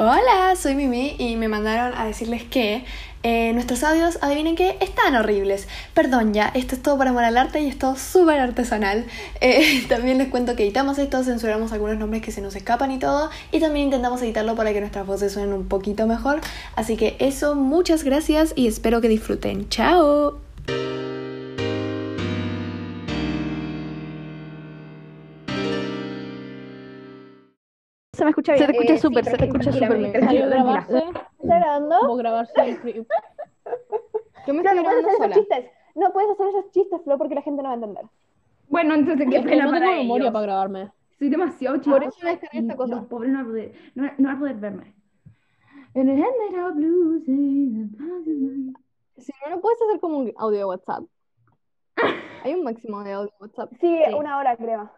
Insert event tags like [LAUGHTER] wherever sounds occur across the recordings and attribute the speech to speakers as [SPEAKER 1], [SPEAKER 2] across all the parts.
[SPEAKER 1] Hola, soy Mimi y me mandaron a decirles que eh, nuestros audios, adivinen qué, están horribles. Perdón ya, esto es todo por amor al arte y es todo súper artesanal. [LAUGHS] Eh, también les cuento que editamos esto, censuramos algunos nombres que se nos escapan y todo, y también intentamos editarlo para que nuestras voces suenen un poquito mejor. Así que eso, muchas gracias y espero que disfruten. ¡Chao!
[SPEAKER 2] Se me escucha
[SPEAKER 3] Se
[SPEAKER 2] bien.
[SPEAKER 3] te escucha
[SPEAKER 2] Eh, sí,
[SPEAKER 3] súper, se te
[SPEAKER 2] tranquila,
[SPEAKER 3] escucha
[SPEAKER 2] tranquila,
[SPEAKER 3] súper bien.
[SPEAKER 2] tranquila,
[SPEAKER 4] Salió
[SPEAKER 2] tranquila.
[SPEAKER 4] grabarse,
[SPEAKER 3] ¿Está grabando?
[SPEAKER 4] como grabarse el clip.
[SPEAKER 3] Flo,
[SPEAKER 4] Yo me estoy
[SPEAKER 3] no puedes
[SPEAKER 4] grabando
[SPEAKER 3] hacer
[SPEAKER 4] sola.
[SPEAKER 3] esos chistes. No puedes hacer esos chistes, Flo, porque la gente no va a entender.
[SPEAKER 5] Bueno, entonces qué
[SPEAKER 4] Es que
[SPEAKER 5] pena
[SPEAKER 4] no tengo
[SPEAKER 5] para
[SPEAKER 4] memoria
[SPEAKER 5] ellos.
[SPEAKER 4] para grabarme.
[SPEAKER 5] Soy demasiado
[SPEAKER 3] Por
[SPEAKER 5] chavo.
[SPEAKER 3] eso descargué esta cosa.
[SPEAKER 5] No, pobre, no va a poder, no, no va a poder verme. And it ended up losing the possibility.
[SPEAKER 6] Si no lo puedes hacer como un audio de WhatsApp. Hay un máximo de audio de WhatsApp.
[SPEAKER 3] Sí,
[SPEAKER 5] Sí.
[SPEAKER 3] una hora creo.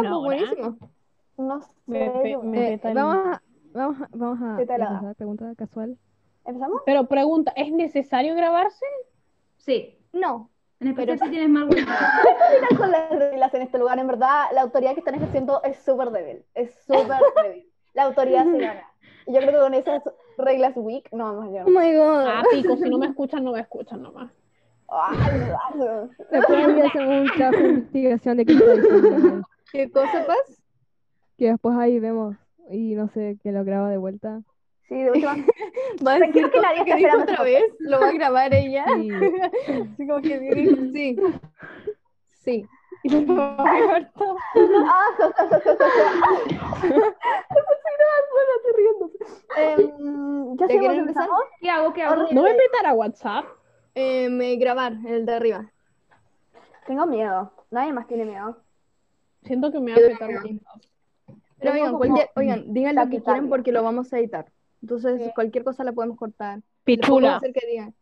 [SPEAKER 4] Una
[SPEAKER 6] pues
[SPEAKER 4] hora.
[SPEAKER 6] buenísimo.
[SPEAKER 3] No sé.
[SPEAKER 4] Me pe-
[SPEAKER 3] yo-
[SPEAKER 4] me-
[SPEAKER 6] Eh,
[SPEAKER 4] peta el-
[SPEAKER 6] vamos a, vamos a, vamos a
[SPEAKER 3] ¿Qué tal, Ada?
[SPEAKER 6] empezar, pregunta casual.
[SPEAKER 3] ¿Empezamos?
[SPEAKER 4] Pero pregunta, ¿es necesario grabarse?
[SPEAKER 5] Sí,
[SPEAKER 3] No.
[SPEAKER 5] en especial
[SPEAKER 3] Pero-
[SPEAKER 5] si tienes mal wifi.
[SPEAKER 3] Están con las reglas en este lugar, en verdad, la autoridad que están ejerciendo es súper débil. Es
[SPEAKER 6] [LAUGHS]
[SPEAKER 3] súper débil. La autoridad se gana. Y yo creo que con esas reglas weak no vamos a llegar.
[SPEAKER 6] Oh my
[SPEAKER 4] Ah,
[SPEAKER 6] god.
[SPEAKER 4] pico, si no me escuchan, no me escuchan nomás.
[SPEAKER 3] Ay, Eduardo.
[SPEAKER 6] Después un día hacemos un trabajo de investigación de qué está diciendo.
[SPEAKER 3] ¿Qué cosa pasa?
[SPEAKER 6] Que después ahí vemos y no sé, que lo graba de vuelta.
[SPEAKER 3] Sí, de última.
[SPEAKER 6] Va a
[SPEAKER 3] Tranquilo que nadie está
[SPEAKER 6] dijo
[SPEAKER 3] esperando
[SPEAKER 6] otra
[SPEAKER 3] esa
[SPEAKER 6] vez, lo va a grabar ella.
[SPEAKER 4] Sí.
[SPEAKER 6] Así como que dijo,
[SPEAKER 3] [LAUGHS]
[SPEAKER 6] sí. Sí. Y lo va a grabar todo.
[SPEAKER 3] Ah, ja, ja, ja, ja, ja. Em, ya
[SPEAKER 6] ¿Ya
[SPEAKER 3] seguimos,
[SPEAKER 6] quieren empezar?
[SPEAKER 3] empezamos.
[SPEAKER 5] ¿Qué hago? ¿Qué hago?
[SPEAKER 4] ¿No me metan a WhatsApp?
[SPEAKER 6] Eh, me- grabar, el de arriba.
[SPEAKER 3] Tengo miedo. Nadie más tiene miedo.
[SPEAKER 4] Siento que me va a meter
[SPEAKER 6] Yo-
[SPEAKER 4] WhatsApp.
[SPEAKER 6] Pero
[SPEAKER 3] Tengo
[SPEAKER 6] oigan,
[SPEAKER 3] como-
[SPEAKER 6] cualquier, oigan, digan lo que
[SPEAKER 3] Sagitario.
[SPEAKER 6] quieren porque lo vamos a editar. Entonces,
[SPEAKER 4] Sí.
[SPEAKER 6] cualquier cosa la podemos cortar. Le podemos
[SPEAKER 4] Pichula.
[SPEAKER 6] hacer que digan.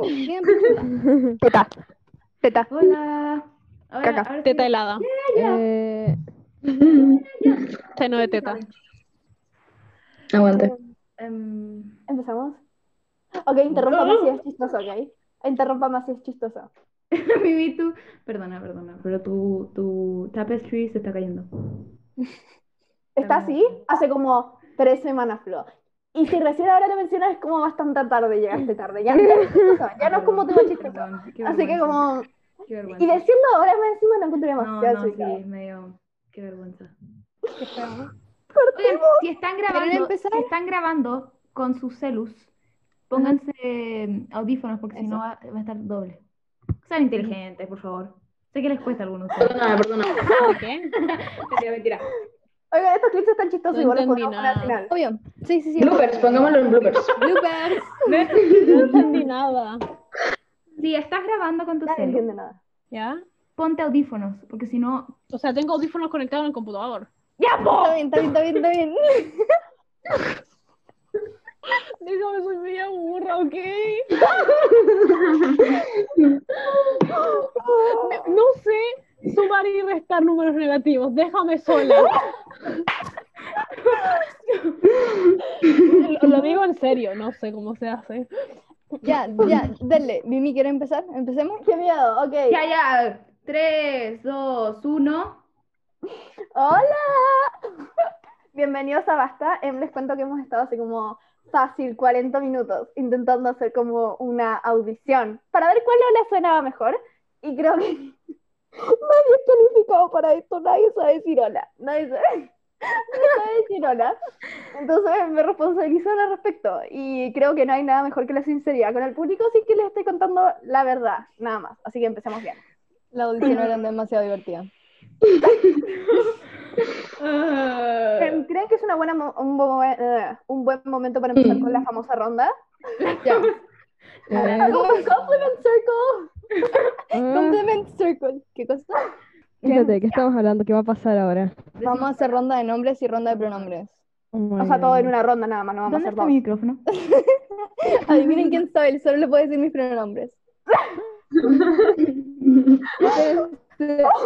[SPEAKER 6] Digan pichula.
[SPEAKER 3] Teta. Teta.
[SPEAKER 5] Hola. Ahora,
[SPEAKER 3] Caca.
[SPEAKER 5] ahora sí.
[SPEAKER 4] Teta helada.
[SPEAKER 6] Eh,
[SPEAKER 4] Seno de teta.
[SPEAKER 7] Aguante.
[SPEAKER 5] Em, [LAUGHS]
[SPEAKER 3] Empezamos. Ok, interrumpamos si es chistoso, ok. Interrumpamos si es chistoso.
[SPEAKER 5] Mimi, tú. Perdona, perdona, pero tu, tu tapestry se está cayendo.
[SPEAKER 3] Está
[SPEAKER 5] También.
[SPEAKER 3] así hace como tres semanas, Flo. Y si recién ahora lo mencionas, es como bastante tarde, llegaste tarde. Ya, ya no es chistoso, ya no es como tema chistoso.
[SPEAKER 5] Perdón, qué
[SPEAKER 3] Así que
[SPEAKER 5] vergüenza,
[SPEAKER 3] como...
[SPEAKER 5] Qué vergüenza.
[SPEAKER 3] Y decirlo ahora más encima lo encontré
[SPEAKER 5] No,
[SPEAKER 3] demasiado
[SPEAKER 5] no, sí,
[SPEAKER 3] desubicado.
[SPEAKER 5] es medio. Qué vergüenza. Oigan,
[SPEAKER 3] Cortemos.
[SPEAKER 5] si están
[SPEAKER 6] ¿Quieren
[SPEAKER 5] grabando,
[SPEAKER 6] empezar?
[SPEAKER 5] si están grabando con sus celus, pónganse eh, audífonos porque si no va, va a estar doble. Sean inteligentes, por favor. Sé que les cuesta a algunos.
[SPEAKER 7] Perdóname, perdóname.
[SPEAKER 4] ¿Qué?
[SPEAKER 5] mentira, mentira.
[SPEAKER 3] Oigan, estos clips están chistosos
[SPEAKER 4] No
[SPEAKER 3] y vos los
[SPEAKER 4] entendí
[SPEAKER 3] podemos poner al
[SPEAKER 4] nada.
[SPEAKER 3] final.
[SPEAKER 6] obvio. Sí, sí, sí.
[SPEAKER 7] Bloopers, pongámoslo en bloopers.
[SPEAKER 6] Bloopers.
[SPEAKER 4] No entendí nada.
[SPEAKER 5] Si estás grabando con tu
[SPEAKER 3] Nadie
[SPEAKER 5] celu,
[SPEAKER 3] entiende nada.
[SPEAKER 4] ¿Ya?
[SPEAKER 5] ponte audífonos porque si no.
[SPEAKER 4] O sea, tengo audífonos conectados en el computador.
[SPEAKER 5] ¡Ya, po!
[SPEAKER 6] Está bien, está bien, está bien, está bien.
[SPEAKER 4] [LAUGHS] Dígame, soy media burra, ¿ok? no sé sumar y restar números negativos. Déjame sola.
[SPEAKER 6] [LAUGHS]
[SPEAKER 4] lo, lo digo en serio, no sé cómo se hace.
[SPEAKER 8] [LAUGHS]
[SPEAKER 6] Ya, ya, dale. Mimi, ¿quiere empezar? ¿Empecemos?
[SPEAKER 3] ¡Qué miedo! Ok.
[SPEAKER 5] Ya, ya. 3, 2, 1.
[SPEAKER 3] ¡Hola! [LAUGHS] Bienvenidos a Basta. Em, les cuento que hemos estado hace como fácil 40 minutos intentando hacer como una audición para ver cuál ola sonaba mejor. Y creo que [LAUGHS] nadie es calificado para esto, nadie sabe decir hola. Nadie sabe, [LAUGHS] nadie sabe decir hola. Entonces me responsabilizo al respecto. Y creo que no hay nada mejor que la sinceridad con el público, así que les estoy contando la verdad, nada más. Así que empecemos bien.
[SPEAKER 6] La audición era demasiado divertida. Ah.
[SPEAKER 3] Em, ¿Creen que es una buena mo- un, bo- eh, un buen momento para empezar con la famosa ronda?
[SPEAKER 6] Ya. Eh,
[SPEAKER 3] Compliment circle.
[SPEAKER 6] Compliment circle. ¿Qué cosa?
[SPEAKER 9] Fíjate, ¿qué estamos hablando? ¿Qué va a pasar ahora?
[SPEAKER 6] Vamos a hacer ronda de nombres y ronda de pronombres. Mm.
[SPEAKER 3] O sea, todo en
[SPEAKER 6] [LAUGHS]
[SPEAKER 3] una ronda nada más, no vamos a
[SPEAKER 5] ¿Dónde
[SPEAKER 3] hacer
[SPEAKER 5] está
[SPEAKER 3] dos.
[SPEAKER 5] mi micrófono?
[SPEAKER 6] Adivinen quién soy, él solo le puedo decir mis pronombres.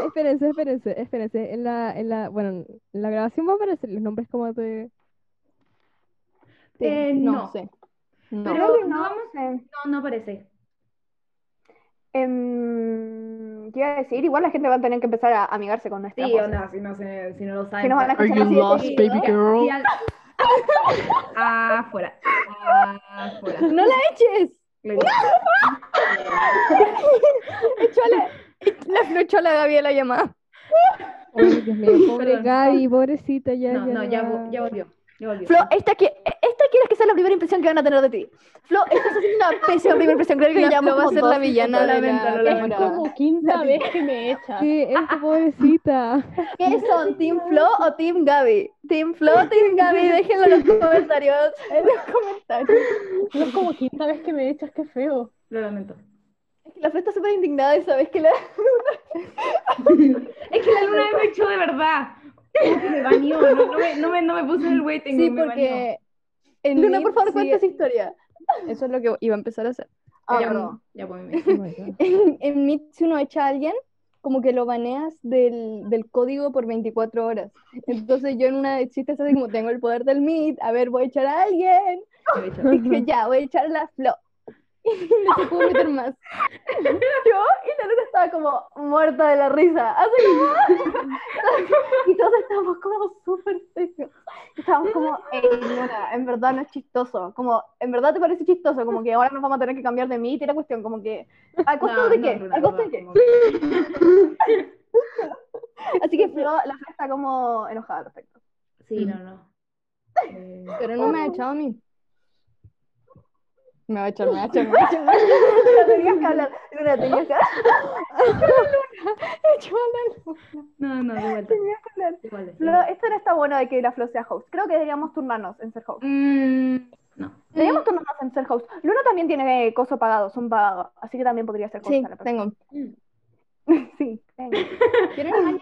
[SPEAKER 9] Espérense, espérense, espérense, espérense. En la, en la, bueno, en la grabación va a aparecer los nombres como de...
[SPEAKER 6] Sí,
[SPEAKER 5] Eh, no.
[SPEAKER 6] sé. No.
[SPEAKER 5] Pero
[SPEAKER 3] Creo que
[SPEAKER 5] no
[SPEAKER 3] no.
[SPEAKER 5] vamos-
[SPEAKER 3] eh,
[SPEAKER 5] No, no parece.
[SPEAKER 3] em, ¿qué iba a decir, igual la gente va a tener que empezar a amigarse con nuestra
[SPEAKER 5] Sí,
[SPEAKER 3] voz.
[SPEAKER 5] onda, si no, se, si no lo saben.
[SPEAKER 3] Si nos van a
[SPEAKER 5] pues-
[SPEAKER 3] escuchar así de seguido,
[SPEAKER 5] Si al- Afuera. Afuera.
[SPEAKER 10] ¡No la eches! Échale. La flochola de Gaby la llamada.
[SPEAKER 6] Ay, Dios mío, pobre
[SPEAKER 5] Perdón.
[SPEAKER 6] Gaby, pobrecita, ya,
[SPEAKER 5] No,
[SPEAKER 6] ya
[SPEAKER 5] no, ya,
[SPEAKER 6] va.
[SPEAKER 5] vo- ya volvió. Ya volvió.
[SPEAKER 10] Flo, esta, que, esta quiero que sea la primera impresión que van a tener de ti. Flo, esta es una pésima primera impresión. Creo que
[SPEAKER 3] La
[SPEAKER 10] ya
[SPEAKER 3] Flo va a ser la villana de la
[SPEAKER 4] Es
[SPEAKER 3] temporada.
[SPEAKER 4] como quinta vez que me echas.
[SPEAKER 10] [LAUGHS]
[SPEAKER 6] Sí, esa pobrecita.
[SPEAKER 10] ¿Qué son? ¿Team Flo o Team Gaby? ¿Team Flo o [LAUGHS] Team Gaby? Déjenlo en los [LAUGHS] comentarios. En los comentarios.
[SPEAKER 4] No es como quinta vez que me echas, qué feo.
[SPEAKER 5] Lo lamento.
[SPEAKER 10] Es que [LAUGHS] la Flo está súper indignada y sabes que la...
[SPEAKER 5] Es que la luna me echó de verdad. Me baneó, no, no me, no, me, no me puso en el waiting.
[SPEAKER 10] Sí,
[SPEAKER 5] me baneó.
[SPEAKER 10] porque... en
[SPEAKER 3] Luna,
[SPEAKER 10] mí,
[SPEAKER 3] por favor,
[SPEAKER 10] sí,
[SPEAKER 3] cuenta esa historia.
[SPEAKER 10] Eso es lo que iba a empezar a hacer.
[SPEAKER 3] Ah,
[SPEAKER 5] ya,
[SPEAKER 3] perdón.
[SPEAKER 5] ya pues, me-
[SPEAKER 6] Oh my God.
[SPEAKER 10] En, en Meet, si uno echa a alguien, como que lo baneas del, del código por 24 horas. Entonces yo en una de chistes así como tengo el poder del Meet, a ver, voy a echar a alguien.
[SPEAKER 5] me [LAUGHS] echó.
[SPEAKER 10] [LAUGHS] Dije, ya, voy a echar la Flo. [LAUGHS] Y no se pudo meter más.
[SPEAKER 3] [LAUGHS] Yo y la Luna estaba como muerta de la risa. Así como... [LAUGHS] y todos estábamos como súper serios. Estábamos como, "Ey, Luna, en verdad no es chistoso. Como, en verdad te parece chistoso. Como que ahora nos vamos a tener que cambiar de mí. Y la cuestión, como que. ¿A costa
[SPEAKER 5] No,
[SPEAKER 3] de
[SPEAKER 5] no,
[SPEAKER 3] qué?
[SPEAKER 5] Luna,
[SPEAKER 3] ¿A costa de
[SPEAKER 5] perdón,
[SPEAKER 3] qué?
[SPEAKER 5] como que-
[SPEAKER 3] Así que Flo, la Flo está como enojada
[SPEAKER 10] [LAUGHS]
[SPEAKER 3] al respecto.
[SPEAKER 5] Sí, no, no. Eh,
[SPEAKER 10] Pero no me ha echado a mí. Me va a echar, me va a echar.
[SPEAKER 3] Luna, tenías que hablar. Luna, tenías que hablar.
[SPEAKER 5] no, no, de vuelta.
[SPEAKER 3] hablar.
[SPEAKER 5] De vuelta, de
[SPEAKER 3] Flo, eh,
[SPEAKER 5] vuelta.
[SPEAKER 3] esto no está bueno de que la Flo sea host. Creo que deberíamos turnarnos en ser host.
[SPEAKER 5] Mm, no.
[SPEAKER 3] Deberíamos turnarnos en ser host. Luna también tiene eh, coso pagado, son pagados. Así que también podría ser host.
[SPEAKER 10] Sí,
[SPEAKER 3] a la próxima.
[SPEAKER 10] tengo.
[SPEAKER 3] [LAUGHS] Sí, venga.
[SPEAKER 10] ¿Quieren,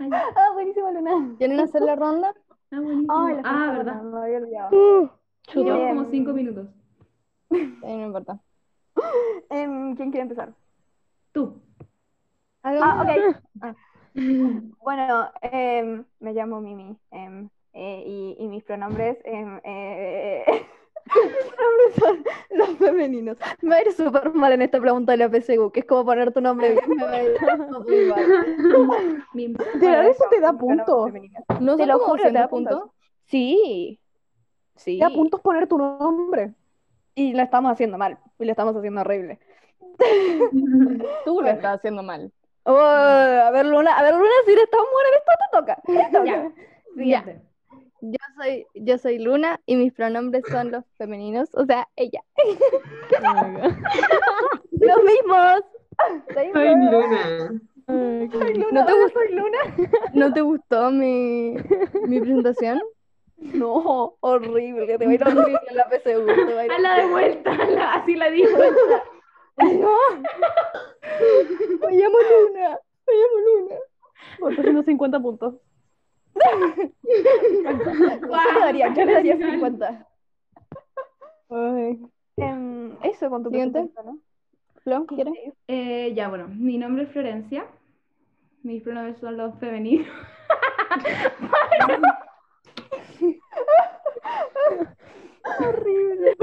[SPEAKER 5] Ay,
[SPEAKER 3] Ah, buenísimo, Luna.
[SPEAKER 10] ¿Quieren hacer la ronda?
[SPEAKER 5] está buenísimo.
[SPEAKER 3] Ay, la
[SPEAKER 5] ah,
[SPEAKER 3] Fernanda,
[SPEAKER 5] verdad.
[SPEAKER 3] Me había olvidado.
[SPEAKER 5] Llevamos
[SPEAKER 3] bien.
[SPEAKER 5] como cinco minutos.
[SPEAKER 10] Ahí no importa.
[SPEAKER 3] Em, ¿Quién quiere empezar?
[SPEAKER 5] Tú.
[SPEAKER 10] [LAUGHS]
[SPEAKER 3] Ah, ok.
[SPEAKER 5] [LAUGHS]
[SPEAKER 3] Ah. Bueno, em, me llamo Mimi. em, eh, y, y mis pronombres. em, eh, [LAUGHS]
[SPEAKER 10] Los son los femeninos. Me va a ir súper mal en esta pregunta de la PSU, que es como poner tu nombre bien. Me va a
[SPEAKER 3] [LAUGHS]
[SPEAKER 10] ir súper mal.
[SPEAKER 5] Mi-
[SPEAKER 4] De verdad, eso te da
[SPEAKER 3] mis pronombres
[SPEAKER 4] puntos.
[SPEAKER 3] femeninos.
[SPEAKER 10] ¿No
[SPEAKER 3] Te
[SPEAKER 10] son
[SPEAKER 3] lo
[SPEAKER 10] como
[SPEAKER 3] juro,
[SPEAKER 10] 200
[SPEAKER 3] te da puntos.
[SPEAKER 10] Sí. Sí.
[SPEAKER 4] Te da puntos poner tu nombre.
[SPEAKER 10] Y la estamos haciendo mal. Y la estamos haciendo horrible.
[SPEAKER 6] Tú lo estás haciendo mal.
[SPEAKER 10] Oh,
[SPEAKER 3] Mm.
[SPEAKER 10] a ver, Luna, a ver, Luna, si eres tan buena en esto, te toca.
[SPEAKER 5] Ya.
[SPEAKER 10] Ya.
[SPEAKER 5] Siguiente.
[SPEAKER 10] Yo soy, yo soy Luna y mis pronombres son los femeninos, o sea, ella.
[SPEAKER 6] Oh my God.
[SPEAKER 10] Los mismos. Soy
[SPEAKER 11] Soy
[SPEAKER 4] [LAUGHS]
[SPEAKER 11] Luna.
[SPEAKER 6] Ay, qué-
[SPEAKER 10] ¿No te gustó, ¿No te gustó mi, mi presentación? No, horrible, te va a ir horrible en la PSU. te va a ir-
[SPEAKER 5] A la de vuelta, a la- así la dijo.
[SPEAKER 10] Me llamo Luna, me llamo Luna.
[SPEAKER 4] Otros 150 puntos.
[SPEAKER 5] Guau,
[SPEAKER 3] Ah,
[SPEAKER 10] Yo le daría, yo le daría
[SPEAKER 3] [LAUGHS]
[SPEAKER 5] profesional.
[SPEAKER 10] 50.
[SPEAKER 3] Em, eso con tu
[SPEAKER 10] Siguiente.
[SPEAKER 3] presupuesto, ¿no?
[SPEAKER 10] Flo, ¿quieres?
[SPEAKER 5] Eh, ya, bueno, mi nombre es Florencia. Mis pronombres son los femeninos. Horrible.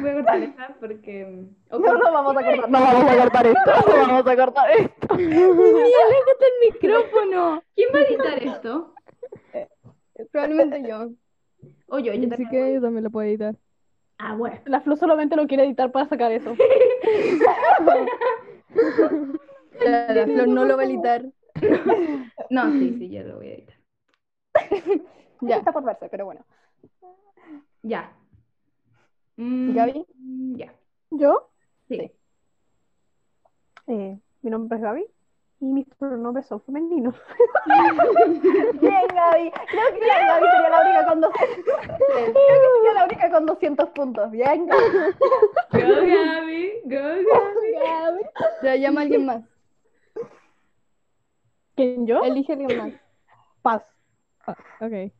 [SPEAKER 5] Voy a cortar esta porque. o
[SPEAKER 3] No,
[SPEAKER 5] corto-
[SPEAKER 3] no vamos a cortar, no vamos a cortar esto, no vamos a cortar esto.
[SPEAKER 10] el micrófono!
[SPEAKER 5] ¿Quién va a editar esto?
[SPEAKER 10] Probablemente yo.
[SPEAKER 5] O yo, yo
[SPEAKER 6] Así
[SPEAKER 5] también.
[SPEAKER 6] que yo también lo puedo editar.
[SPEAKER 5] Ah, bueno.
[SPEAKER 4] La Flo solamente lo quiere editar para sacar [LAUGHS] eso.
[SPEAKER 10] La, la Flor no lo va a editar.
[SPEAKER 5] No,
[SPEAKER 7] Mm.
[SPEAKER 5] sí, sí, yo lo voy a editar.
[SPEAKER 10] Ya,
[SPEAKER 3] Está por verse, pero bueno.
[SPEAKER 5] Ya. Mm,
[SPEAKER 10] Gaby.
[SPEAKER 5] Ya.
[SPEAKER 4] ¿Yo?
[SPEAKER 5] Sí.
[SPEAKER 4] Eh, mi nombre es Gaby y mis pronombres son femeninos.
[SPEAKER 3] Bien, Gaby. Creo que la Gaby sería la única con 200. [LAUGHS] Creo que sería la única con 200 puntos. Bien, Gaby.
[SPEAKER 5] Go, Gaby. Go,
[SPEAKER 7] [LAUGHS]
[SPEAKER 5] Gaby.
[SPEAKER 10] Ya llama a alguien más.
[SPEAKER 4] ¿Quién yo?
[SPEAKER 10] Elige a alguien más.
[SPEAKER 4] Paz.
[SPEAKER 6] Ok.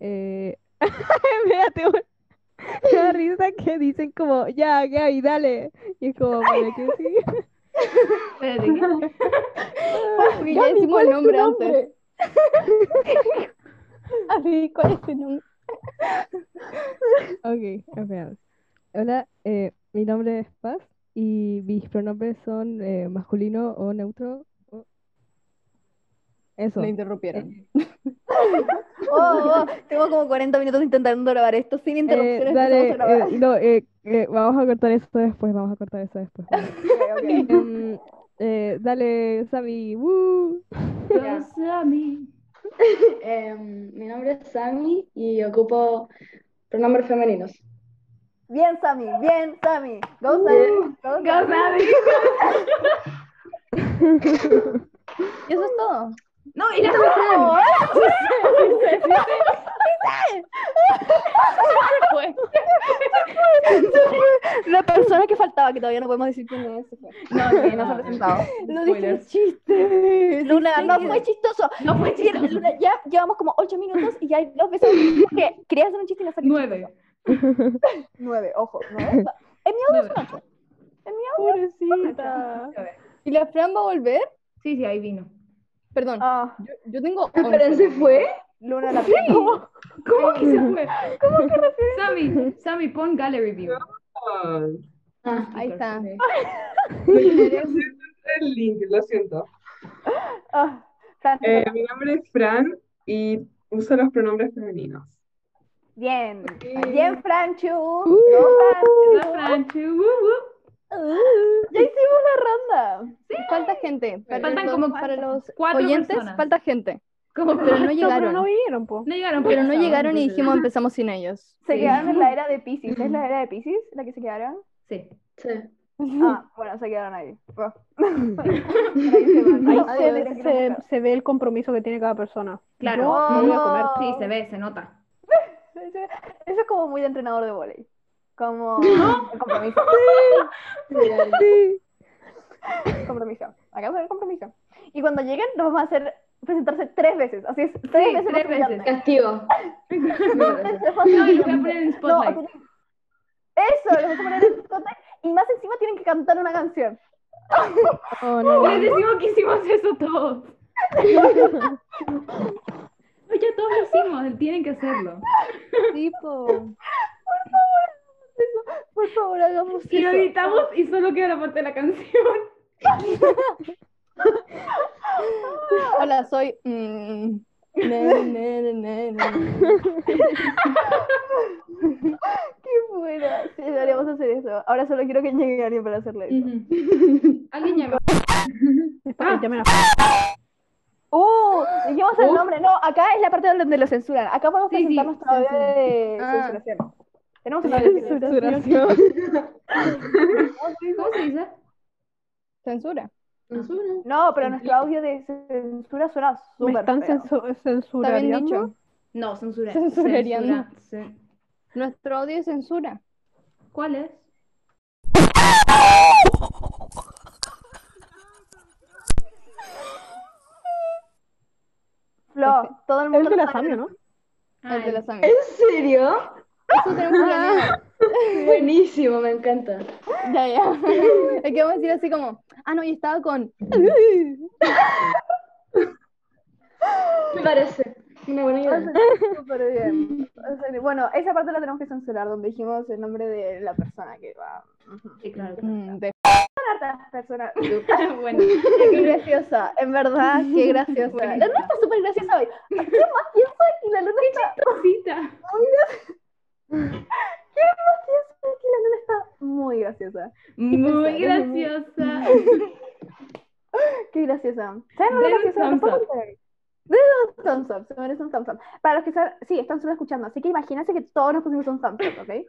[SPEAKER 6] Eh... [LAUGHS] Espérate, un- me da risa que dicen como, ya, Gaby, dale. Y es como, ¿para qué sí?
[SPEAKER 5] Espérate, ¿qué?
[SPEAKER 10] [LAUGHS] Porque
[SPEAKER 6] [LAUGHS]
[SPEAKER 10] ya decimos el nombre antes.
[SPEAKER 4] Así, ¿cuál es tu nombre?
[SPEAKER 6] Ok, espera. Hola, eh, mi nombre es Paz y mis pronombres son eh, masculino o neutro. o- Eso.
[SPEAKER 10] Me interrumpieron.
[SPEAKER 12] Oh, oh, tengo como 40 minutos intentando grabar esto sin interrupciones.
[SPEAKER 6] Eh,
[SPEAKER 12] empezamos
[SPEAKER 6] dale,
[SPEAKER 12] a grabar.
[SPEAKER 6] eh, no, eh, eh, vamos a cortar esto después, vamos a cortar esto [LAUGHS] después. [LAUGHS] Em, eh, dale, Sammy. woo.
[SPEAKER 5] Los amigos.
[SPEAKER 7] Em, mi nombre es Sammy y ocupo pronombres femeninos.
[SPEAKER 8] Bien, Sammy, bien, Sammy. Go, Sammy. Go,
[SPEAKER 5] Uh, Go,
[SPEAKER 8] Sammy.
[SPEAKER 5] Sammy.
[SPEAKER 12] Y eso es todo.
[SPEAKER 5] No, y la verdad.
[SPEAKER 12] La persona que faltaba, que todavía no podemos decir quién es. se fue.
[SPEAKER 5] No, que [LAUGHS] no se ha presentado.
[SPEAKER 12] No dije
[SPEAKER 5] Spoilers.
[SPEAKER 12] chiste. Luna, no fue chistoso.
[SPEAKER 5] No fue
[SPEAKER 12] Mira,
[SPEAKER 5] chistoso.
[SPEAKER 12] Luna, ya llevamos como 8 minutos y ya hay dos veces que quería hacer un chiste y no salió.
[SPEAKER 5] Nueve.
[SPEAKER 8] Nueve, ojo,
[SPEAKER 12] [LAUGHS]
[SPEAKER 8] nueve.
[SPEAKER 5] Nueve.
[SPEAKER 6] Pobrecita.
[SPEAKER 12] ¿Y la Fran va a volver?
[SPEAKER 5] Sí, sí, ahí vino.
[SPEAKER 12] Perdón,
[SPEAKER 8] Ah,
[SPEAKER 12] yo, yo tengo
[SPEAKER 7] ¿Qué se fue?
[SPEAKER 8] Luna la primera.
[SPEAKER 5] ¿Cómo que se [LAUGHS] fue? ¿Cómo que refieres? Sammy, Sammy, pon gallery view.
[SPEAKER 7] Ah,
[SPEAKER 12] Ahí está.
[SPEAKER 13] el link,
[SPEAKER 6] [LAUGHS]
[SPEAKER 13] lo siento.
[SPEAKER 8] Ah, Fran, te
[SPEAKER 13] Eh,
[SPEAKER 8] toca.
[SPEAKER 13] mi nombre es Fran y uso los pronombres femeninos.
[SPEAKER 8] Bien. Bien, Franchu. Go,
[SPEAKER 5] La
[SPEAKER 8] Franchu.
[SPEAKER 5] Franchu, uh, uh.
[SPEAKER 8] Ya hicimos la ronda.
[SPEAKER 12] Falta gente. Para
[SPEAKER 5] Faltan
[SPEAKER 12] los-
[SPEAKER 5] como
[SPEAKER 12] para los
[SPEAKER 5] cuatro
[SPEAKER 12] oyentes,
[SPEAKER 5] personas.
[SPEAKER 12] falta gente.
[SPEAKER 5] Como
[SPEAKER 12] Pero no
[SPEAKER 5] cuatro.
[SPEAKER 12] llegaron.
[SPEAKER 4] No vinieron, po.
[SPEAKER 5] [LAUGHS] No llegaron,
[SPEAKER 12] Pero no
[SPEAKER 5] estaban,
[SPEAKER 12] llegaron y
[SPEAKER 5] entonces.
[SPEAKER 12] dijimos empezamos sin ellos.
[SPEAKER 8] Se
[SPEAKER 5] Sí.
[SPEAKER 8] quedaron en la era de Pisces. ¿Es la era de Pisces la que se
[SPEAKER 10] [LAUGHS]
[SPEAKER 8] quedaron?
[SPEAKER 5] Sí.
[SPEAKER 7] Sí.
[SPEAKER 8] Ah, bueno, se quedaron ahí.
[SPEAKER 10] [LAUGHS]
[SPEAKER 8] Bueno.
[SPEAKER 4] Ahí
[SPEAKER 8] Ahí
[SPEAKER 4] se, ve- se- se ve el compromiso que tiene cada persona.
[SPEAKER 5] Claro.
[SPEAKER 4] Yo no voy a comer.
[SPEAKER 5] Sí, se ve, se nota.
[SPEAKER 8] Eso es como muy de entrenador de volei. Como el compromiso.
[SPEAKER 6] Sí.
[SPEAKER 8] compromiso. Acabamos de ver compromiso. Y cuando lleguen, nos vamos a hacer presentarse tres veces. Así es, tres
[SPEAKER 5] Sí,
[SPEAKER 8] veces.
[SPEAKER 5] tres
[SPEAKER 8] vamos a
[SPEAKER 5] veces.
[SPEAKER 7] Castigo.
[SPEAKER 8] presentarnos. Los vamos a
[SPEAKER 5] No, y
[SPEAKER 8] hacer
[SPEAKER 5] lo voy a poner en
[SPEAKER 8] No,
[SPEAKER 5] spotlight.
[SPEAKER 8] tienen- Eso, los vamos a poner en spotlight. Y más encima tienen que cantar una canción.
[SPEAKER 6] Oh, no.
[SPEAKER 5] Les decimos que hicimos eso todos. Oye, todos lo hicimos, tienen que hacerlo.
[SPEAKER 12] Tipo.
[SPEAKER 8] Por favor, hagamos
[SPEAKER 5] Y lo
[SPEAKER 8] eso.
[SPEAKER 5] editamos y solo queda la parte de la canción.
[SPEAKER 12] Hola, soy. mm, na, na, na, na, na.
[SPEAKER 8] [LAUGHS] Qué buena. Sí, deberíamos hacer eso. Ahora solo quiero que llegue alguien para hacerle eso.
[SPEAKER 5] [LAUGHS] Alguien llama.
[SPEAKER 4] Después que llamen a-
[SPEAKER 8] ¡Uh! Dijimos el nombre. No, acá es la parte donde lo censuran. Acá podemos
[SPEAKER 5] Sí,
[SPEAKER 8] presentar
[SPEAKER 5] sí,
[SPEAKER 8] nuestro audio
[SPEAKER 5] censura.
[SPEAKER 8] de
[SPEAKER 12] Ah.
[SPEAKER 8] censuración. Tenemos un audio de censuración.
[SPEAKER 6] Censuración.
[SPEAKER 5] ¿Cómo se dice?
[SPEAKER 12] Censura.
[SPEAKER 8] No, pero nuestro audio de censura suena
[SPEAKER 4] Me
[SPEAKER 8] súper
[SPEAKER 4] están
[SPEAKER 8] feo.
[SPEAKER 4] censu-
[SPEAKER 12] Está bien
[SPEAKER 4] censurareando.
[SPEAKER 12] dicho.
[SPEAKER 5] No, censura.
[SPEAKER 12] Censurareando.
[SPEAKER 5] Censura- ce-
[SPEAKER 12] Nuestro audio es censura.
[SPEAKER 5] ¿Cuál es? Este,
[SPEAKER 8] Flo, todo el
[SPEAKER 4] Es
[SPEAKER 8] mundo
[SPEAKER 4] de la
[SPEAKER 8] sabe.
[SPEAKER 4] Samia, ¿no?
[SPEAKER 8] Ah,
[SPEAKER 5] Ah,
[SPEAKER 12] El de la sangre.
[SPEAKER 7] ¿En serio?
[SPEAKER 12] Eso tenemos planeado.
[SPEAKER 7] Buenísimo, me encanta.
[SPEAKER 12] Ya, ya.
[SPEAKER 8] [LAUGHS]
[SPEAKER 12] Es que vamos a decir así como. Ah, no, y estaba con.
[SPEAKER 7] Me parece una buena idea.
[SPEAKER 5] Ah,
[SPEAKER 8] Súper bien. O sea, Bueno, esa parte la tenemos que censurar, donde dijimos el nombre de la persona que va.
[SPEAKER 5] Sí, claro.
[SPEAKER 12] Mm, de-
[SPEAKER 8] Hartas personas.
[SPEAKER 5] [LAUGHS] bueno,
[SPEAKER 8] Qué [LAUGHS] graciosa, en verdad, [LAUGHS] qué graciosa.
[SPEAKER 5] Buenísima.
[SPEAKER 8] La luna está súper graciosa hoy. ¿Qué más piensa que la luna está?
[SPEAKER 5] cita.
[SPEAKER 8] ¿Qué más piensa que la luna está muy graciosa?
[SPEAKER 5] Muy graciosa.
[SPEAKER 8] Qué graciosa. ¿Saben lo
[SPEAKER 5] Denle un
[SPEAKER 8] graciosa?
[SPEAKER 5] thumbs up.
[SPEAKER 8] un thumbs up, se merece un thumbs up. Para los que están, sí, están solo escuchando, así que imagínense que todos nos pusimos un thumbs up, ¿ok?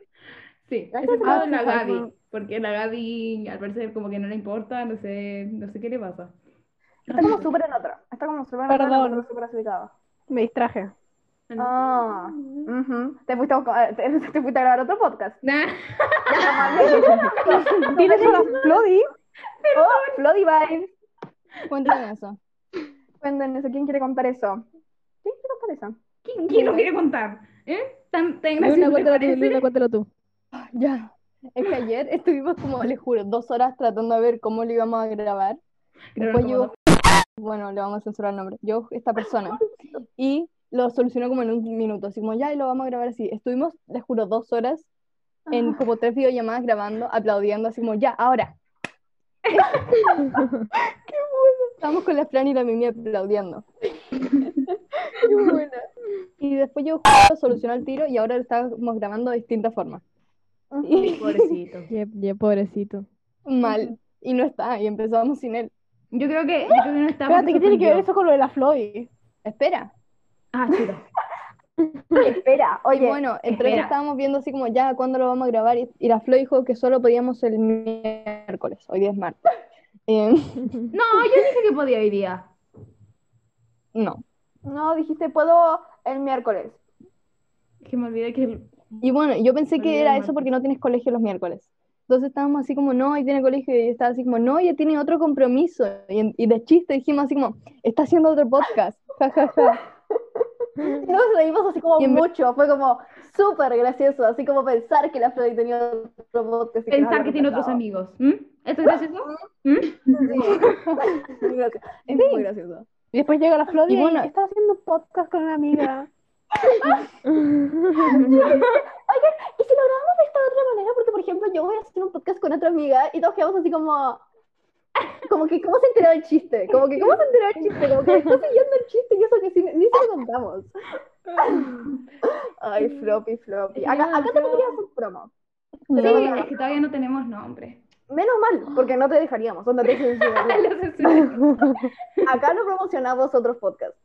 [SPEAKER 5] Sí,
[SPEAKER 8] Ah,
[SPEAKER 5] excepto
[SPEAKER 4] ah,
[SPEAKER 5] la
[SPEAKER 4] sí,
[SPEAKER 5] Gaby,
[SPEAKER 4] Juanma.
[SPEAKER 5] porque la Gaby al parecer como que no le importa, no sé, no sé qué le pasa.
[SPEAKER 8] Está como súper en otro. Está como súper en otro,
[SPEAKER 4] Perdón.
[SPEAKER 8] como súper asustado.
[SPEAKER 4] Me [LAUGHS] distraje.
[SPEAKER 8] Ah, ujú. te, fuiste a, buscar- [LAUGHS] te, te fuiste a grabar otro podcast.
[SPEAKER 5] Nah.
[SPEAKER 4] ¿Tienes a la Flodi?
[SPEAKER 8] Oh, Bloody Vibes.
[SPEAKER 12] Cuéntame eso.
[SPEAKER 8] Cuéntenme eso, ¿quién quiere contar eso? ¿Quién quiere contar eso?
[SPEAKER 5] ¿Quién, quién lo quiere contar? ¿Eh? ¿Tan, tan gracioso
[SPEAKER 6] Luna,
[SPEAKER 5] te
[SPEAKER 6] cuéntalo tú,
[SPEAKER 5] parece?
[SPEAKER 6] Luna, cuéntalo tú.
[SPEAKER 12] Ya. Es que ayer estuvimos como, les juro, dos horas tratando de ver cómo lo íbamos a grabar.
[SPEAKER 5] Creo
[SPEAKER 12] Después
[SPEAKER 5] que
[SPEAKER 12] llegó, bueno, le vamos a censurar el nombre, yo, esta persona, y lo solucionó como en un minuto, así como ya, y lo vamos a grabar así. Estuvimos, les juro, dos horas en como tres videollamadas grabando, aplaudiendo, así como ya, ahora. Qué bueno. Estábamos con la Fran y la Mimi aplaudiendo.
[SPEAKER 8] qué buena.
[SPEAKER 12] Y después yo justo solucionó el tiro y ahora lo estamos grabando de distintas formas.
[SPEAKER 5] Sí, Pobrecito.
[SPEAKER 6] Yep, yep, pobrecito.
[SPEAKER 12] [LAUGHS] Mal. Y no está, y empezamos sin él.
[SPEAKER 5] Yo creo que, yo creo que no está
[SPEAKER 4] Espérate, ¿qué tiene que ver
[SPEAKER 5] porque
[SPEAKER 4] eso con lo de la Floyd?
[SPEAKER 12] Espera.
[SPEAKER 5] Ah, chido.
[SPEAKER 8] Espera,
[SPEAKER 12] [LAUGHS] Y
[SPEAKER 8] oye,
[SPEAKER 12] bueno, entre ellos
[SPEAKER 5] espera.
[SPEAKER 12] estábamos viendo así como ya, ¿cuándo lo vamos a grabar? Y, y la Flo dijo que solo podíamos el miércoles, hoy día es martes. [LAUGHS] Em,
[SPEAKER 5] No, yo dije que podía hoy día.
[SPEAKER 12] no.
[SPEAKER 8] no dijiste puedo el miércoles.
[SPEAKER 5] Es que me olvidé que el-
[SPEAKER 12] Y bueno, yo pensé
[SPEAKER 5] Hoy
[SPEAKER 12] que
[SPEAKER 5] día
[SPEAKER 12] era
[SPEAKER 5] es
[SPEAKER 12] eso porque
[SPEAKER 5] martes.
[SPEAKER 12] no tienes colegio los miércoles. Entonces estábamos así como, no, y tiene colegio, y estaba así como, no, ella tiene otro compromiso. Y, en- y de chiste dijimos así como, está haciendo otro podcast. [LAUGHS] Ja, ja, ja.
[SPEAKER 8] Nos reímos así como
[SPEAKER 12] Y en-
[SPEAKER 8] mucho, fue como súper gracioso, así como pensar que la Floyd tenía otro podcast. y nos
[SPEAKER 5] pensar
[SPEAKER 8] había
[SPEAKER 5] que tiene otros amigos.
[SPEAKER 8] contactado.
[SPEAKER 5] ¿Mm? ¿Esto es gracioso? ¿Mm?
[SPEAKER 8] Sí. [LAUGHS] Muy gracioso. Es muy gracioso.
[SPEAKER 4] Y después llega la Floyd
[SPEAKER 12] Y
[SPEAKER 4] y,
[SPEAKER 12] bueno-
[SPEAKER 4] estaba haciendo un podcast con una amiga.
[SPEAKER 8] Y si lo grabamos de esta otra manera, porque por ejemplo yo voy a hacer un podcast con otra amiga y todos quedamos así como... Como que, ¿cómo se enteró el chiste? Como que, ¿cómo se enteró el chiste? Como que está siguiendo el chiste y eso que sí- ni se lo
[SPEAKER 12] [LAUGHS]
[SPEAKER 8] contamos. Ay, floppy, floppy. Acá, acá te podrías hacer promo.
[SPEAKER 5] Sí,
[SPEAKER 8] Pero bueno,
[SPEAKER 5] es que todavía no tenemos nombre. [LAUGHS]
[SPEAKER 8] menos mal, porque no te dejaríamos. onda, te
[SPEAKER 12] [LAUGHS]
[SPEAKER 8] censurarían.
[SPEAKER 5] Lo censuré.
[SPEAKER 8] Acá no promocionamos otros podcasts.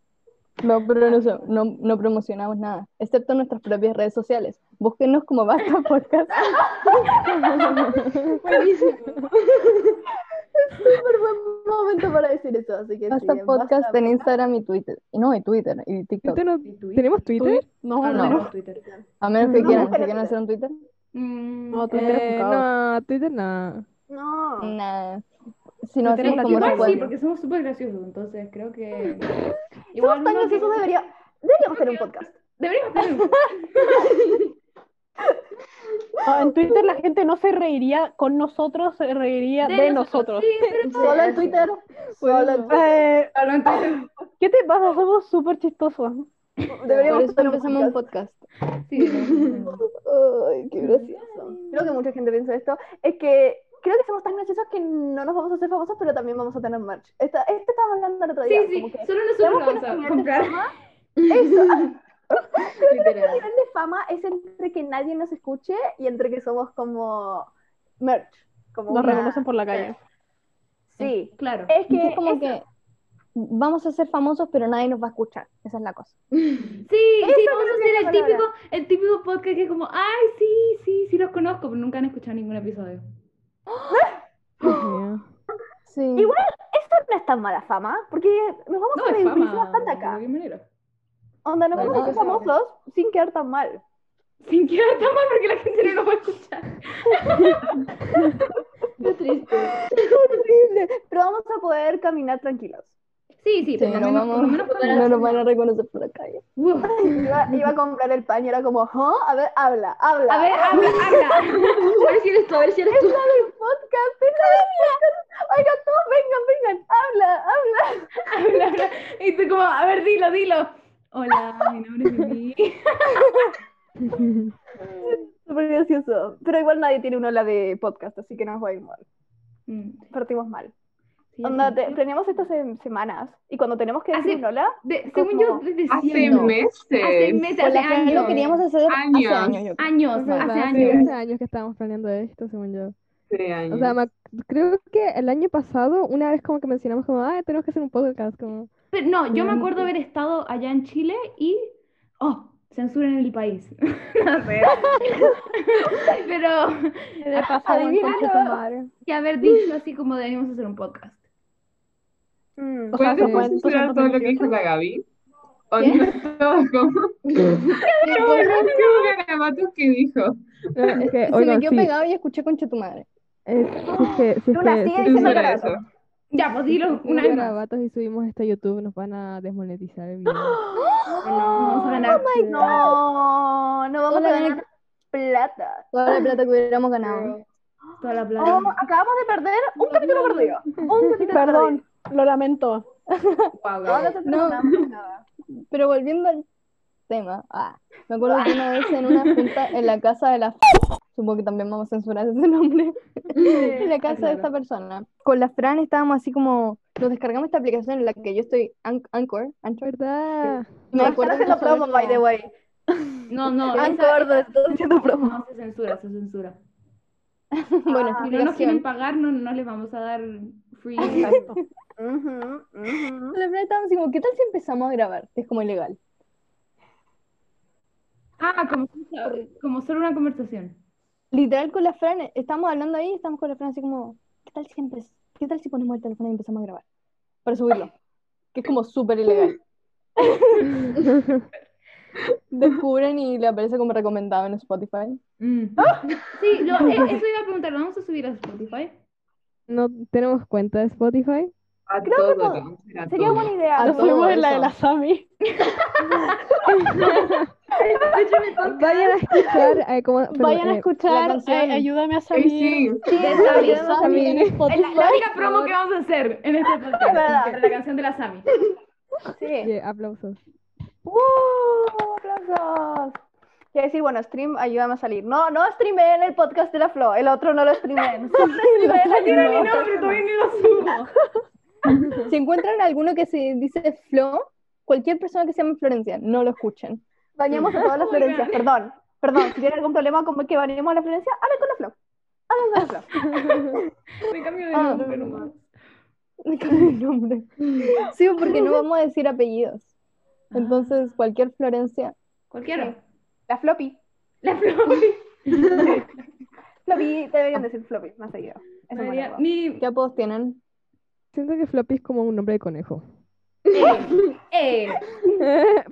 [SPEAKER 12] No, pero no, so- no, no promocionamos nada, excepto nuestras propias redes sociales. Búsquenos
[SPEAKER 8] [LAUGHS]
[SPEAKER 12] como Basta Podcast.
[SPEAKER 8] Súper buen momento para decir eso, así que
[SPEAKER 12] Basta
[SPEAKER 8] sí,
[SPEAKER 12] Podcast
[SPEAKER 8] basta.
[SPEAKER 12] en Instagram y Twitter. Y no, y Twitter, y TikTok.
[SPEAKER 6] Twitter no-
[SPEAKER 5] ¿Y Twitter?
[SPEAKER 6] ¿Tenemos Twitter?
[SPEAKER 4] No,
[SPEAKER 5] Ah,
[SPEAKER 12] no.
[SPEAKER 5] no, no, Twitter.
[SPEAKER 12] A menos que
[SPEAKER 8] No,
[SPEAKER 12] quieran, si
[SPEAKER 8] búsquenlo en
[SPEAKER 12] quieren hacer un Twitter.
[SPEAKER 5] Mm,
[SPEAKER 4] No, Twitter es
[SPEAKER 6] Eh,
[SPEAKER 4] un caos.
[SPEAKER 6] no, Twitter no.
[SPEAKER 8] No.
[SPEAKER 12] Nah. Si no,
[SPEAKER 6] Twitter es
[SPEAKER 12] hacemos
[SPEAKER 6] la
[SPEAKER 12] como
[SPEAKER 6] tierra.
[SPEAKER 5] igual sí,
[SPEAKER 12] recuerdo.
[SPEAKER 5] porque somos súper graciosos, entonces creo que...
[SPEAKER 8] Somos
[SPEAKER 5] Igual
[SPEAKER 8] tan
[SPEAKER 5] no-
[SPEAKER 8] graciosos, debería... deberíamos tener un podcast.
[SPEAKER 5] Deberíamos tener un...
[SPEAKER 4] No, Ah, en Twitter la gente no se reiría con nosotros, se reiría de, nosotros. Pues,
[SPEAKER 5] Sí, pero no.
[SPEAKER 8] Solo en Twitter. Solo en Twitter.
[SPEAKER 4] Eh, ¿Qué te pasa? Somos súper chistosos.
[SPEAKER 12] Por
[SPEAKER 8] Deberíamos
[SPEAKER 12] eso
[SPEAKER 8] tener un
[SPEAKER 12] empezamos un
[SPEAKER 8] podcast.
[SPEAKER 12] podcast.
[SPEAKER 5] Sí, no.
[SPEAKER 8] Ay, qué gracioso. Creo que mucha gente piensa esto. Es que creo que somos tan graciosos que no nos vamos a hacer famosos, pero también vamos a tener merch. Esta, este estaba hablando el otro
[SPEAKER 5] sí,
[SPEAKER 8] día. como
[SPEAKER 5] sí,
[SPEAKER 8] que-
[SPEAKER 5] solo
[SPEAKER 8] tenemos
[SPEAKER 5] nosotros
[SPEAKER 8] que
[SPEAKER 5] vamos a
[SPEAKER 8] tener
[SPEAKER 5] comprar. [LAUGHS]
[SPEAKER 8] El
[SPEAKER 5] Literal.
[SPEAKER 8] nivel de fama es entre que nadie nos escuche y entre que somos como merch. Como
[SPEAKER 4] Nos
[SPEAKER 8] una-
[SPEAKER 4] reconocen por la calle.
[SPEAKER 8] Sí.
[SPEAKER 5] Claro.
[SPEAKER 8] Es que
[SPEAKER 12] Es como
[SPEAKER 8] es-
[SPEAKER 12] que vamos a ser famosos, pero nadie nos va a escuchar. Esa es la cosa.
[SPEAKER 5] Sí, sí, vamos a
[SPEAKER 8] creo que es
[SPEAKER 5] hacer
[SPEAKER 8] la
[SPEAKER 5] el típico, el típico podcast que es como, ay, sí, sí, sí los conozco, pero nunca han escuchado ningún episodio.
[SPEAKER 6] Dios mío.
[SPEAKER 12] Sí.
[SPEAKER 8] Igual, esto no es tan mala fama, porque nos vamos
[SPEAKER 5] No,
[SPEAKER 8] a
[SPEAKER 5] es
[SPEAKER 8] ridiculizar
[SPEAKER 5] fama.
[SPEAKER 8] bastante
[SPEAKER 5] de
[SPEAKER 8] acá.
[SPEAKER 5] cualquier manera.
[SPEAKER 8] Onda, nos
[SPEAKER 12] Bueno,
[SPEAKER 8] vamos a hacer
[SPEAKER 12] eso es
[SPEAKER 8] famosos sin quedar tan mal.
[SPEAKER 5] [LAUGHS] Sin quedar tan mal porque la gente no nos va a escuchar.
[SPEAKER 7] Qué triste.
[SPEAKER 8] Pero vamos a poder caminar tranquilos.
[SPEAKER 5] Sí, sí, por
[SPEAKER 12] Sí,
[SPEAKER 5] lo
[SPEAKER 12] no
[SPEAKER 5] menos, por lo
[SPEAKER 12] vamos-
[SPEAKER 5] menos podemos-
[SPEAKER 12] No nos van a reconocer por la calle.
[SPEAKER 5] Uf.
[SPEAKER 8] Iba, iba a comprar el pan y era como, ¿Ah? a ver, habla, habla. [LAUGHS]
[SPEAKER 5] A ver, habla, habla. [LAUGHS]
[SPEAKER 7] A ver si eres tú, a ver si eres tú.
[SPEAKER 8] el podcast, es la del podcast. Oigan, todos vengan, vengan, habla, habla.
[SPEAKER 5] habla, habla. Y tú como, a ver, dilo, dilo. Hola, mi nombre es Mimi.
[SPEAKER 8] Súper gracioso. Pero igual nadie tiene una ola de podcast, así que nos va a ir mal.
[SPEAKER 5] Mm,
[SPEAKER 8] Partimos mal.
[SPEAKER 5] sí,
[SPEAKER 8] Onda,
[SPEAKER 5] sí.
[SPEAKER 8] te- planeamos estas em- semanas y cuando tenemos que decir
[SPEAKER 5] Así-
[SPEAKER 8] una ola,
[SPEAKER 5] De- según yo, desde
[SPEAKER 13] Hace
[SPEAKER 5] siempre.
[SPEAKER 13] meses.
[SPEAKER 5] Hace meses,
[SPEAKER 12] Con
[SPEAKER 5] hace
[SPEAKER 12] la que
[SPEAKER 5] años.
[SPEAKER 12] lo queríamos hacer hace
[SPEAKER 13] Años.
[SPEAKER 12] años. yo creo.
[SPEAKER 5] Años,
[SPEAKER 6] Es
[SPEAKER 5] hace
[SPEAKER 6] verdad, sí,
[SPEAKER 5] años.
[SPEAKER 6] hace años que estábamos planeando esto, según yo.
[SPEAKER 13] Hace
[SPEAKER 6] O
[SPEAKER 13] años.
[SPEAKER 6] sea, me ac- creo que el año pasado, una vez como que mencionamos como, ah, tenemos que hacer un podcast, como,
[SPEAKER 5] Pero no, yo me
[SPEAKER 8] Mm.
[SPEAKER 5] acuerdo haber estado allá en Chile y. ¡Oh! Censura en el país. [LAUGHS] No
[SPEAKER 8] [LAUGHS]
[SPEAKER 5] sé. Pero.
[SPEAKER 4] Le pasa a
[SPEAKER 5] Adivina,
[SPEAKER 4] concha tu madre.
[SPEAKER 5] Y haber dicho así como deberíamos hacer un podcast.
[SPEAKER 4] O sea,
[SPEAKER 13] ¿Puedes
[SPEAKER 4] se pueden-
[SPEAKER 13] censurar
[SPEAKER 4] entonces,
[SPEAKER 13] todo lo que dijo la Gaby? ¿O no? Todo como... Como los garabatos que dijo.
[SPEAKER 6] no, es [LAUGHS] que,
[SPEAKER 12] Se me
[SPEAKER 6] oigan,
[SPEAKER 12] quedó
[SPEAKER 6] sí,
[SPEAKER 12] pegado y escuché con Chetumare.
[SPEAKER 6] es- si es [GASPS] que, si es
[SPEAKER 8] Luna,
[SPEAKER 6] que,
[SPEAKER 8] sigue
[SPEAKER 6] si
[SPEAKER 8] diciendo
[SPEAKER 13] Censura
[SPEAKER 6] [LAUGHS]
[SPEAKER 8] garabatos.
[SPEAKER 13] eso.
[SPEAKER 5] Ya, pues dilo una
[SPEAKER 6] subimos
[SPEAKER 5] vez más.
[SPEAKER 6] garabatos y subimos esto a YouTube, nos van a desmonetizar [GASPS] el video.
[SPEAKER 5] No, vamos a ganar.
[SPEAKER 8] oh No, no vamos
[SPEAKER 12] Hola,
[SPEAKER 8] a
[SPEAKER 12] Dani.
[SPEAKER 8] ganar plata.
[SPEAKER 12] Toda la plata que hubiéramos ganado.
[SPEAKER 7] Girl.
[SPEAKER 5] Toda la plata.
[SPEAKER 8] Oh, acabamos de perder un capítulo perdido.
[SPEAKER 5] [LAUGHS]
[SPEAKER 8] Un capítulo
[SPEAKER 4] Perdón, lo lamento.
[SPEAKER 5] Guau,
[SPEAKER 8] perdido.
[SPEAKER 5] guau.
[SPEAKER 8] Ahora nosotros no ganamos nada. [LAUGHS]
[SPEAKER 12] Pero volviendo al tema, ah, me acuerdo que una vez en una junta en la casa de la supongo que también vamos a censurar ese nombre, [LAUGHS]
[SPEAKER 5] [LAUGHS]
[SPEAKER 12] en la casa de esta persona. Con la Fran estábamos así como, nos descargamos esta aplicación en la que yo estoy, An- Anchor, Anchor.
[SPEAKER 6] ¿Verdad?
[SPEAKER 12] Me acuerdo
[SPEAKER 8] Están haciendo
[SPEAKER 12] que nosotros
[SPEAKER 8] promo, by the way.
[SPEAKER 5] No, no,
[SPEAKER 8] Han
[SPEAKER 5] esa-
[SPEAKER 8] gordo, están haciendo promo.
[SPEAKER 5] no se censura, se censura.
[SPEAKER 12] Ah, no- [LAUGHS] Bueno,
[SPEAKER 5] Si no nos quieren
[SPEAKER 12] explicación.
[SPEAKER 5] pagar, no, no les vamos a dar free.
[SPEAKER 8] Ujú, ujú.
[SPEAKER 12] Con la Fran estábamos así como, ¿qué tal si empezamos a grabar? Es como ilegal.
[SPEAKER 5] Ah, como, como solo una conversación.
[SPEAKER 12] Literal con la Fran, estamos hablando ahí, estamos con la Fran así como, ¿qué tal si, empe- ¿qué tal si ponemos el teléfono y empezamos a grabar? [LAUGHS] Para subirlo. Que es como súper ilegal. Descubren y le aparece como recomendado en Spotify.
[SPEAKER 5] Mm. Sí, lo- eh, eso iba a preguntar, ¿lo vamos a subir a Spotify?
[SPEAKER 6] ¿No tenemos cuenta de Spotify?
[SPEAKER 13] A
[SPEAKER 8] Creo
[SPEAKER 13] todo,
[SPEAKER 8] que po-
[SPEAKER 13] vamos a ir a
[SPEAKER 8] Sería
[SPEAKER 13] todo.
[SPEAKER 8] buena idea.
[SPEAKER 12] A
[SPEAKER 4] Nos
[SPEAKER 8] ¿no?
[SPEAKER 12] todo
[SPEAKER 4] fuimos en la de
[SPEAKER 12] eso.
[SPEAKER 4] la Sami.
[SPEAKER 6] Vayan a escuchar, eh, como, perdón,
[SPEAKER 4] Vayan a
[SPEAKER 6] eh,
[SPEAKER 12] la
[SPEAKER 4] escuchar,
[SPEAKER 12] canción.
[SPEAKER 4] eh, ayúdame a
[SPEAKER 13] Ay,
[SPEAKER 4] salir.
[SPEAKER 13] sí.
[SPEAKER 12] Sí,
[SPEAKER 4] Ayúdame a salir
[SPEAKER 5] Es
[SPEAKER 4] en
[SPEAKER 5] la, la
[SPEAKER 4] Spotify.
[SPEAKER 5] única promo que vamos a hacer en este podcast,
[SPEAKER 8] verdad.
[SPEAKER 5] de la canción de la Sami.
[SPEAKER 8] Sí.
[SPEAKER 6] eh, aplausos.
[SPEAKER 8] ¡Uh! ¡Aplausos! Quiero decir, bueno, stream, ayúdame a salir. No, no streamé en el podcast de la Flo, el otro no lo streamé. [LAUGHS] No streamé, no
[SPEAKER 5] Pero ni
[SPEAKER 8] streamé.
[SPEAKER 5] no, pero todavía ni lo subo.
[SPEAKER 12] Si encuentran alguno que se dice Flo, cualquier persona que se llame Florencia, no lo escuchen.
[SPEAKER 8] Bañamos a todas las
[SPEAKER 5] Oigan.
[SPEAKER 8] Florencias, perdón. Perdón, si tienen algún problema con que bañemos a la Florencia, hablen con la Flo. Hablen con la Flo.
[SPEAKER 5] Me cambio de
[SPEAKER 12] Ah.
[SPEAKER 5] nombre nomás.
[SPEAKER 12] [LAUGHS] Me cambié el
[SPEAKER 8] [LAUGHS]
[SPEAKER 12] nombre. Sí, porque no vamos a decir apellidos. Entonces, cualquier Florencia.
[SPEAKER 5] Cualquiera.
[SPEAKER 8] La Floppy.
[SPEAKER 5] La promo.
[SPEAKER 8] Floppy, te deberían decir Floppy más seguido. Es un buen
[SPEAKER 5] María,
[SPEAKER 8] error. [LAUGHS]
[SPEAKER 5] Mi.
[SPEAKER 12] ¿Qué apodos tienen?
[SPEAKER 6] Siento que Floppy es como un nombre de conejo.
[SPEAKER 5] Eh, eh.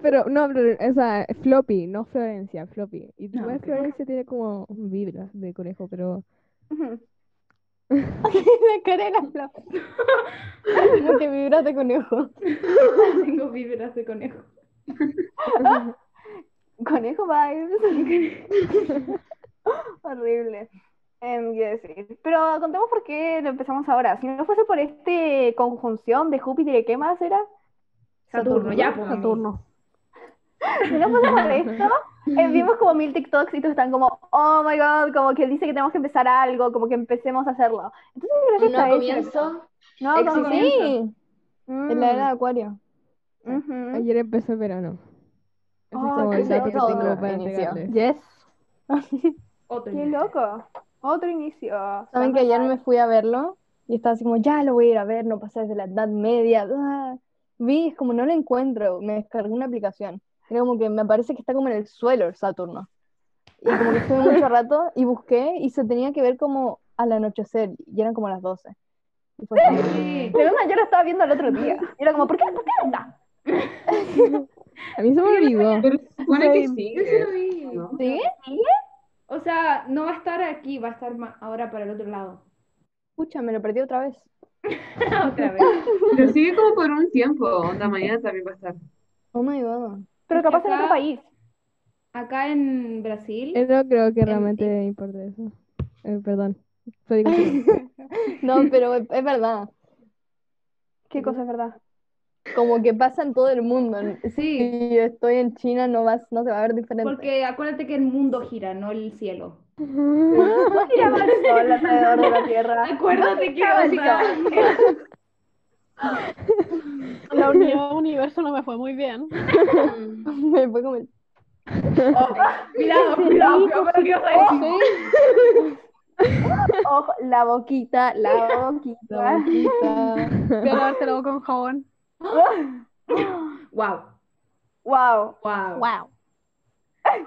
[SPEAKER 6] Pero no, pero, o sea, Floppy, no Florencia, Floppy. Y
[SPEAKER 5] No,
[SPEAKER 6] igual
[SPEAKER 5] ok.
[SPEAKER 6] Florencia tiene como vibras de conejo, pero
[SPEAKER 8] Ujú.
[SPEAKER 12] La cara de la Flo. [LAUGHS] Como que vibras de conejo.
[SPEAKER 5] Tengo víveras de conejo.
[SPEAKER 8] Conejo vibes. [LAUGHS] Horrible. Em, qué decir. Pero contemos por qué lo empezamos ahora. Si no fuese por este conjunción de Júpiter y qué más era,
[SPEAKER 5] Saturno, ya, pues.
[SPEAKER 4] Saturno.
[SPEAKER 8] si no fuese por esto, eh, vimos como mil TikToks y todos están como, oh my god, como que dice que tenemos que empezar algo, como que empecemos a hacerlo. Entonces, gracias a
[SPEAKER 7] No
[SPEAKER 8] eso.
[SPEAKER 7] comienzo.
[SPEAKER 8] No,
[SPEAKER 7] Éxito.
[SPEAKER 8] comienzo.
[SPEAKER 12] Sí,
[SPEAKER 8] Mm,
[SPEAKER 12] en la era de Acuario.
[SPEAKER 8] ujú.
[SPEAKER 6] ayer empezó el verano. Ese es
[SPEAKER 8] Oh,
[SPEAKER 6] como
[SPEAKER 8] qué
[SPEAKER 6] el dato que
[SPEAKER 12] loco.
[SPEAKER 6] tengo para
[SPEAKER 12] Inicio.
[SPEAKER 6] entregarles.
[SPEAKER 4] Yes.
[SPEAKER 5] Otro.
[SPEAKER 8] Qué loco. Otro inicio.
[SPEAKER 12] Saben que ayer me fui a verlo y estaba así como, ya lo voy a ir a ver, no pasa desde la Edad Media. bla. Vi, es como no lo encuentro, me descargué una aplicación. Era como que me parece que está como en el suelo el Saturno. Y como que estuve mucho rato y busqué y se tenía que ver como al anochecer y eran como las 12. Y fue como,
[SPEAKER 5] Sí.
[SPEAKER 8] Pero no, yo lo estaba viendo el otro día. Y era como, ¿por qué? ¿Por qué no está?
[SPEAKER 6] A mí se me olvidó.
[SPEAKER 13] Pero se supone que
[SPEAKER 6] Sí.
[SPEAKER 13] sí.
[SPEAKER 5] Yo sí lo vi.
[SPEAKER 13] ¿no?
[SPEAKER 12] ¿sí?
[SPEAKER 5] O sea, no va a estar aquí, va a estar ma- ahora para el otro lado.
[SPEAKER 12] Pucha, me lo perdí otra vez.
[SPEAKER 5] [LAUGHS] Otra vez.
[SPEAKER 13] Pero sigue como por un tiempo. Onda, mañana también va a estar.
[SPEAKER 12] Oh my god.
[SPEAKER 8] Pero capaz en
[SPEAKER 5] Acá-
[SPEAKER 8] otro país.
[SPEAKER 5] Acá en Brasil.
[SPEAKER 6] Eh, No creo que realmente importe eso. Eh, perdón. Floppy, continúa.
[SPEAKER 12] No, pero es, es verdad.
[SPEAKER 8] ¿Qué cosa es verdad?
[SPEAKER 12] Como que pasa en todo el mundo.
[SPEAKER 5] Sí,
[SPEAKER 12] Si yo estoy en China, no, vas, no se va a ver diferente.
[SPEAKER 5] porque acuérdate que el mundo gira, no el cielo.
[SPEAKER 8] Giraba
[SPEAKER 12] [LAUGHS]
[SPEAKER 8] el sol alrededor de la Tierra.
[SPEAKER 5] Acuérdate que, o [LAUGHS] sea,
[SPEAKER 4] La unidad de universo no me fue muy bien.
[SPEAKER 12] Me fue como el-
[SPEAKER 5] cuidado, cuidado, cuidado con lo que vas a decir.
[SPEAKER 8] Oh. Ojo, la boquita, la boquita.
[SPEAKER 4] Voy a lavarte la boca con jabón.
[SPEAKER 5] Wow,
[SPEAKER 8] Wow.
[SPEAKER 5] wow.
[SPEAKER 4] Wow.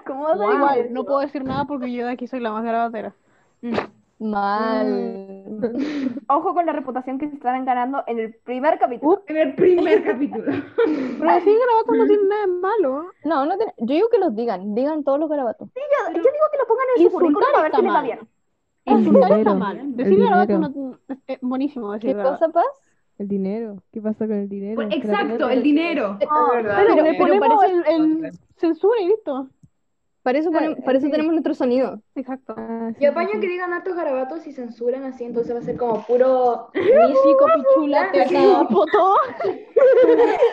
[SPEAKER 8] ¿Cómo se
[SPEAKER 4] Igual, no puedo decir nada porque yo de aquí soy la más grabatera.
[SPEAKER 12] Mal.
[SPEAKER 8] Ojo con la reputación que se estarán ganando en el primer capítulo.
[SPEAKER 5] Uh. En el primer capítulo.
[SPEAKER 4] Pero decir grabato no tiene nada de malo.
[SPEAKER 12] No, no tiene- Yo digo que los digan, digan todos los garabatos.
[SPEAKER 8] Yo, yo digo que lo pongan en su
[SPEAKER 4] Insultar
[SPEAKER 8] currículum para ver
[SPEAKER 4] está
[SPEAKER 8] si les va
[SPEAKER 4] mal.
[SPEAKER 8] bien.
[SPEAKER 4] Insultar está
[SPEAKER 6] dinero.
[SPEAKER 4] mal.
[SPEAKER 5] El
[SPEAKER 4] Decir grabato
[SPEAKER 6] dinero.
[SPEAKER 4] no es buenísimo decir
[SPEAKER 12] ¿Qué
[SPEAKER 4] grabato.
[SPEAKER 12] cosa, Paz?
[SPEAKER 6] El dinero. ¿Qué pasa con el dinero?
[SPEAKER 5] Pues,
[SPEAKER 6] Floppy?
[SPEAKER 5] Exacto, el dinero.
[SPEAKER 8] Oh,
[SPEAKER 13] verdad.
[SPEAKER 4] Pero,
[SPEAKER 12] Pero-
[SPEAKER 4] le
[SPEAKER 12] pero
[SPEAKER 4] ponemos
[SPEAKER 12] parece-
[SPEAKER 4] el, el censura y listo.
[SPEAKER 12] Para eso, ponen- para eso tenemos nuestro sonido.
[SPEAKER 4] Exacto.
[SPEAKER 6] Ah, sí,
[SPEAKER 7] Yo
[SPEAKER 6] sí,
[SPEAKER 7] apaño
[SPEAKER 6] sí.
[SPEAKER 7] que digan hartos garabatos y censuran así, entonces va a ser como puro místico.
[SPEAKER 12] Chico, [LAUGHS] pichula, teta, poto.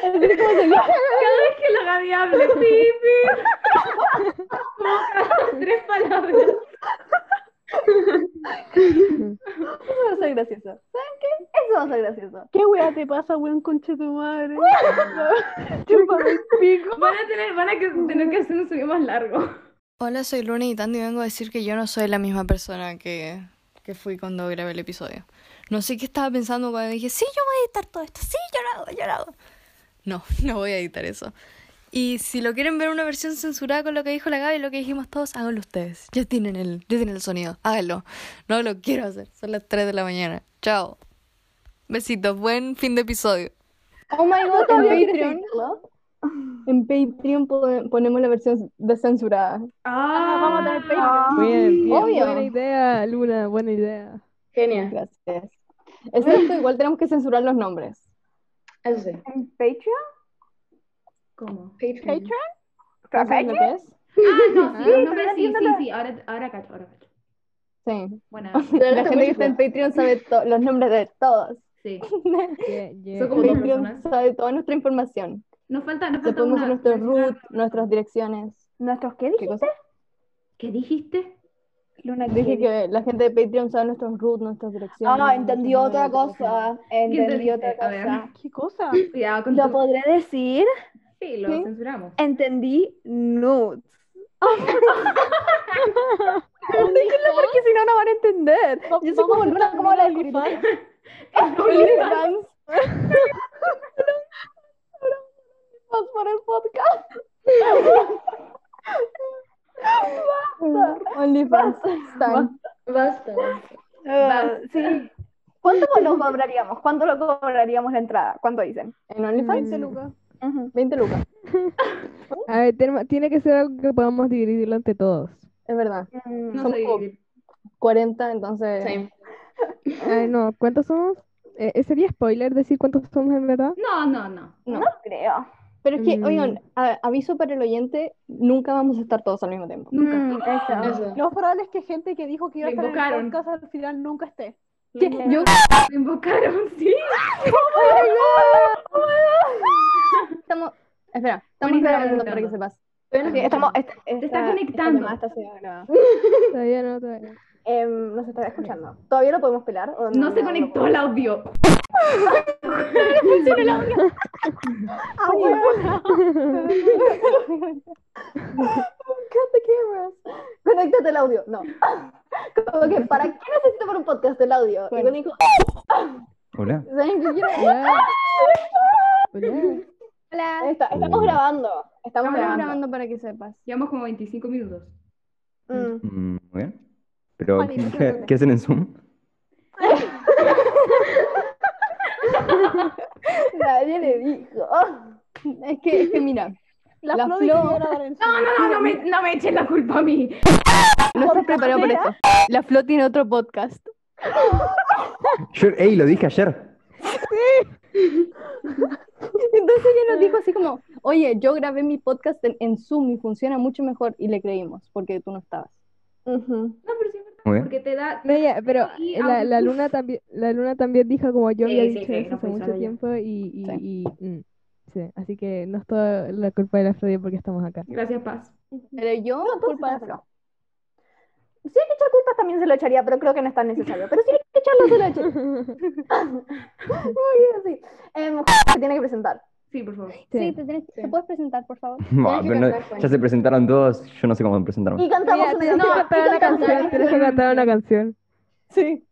[SPEAKER 5] Cada vez que la Gaby hable, pipi. Como cada tres palabras.
[SPEAKER 8] gracioso. ¿Saben qué? Eso va a ser gracioso.
[SPEAKER 4] [LAUGHS] ¿Qué weá te pasa, weón, conche tu madre? [LAUGHS] Chúpame el pico.
[SPEAKER 5] Van a tener, van a que, tener que hacer un sueño más largo.
[SPEAKER 12] Hola, soy Luna y Tandy y vengo a decir que yo no soy la misma persona que, que fui cuando grabé el episodio. No sé qué estaba pensando cuando dije, sí, yo voy a editar todo esto, sí, yo lo hago, yo lo hago. No, no voy a editar eso. Y si lo quieren ver una versión censurada con lo que dijo la Gaby y lo que dijimos todos, háganlo ustedes. Ya tienen el, ya tienen el sonido, háganlo. No lo quiero hacer, son las 3 de la mañana. Chao. Besitos, buen fin de episodio.
[SPEAKER 8] Oh my god,
[SPEAKER 12] En
[SPEAKER 8] también
[SPEAKER 12] Patreon, en Patreon pone- ponemos la versión descensurada.
[SPEAKER 5] Ah, vamos a tener
[SPEAKER 8] Ah.
[SPEAKER 6] Bien, bien,
[SPEAKER 12] Obvio.
[SPEAKER 6] Buena idea, Luna, buena idea.
[SPEAKER 7] Genial,
[SPEAKER 12] Gracias. Excepto, igual tenemos que censurar los nombres.
[SPEAKER 7] eso sí.
[SPEAKER 8] ¿En Patreon?
[SPEAKER 5] ¿Cómo?
[SPEAKER 7] Patreon.
[SPEAKER 8] ¿Pero
[SPEAKER 12] ¿Saben lo que es?
[SPEAKER 5] Ah, [LAUGHS] no, sí,
[SPEAKER 8] Ah,
[SPEAKER 5] no, pero sí,
[SPEAKER 8] pero
[SPEAKER 5] sí,
[SPEAKER 8] la-
[SPEAKER 5] sí, ahora, ahora cacho, ahora cacho.
[SPEAKER 12] Sí.
[SPEAKER 5] [LAUGHS] Buena,
[SPEAKER 12] La gente que está en Patreon sabe to- los nombres de todos.
[SPEAKER 5] sí.
[SPEAKER 6] Yeah, yeah.
[SPEAKER 5] Son como dos
[SPEAKER 12] Patreon
[SPEAKER 5] personas.
[SPEAKER 12] sabe toda nuestra información.
[SPEAKER 5] Nos falta, nos
[SPEAKER 12] Le
[SPEAKER 5] falta
[SPEAKER 12] podemos
[SPEAKER 5] una.
[SPEAKER 12] hacer nuestros
[SPEAKER 5] una-
[SPEAKER 12] root, nuestras direcciones.
[SPEAKER 8] ¿Nuestros qué
[SPEAKER 12] ¿Qué
[SPEAKER 8] dijiste?
[SPEAKER 12] cosa?
[SPEAKER 5] ¿Qué dijiste?
[SPEAKER 8] Luna,
[SPEAKER 12] Dije que la gente de Patreon sabe nuestros root, nuestras direcciones.
[SPEAKER 8] Ah, entendí
[SPEAKER 12] nuestros
[SPEAKER 8] otra
[SPEAKER 12] nombres, nuestras
[SPEAKER 8] cosa. Entendí
[SPEAKER 5] entendiste?
[SPEAKER 8] otra
[SPEAKER 5] A ver.
[SPEAKER 8] cosa.
[SPEAKER 4] ¿Qué cosa?
[SPEAKER 5] [LAUGHS] Cuidado con
[SPEAKER 8] ¿Lo
[SPEAKER 5] tu-
[SPEAKER 8] podré decir?
[SPEAKER 5] Sí, lo
[SPEAKER 8] ¿Sí?
[SPEAKER 5] censuramos.
[SPEAKER 8] Entendí nudes. Díganlo porque si no, no van a entender. Yo soy como Luna, como la escritora.
[SPEAKER 4] [LAUGHS] Ah,
[SPEAKER 12] OnlyFans. Vamos por el podcast. Basta. OnlyFans. Stan.
[SPEAKER 7] Basta.
[SPEAKER 8] Ah, sí. ¿Cuánto lo cobraríamos? ¿Cuánto lo cobraríamos la entrada? ¿Cuánto dicen?
[SPEAKER 12] En OnlyFans.
[SPEAKER 6] 20 lucas.
[SPEAKER 12] 20 lucas.
[SPEAKER 6] A ver, tenemos- tiene que ser algo que podamos dividirlo entre todos.
[SPEAKER 12] Es verdad.
[SPEAKER 5] No
[SPEAKER 12] Son
[SPEAKER 5] sé
[SPEAKER 12] como-
[SPEAKER 5] dividir.
[SPEAKER 12] 40, entonces.
[SPEAKER 7] Same.
[SPEAKER 6] Ay, no, ¿cuántos somos? Eh, ¿sería spoiler decir cuántos somos en verdad?
[SPEAKER 5] No, no, no.
[SPEAKER 12] No.
[SPEAKER 8] Creo.
[SPEAKER 12] Pero es que,
[SPEAKER 6] Mm.
[SPEAKER 12] oigan, a- aviso para el oyente, nunca vamos a estar todos al mismo tiempo.
[SPEAKER 5] Nunca.
[SPEAKER 8] Mm, eso.
[SPEAKER 7] Eso.
[SPEAKER 4] Lo más probable es que gente que dijo que iba a
[SPEAKER 5] Lo
[SPEAKER 4] estar en el
[SPEAKER 5] invocaron.
[SPEAKER 4] podcast al final nunca esté.
[SPEAKER 5] ¿Qué? [LAUGHS] Yo me invocaron, [LAUGHS] sí.
[SPEAKER 12] Estamos, espera, estamos
[SPEAKER 5] Buenísima
[SPEAKER 12] grabando
[SPEAKER 5] pregunta.
[SPEAKER 12] para que sepas.
[SPEAKER 8] Sí, estamos, est-
[SPEAKER 5] Te
[SPEAKER 8] esta-
[SPEAKER 5] estás conectando.
[SPEAKER 8] esta llamada está siendo grabada.
[SPEAKER 6] Todavía no, todavía no.
[SPEAKER 8] Em, no se está escuchando. ¿Todavía lo podemos pelar? o
[SPEAKER 5] No se
[SPEAKER 8] lo
[SPEAKER 5] conectó el audio.
[SPEAKER 8] Cut the cameras. Conéctate el audio. No. [LAUGHS] Como que, ¿para qué necesito para un podcast el audio? Y
[SPEAKER 12] Bueno.
[SPEAKER 8] me dijo,
[SPEAKER 14] Hola.
[SPEAKER 8] ¿saben qué quiero?
[SPEAKER 6] Hola. Hola.
[SPEAKER 8] Ahí "Ah, está, Estamos
[SPEAKER 14] Oh.
[SPEAKER 8] grabando. Estamos
[SPEAKER 12] Estamos
[SPEAKER 8] grabando.
[SPEAKER 12] grabando para que sepas.
[SPEAKER 5] Llevamos como 25 minutos.
[SPEAKER 8] Mm.
[SPEAKER 14] Mm, muy bien. Pero,
[SPEAKER 4] Vale, no te
[SPEAKER 14] ¿qué,
[SPEAKER 4] preocupes.
[SPEAKER 14] qué hacen en Zoom?
[SPEAKER 8] Nadie le dijo.
[SPEAKER 12] Es que, es que mira,
[SPEAKER 4] La,
[SPEAKER 12] La Ah,
[SPEAKER 4] Flo dijo que iba a grabar en
[SPEAKER 5] No, [LAUGHS] no, no, no me, no me echen la culpa a mí.
[SPEAKER 12] no estás preparado para esto. La Flo tiene otro podcast.
[SPEAKER 14] Yo, ey, lo dije ayer.
[SPEAKER 12] Entonces ella nos dijo así como, oye, yo grabé mi podcast en, en Zoom y funciona mucho mejor y le creímos porque tú no estabas.
[SPEAKER 5] No, pero sí es verdad,
[SPEAKER 14] Muy bien.
[SPEAKER 5] porque te da.
[SPEAKER 6] No, ya, pero eh,
[SPEAKER 5] Y
[SPEAKER 6] la, la
[SPEAKER 5] audio.
[SPEAKER 6] luna también, la luna también dijo como yo
[SPEAKER 5] Sí,
[SPEAKER 6] había
[SPEAKER 5] sí,
[SPEAKER 6] dicho
[SPEAKER 5] sí,
[SPEAKER 6] eso
[SPEAKER 5] no
[SPEAKER 6] hace
[SPEAKER 5] fui
[SPEAKER 6] mucho
[SPEAKER 5] solo yo.
[SPEAKER 6] tiempo y, y,
[SPEAKER 12] Sí.
[SPEAKER 6] y, mm, sí. Así que no es toda la culpa de la Flavia porque estamos acá.
[SPEAKER 5] Gracias, Paz.
[SPEAKER 12] Pero yo, culpa de Flo.
[SPEAKER 8] Si hay que echar culpas también se lo echaría, pero creo que no es tan necesario. Pero si hay que echarlo, se lo echaría. Muy bien, sí. Em, se tiene que presentar.
[SPEAKER 5] Sí, por favor.
[SPEAKER 6] Sí.
[SPEAKER 12] Sí, te, tienes- ¿te puedes presentar, por favor?
[SPEAKER 14] [LAUGHS] Buah,
[SPEAKER 7] que
[SPEAKER 14] pero no-
[SPEAKER 7] cantar, Juan.
[SPEAKER 14] ya se presentaron todos, yo no sé cómo presentarme.
[SPEAKER 8] Y cantamos
[SPEAKER 6] Mira,
[SPEAKER 8] una
[SPEAKER 6] tienes que
[SPEAKER 8] canción.
[SPEAKER 6] cantar
[SPEAKER 8] Y
[SPEAKER 6] una
[SPEAKER 8] cantamos
[SPEAKER 6] canción, tienes que cantar una canción.
[SPEAKER 12] Sí.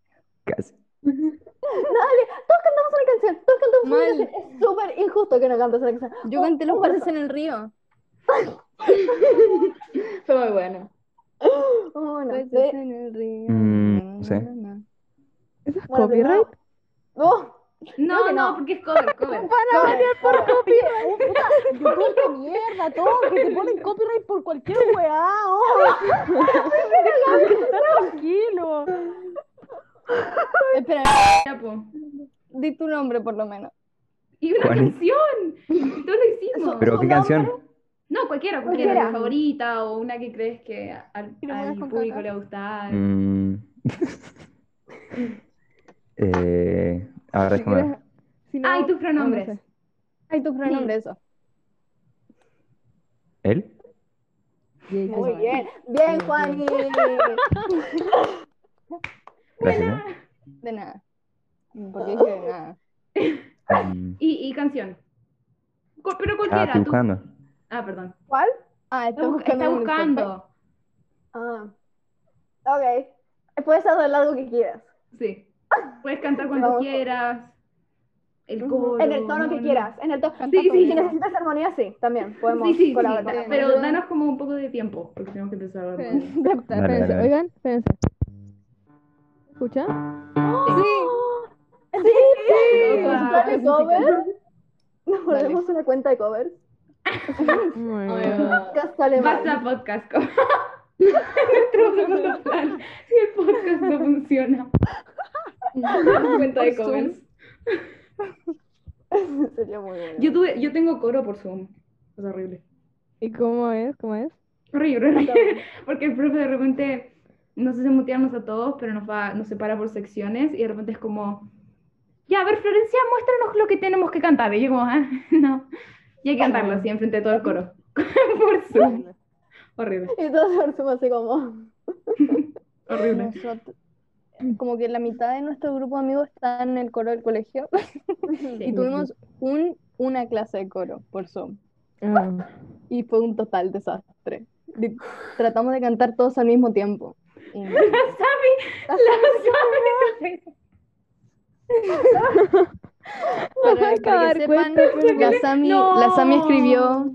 [SPEAKER 14] Casi.
[SPEAKER 8] Dale, todos cantamos una canción. Todos cantamos
[SPEAKER 12] Mal.
[SPEAKER 8] una canción. Es súper injusto que no cantes una canción.
[SPEAKER 12] Yo canté
[SPEAKER 8] oh,
[SPEAKER 12] los peces en el río.
[SPEAKER 7] Fue muy bueno.
[SPEAKER 8] Una,
[SPEAKER 12] Peces
[SPEAKER 8] de...
[SPEAKER 12] en el río.
[SPEAKER 14] Mm, no sé.
[SPEAKER 12] Na, na, na.
[SPEAKER 6] ¿Eso es
[SPEAKER 8] Bueno,
[SPEAKER 6] copyright?
[SPEAKER 8] primero- ¡Oh!
[SPEAKER 5] No, no, porque es cover, cover.
[SPEAKER 8] Para bañar por
[SPEAKER 4] YouTube de mierda, todo, que te ponen copyright por cualquier weá, oh. Está tranquilo.
[SPEAKER 12] Espera,
[SPEAKER 5] Ya, po.
[SPEAKER 12] di tu nombre por lo menos.
[SPEAKER 5] Y una
[SPEAKER 14] Juan.
[SPEAKER 5] canción. Y todos lo hicimos.
[SPEAKER 14] ¿Pero qué canción?
[SPEAKER 5] No, cualquiera,
[SPEAKER 8] Cualquiera.
[SPEAKER 5] cualquiera, tu favorita o una que crees que a- al,
[SPEAKER 4] Y lo pones
[SPEAKER 5] al
[SPEAKER 4] con
[SPEAKER 5] público
[SPEAKER 4] caca.
[SPEAKER 5] le va a gustar.
[SPEAKER 14] Mm. [LAUGHS] Eh, a ver, déjame ver.
[SPEAKER 6] Si no,
[SPEAKER 5] Ah, y tus pronombres.
[SPEAKER 6] no sé.
[SPEAKER 12] Ay, tu pronombre, eso.
[SPEAKER 14] ¿Él?
[SPEAKER 6] Yeah, yeah.
[SPEAKER 8] Muy bien. Bien, Juani.
[SPEAKER 14] Gracias. ¿eh?
[SPEAKER 12] De nada. Porque dije "Ah". nada.
[SPEAKER 14] Em,
[SPEAKER 5] Y, y canción. Co- Pero
[SPEAKER 14] ah,
[SPEAKER 5] cualquiera.
[SPEAKER 14] estoy
[SPEAKER 5] tú-
[SPEAKER 14] buscando.
[SPEAKER 5] Ah, perdón.
[SPEAKER 8] ¿Cuál?
[SPEAKER 5] Está,
[SPEAKER 12] Ah, estoy
[SPEAKER 5] bu-
[SPEAKER 12] buscando.
[SPEAKER 5] está
[SPEAKER 12] en Spotify.
[SPEAKER 5] buscando.
[SPEAKER 8] Ah. Ok. Puedes hacer algo que quieras.
[SPEAKER 5] Sí. Puedes cantar cuando
[SPEAKER 8] Vamos.
[SPEAKER 5] quieras. El
[SPEAKER 8] Ujú.
[SPEAKER 5] coro.
[SPEAKER 8] En el tono
[SPEAKER 5] no,
[SPEAKER 8] que
[SPEAKER 5] no.
[SPEAKER 8] quieras. En el tono.
[SPEAKER 5] Sí, sí,
[SPEAKER 8] Si
[SPEAKER 5] sí.
[SPEAKER 8] necesitas armonía, sí, también podemos
[SPEAKER 5] Sí, sí, sí.
[SPEAKER 8] colaborar.
[SPEAKER 5] Pero danos como un poco de tiempo, porque tenemos que empezar a hablar.
[SPEAKER 6] Espérense, espérense,
[SPEAKER 14] Dale, dale, dale.
[SPEAKER 6] Oigan, espérense. ¿Escuchan?
[SPEAKER 5] Opa,
[SPEAKER 8] ¿Podemos cover? ¿Nos volvemos una cuenta de covers?
[SPEAKER 6] Muy bien.
[SPEAKER 7] Obvio.
[SPEAKER 8] Podcast alemán.
[SPEAKER 5] Basta podcast. [LAUGHS] co- Nuestro segundo plan. Si el podcast no
[SPEAKER 8] [LAUGHS]
[SPEAKER 5] funciona. Cuenta de covers.
[SPEAKER 8] Sería muy bueno.
[SPEAKER 5] Yo, tuve, yo tengo coro por Zoom. Es horrible.
[SPEAKER 6] ¿Y cómo es? ¿Cómo es?
[SPEAKER 5] Horrible, horrible. [LAUGHS] Porque el profe de repente, no sé si mutearnos a todos, pero nos va, nos separa por secciones y de repente es como, ya, a ver, Florencia, muéstranos lo que tenemos que cantar. Y yo como, ah, [LAUGHS] no. Y hay que cantarlo así enfrente de todo el coro. [LAUGHS] por Zoom. Horrible,
[SPEAKER 8] Y todos somos así como.
[SPEAKER 5] horrible.
[SPEAKER 12] Nosotros- como que la mitad de nuestro grupo de amigos está en el coro del colegio [LAUGHS] y tuvimos un, una clase de coro por Zoom
[SPEAKER 6] Ah,
[SPEAKER 12] y fue un total desastre. Li- Tratamos de cantar todos al mismo tiempo. Y-
[SPEAKER 5] La Sami se-
[SPEAKER 6] Oh
[SPEAKER 12] para, para
[SPEAKER 6] acabar
[SPEAKER 12] que sepan,
[SPEAKER 6] cuenta, pero-
[SPEAKER 12] la Sami, la Sami escribió,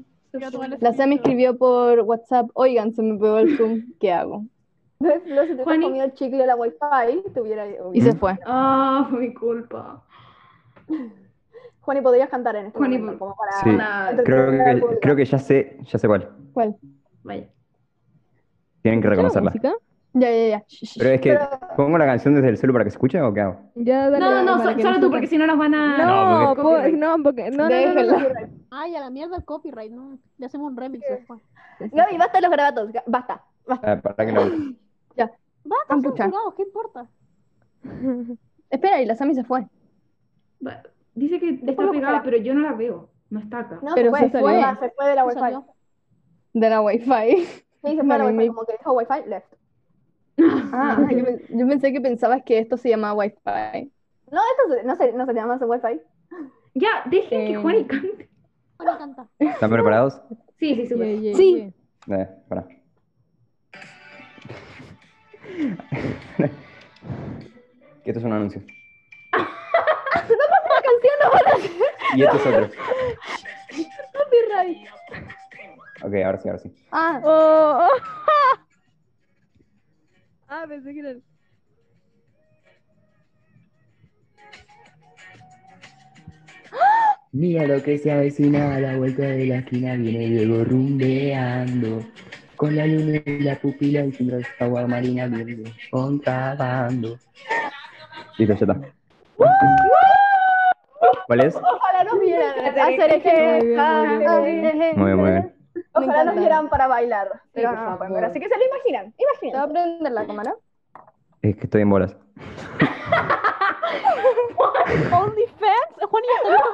[SPEAKER 12] la Sami escribió por WhatsApp, oigan, se me pegó el Zoom, ¿qué hago?
[SPEAKER 8] ¿Ves? Flo, si te hubieras
[SPEAKER 5] Juani.
[SPEAKER 8] comido el chicle de la wifi, te hubiera.
[SPEAKER 12] Y se fue.
[SPEAKER 5] Ah, fue mi culpa.
[SPEAKER 8] Juani, podrías cantar en este
[SPEAKER 5] Juani,
[SPEAKER 8] momento, como para.
[SPEAKER 14] Sí,
[SPEAKER 5] Ah,
[SPEAKER 14] creo que, creo que ya sé, ya sé cuál.
[SPEAKER 12] ¿Cuál?
[SPEAKER 5] Vaya.
[SPEAKER 14] Tienen que
[SPEAKER 6] ¿escuchan la
[SPEAKER 14] reconocerla.
[SPEAKER 6] música?
[SPEAKER 12] Ya, ya, ya. Shh, shh,
[SPEAKER 14] Pero es que, ¿pongo la canción desde el celu para que se escuche o qué hago?
[SPEAKER 6] Ya, dale,
[SPEAKER 5] No, no,
[SPEAKER 6] dale,
[SPEAKER 5] no,
[SPEAKER 6] para
[SPEAKER 5] so-
[SPEAKER 6] que
[SPEAKER 5] solo tú, porque
[SPEAKER 6] sepan.
[SPEAKER 5] si no nos van a...
[SPEAKER 6] No,
[SPEAKER 5] porque-
[SPEAKER 6] po-
[SPEAKER 5] copyright.
[SPEAKER 6] no, porque. No, no, no, no,
[SPEAKER 12] déjenla.
[SPEAKER 4] Ay, a la mierda el copyright, no. Le hacemos un remix después.
[SPEAKER 8] Gaby, basta de los grabatos. ga- Basta.
[SPEAKER 14] Ah, para que lo
[SPEAKER 4] Va,
[SPEAKER 12] Ah,
[SPEAKER 4] están
[SPEAKER 12] pucha.
[SPEAKER 4] censurados, ¿qué importa?
[SPEAKER 12] Espera, y la Sami se fue.
[SPEAKER 5] Va- Dice que está pegada,
[SPEAKER 8] lo escuchará.
[SPEAKER 5] pero yo no la veo. No está acá.
[SPEAKER 8] No, se
[SPEAKER 12] Pero se
[SPEAKER 8] fue, se
[SPEAKER 12] salió.
[SPEAKER 8] fue, va, se fue de la
[SPEAKER 4] Se
[SPEAKER 8] wifi.
[SPEAKER 4] salió.
[SPEAKER 12] De la Wi-Fi.
[SPEAKER 8] Sí, se fue de la
[SPEAKER 12] Mami,
[SPEAKER 8] wifi,
[SPEAKER 12] mi-
[SPEAKER 8] como que dijo wifi, left.
[SPEAKER 12] Ah, [LAUGHS] yo, pe- yo pensé que pensabas que esto se llamaba Wi-Fi.
[SPEAKER 8] No, esto se- no se, no se llama su wifi.
[SPEAKER 5] Ya, dejen que
[SPEAKER 12] Eh.
[SPEAKER 5] Juani cante.
[SPEAKER 4] Bueno, canta.
[SPEAKER 14] ¿Están preparados?
[SPEAKER 5] Sí, sí, súper.
[SPEAKER 6] Yeah, yeah,
[SPEAKER 12] Sí.
[SPEAKER 6] yeah.
[SPEAKER 14] Eh, para. que esto es un anuncio. Y esto es otro. Ok, ahora sí, ahora sí.
[SPEAKER 12] Ah,
[SPEAKER 6] Oh, oh. Ah, pensé que era. el-
[SPEAKER 15] Mira lo que se avecina a la vuelta de la esquina, viene Diego rumbeando. Con la luna en la pupila y sin rastro agua marina viene contrabando.
[SPEAKER 14] Listo, ya está. ¿Cuál es?
[SPEAKER 8] Ojalá nos vieran
[SPEAKER 6] Muy
[SPEAKER 8] hacer eje.
[SPEAKER 6] bien, muy bien, muy bien.
[SPEAKER 14] Muy bien, muy bien.
[SPEAKER 8] Ojalá nos
[SPEAKER 12] encanta.
[SPEAKER 8] vieran para bailar. Pero
[SPEAKER 12] por
[SPEAKER 8] no, no pueden
[SPEAKER 12] favor.
[SPEAKER 8] ver, Así que se lo imaginan.
[SPEAKER 12] ¿te va a
[SPEAKER 8] Imaginen.
[SPEAKER 12] prender la cámara?
[SPEAKER 14] Es que estoy en bolas.
[SPEAKER 4] [LAUGHS] OnlyFans, Juan y yo estamos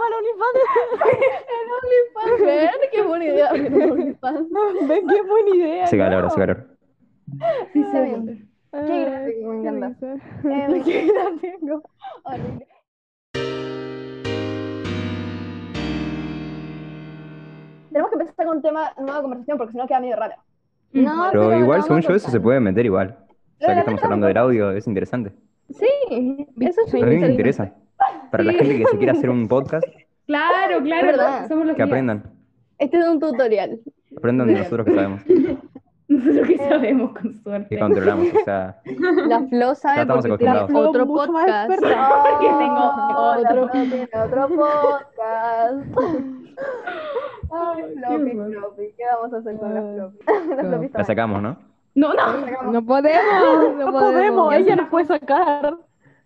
[SPEAKER 4] al OnlyFans.
[SPEAKER 12] [LAUGHS]
[SPEAKER 8] Qué buena idea.
[SPEAKER 6] Ven, qué buena idea.
[SPEAKER 14] Hace calor, hace calor.
[SPEAKER 5] Sí, sí, súper.
[SPEAKER 6] Ah,
[SPEAKER 8] Qué gráfico, me
[SPEAKER 6] qué
[SPEAKER 8] encanta.
[SPEAKER 6] risa.
[SPEAKER 8] Em, Tenemos que empezar con un tema, nueva conversación, porque si no queda medio raro.
[SPEAKER 5] Mm.
[SPEAKER 12] No,
[SPEAKER 14] Pero
[SPEAKER 12] la
[SPEAKER 14] igual,
[SPEAKER 12] vamos
[SPEAKER 14] según
[SPEAKER 12] a
[SPEAKER 14] yo, eso se
[SPEAKER 12] cortar.
[SPEAKER 14] puede meter igual. O
[SPEAKER 8] Pero
[SPEAKER 14] sea, que
[SPEAKER 8] la
[SPEAKER 14] estamos
[SPEAKER 8] metemos
[SPEAKER 14] hablando del audio, es interesante.
[SPEAKER 12] Sí, eso es
[SPEAKER 14] A mí me
[SPEAKER 12] interesante.
[SPEAKER 14] interesa. Para la
[SPEAKER 5] Sí.
[SPEAKER 14] gente que se quiera hacer un podcast,
[SPEAKER 5] Claro, claro,
[SPEAKER 12] verdad.
[SPEAKER 5] somos los
[SPEAKER 14] que
[SPEAKER 5] guías.
[SPEAKER 14] aprendan.
[SPEAKER 12] Este es un tutorial.
[SPEAKER 14] Aprendan de nosotros que sabemos,
[SPEAKER 5] Nosotros que sabemos, con suerte.
[SPEAKER 14] que controlamos. O sea,
[SPEAKER 12] La Flo
[SPEAKER 14] Ya
[SPEAKER 12] sabe
[SPEAKER 14] estamos
[SPEAKER 12] porque tiene
[SPEAKER 14] acostumbrados.
[SPEAKER 6] Flo,
[SPEAKER 12] otro
[SPEAKER 6] mucho más experta.
[SPEAKER 12] podcast. [LAUGHS]
[SPEAKER 4] Ah,
[SPEAKER 5] Porque tengo
[SPEAKER 8] Ah, otro.
[SPEAKER 12] otro.
[SPEAKER 8] tiene otro podcast. Ay, floppy,
[SPEAKER 5] horror.
[SPEAKER 8] floppy. ¿Qué vamos a hacer con la floppy? La
[SPEAKER 6] No.
[SPEAKER 8] floppy está
[SPEAKER 14] la sacamos, ¿no?
[SPEAKER 5] No, no.
[SPEAKER 8] mal.
[SPEAKER 6] No podemos, no
[SPEAKER 4] No podemos,
[SPEAKER 6] podemos.
[SPEAKER 4] ella nos puede sacar.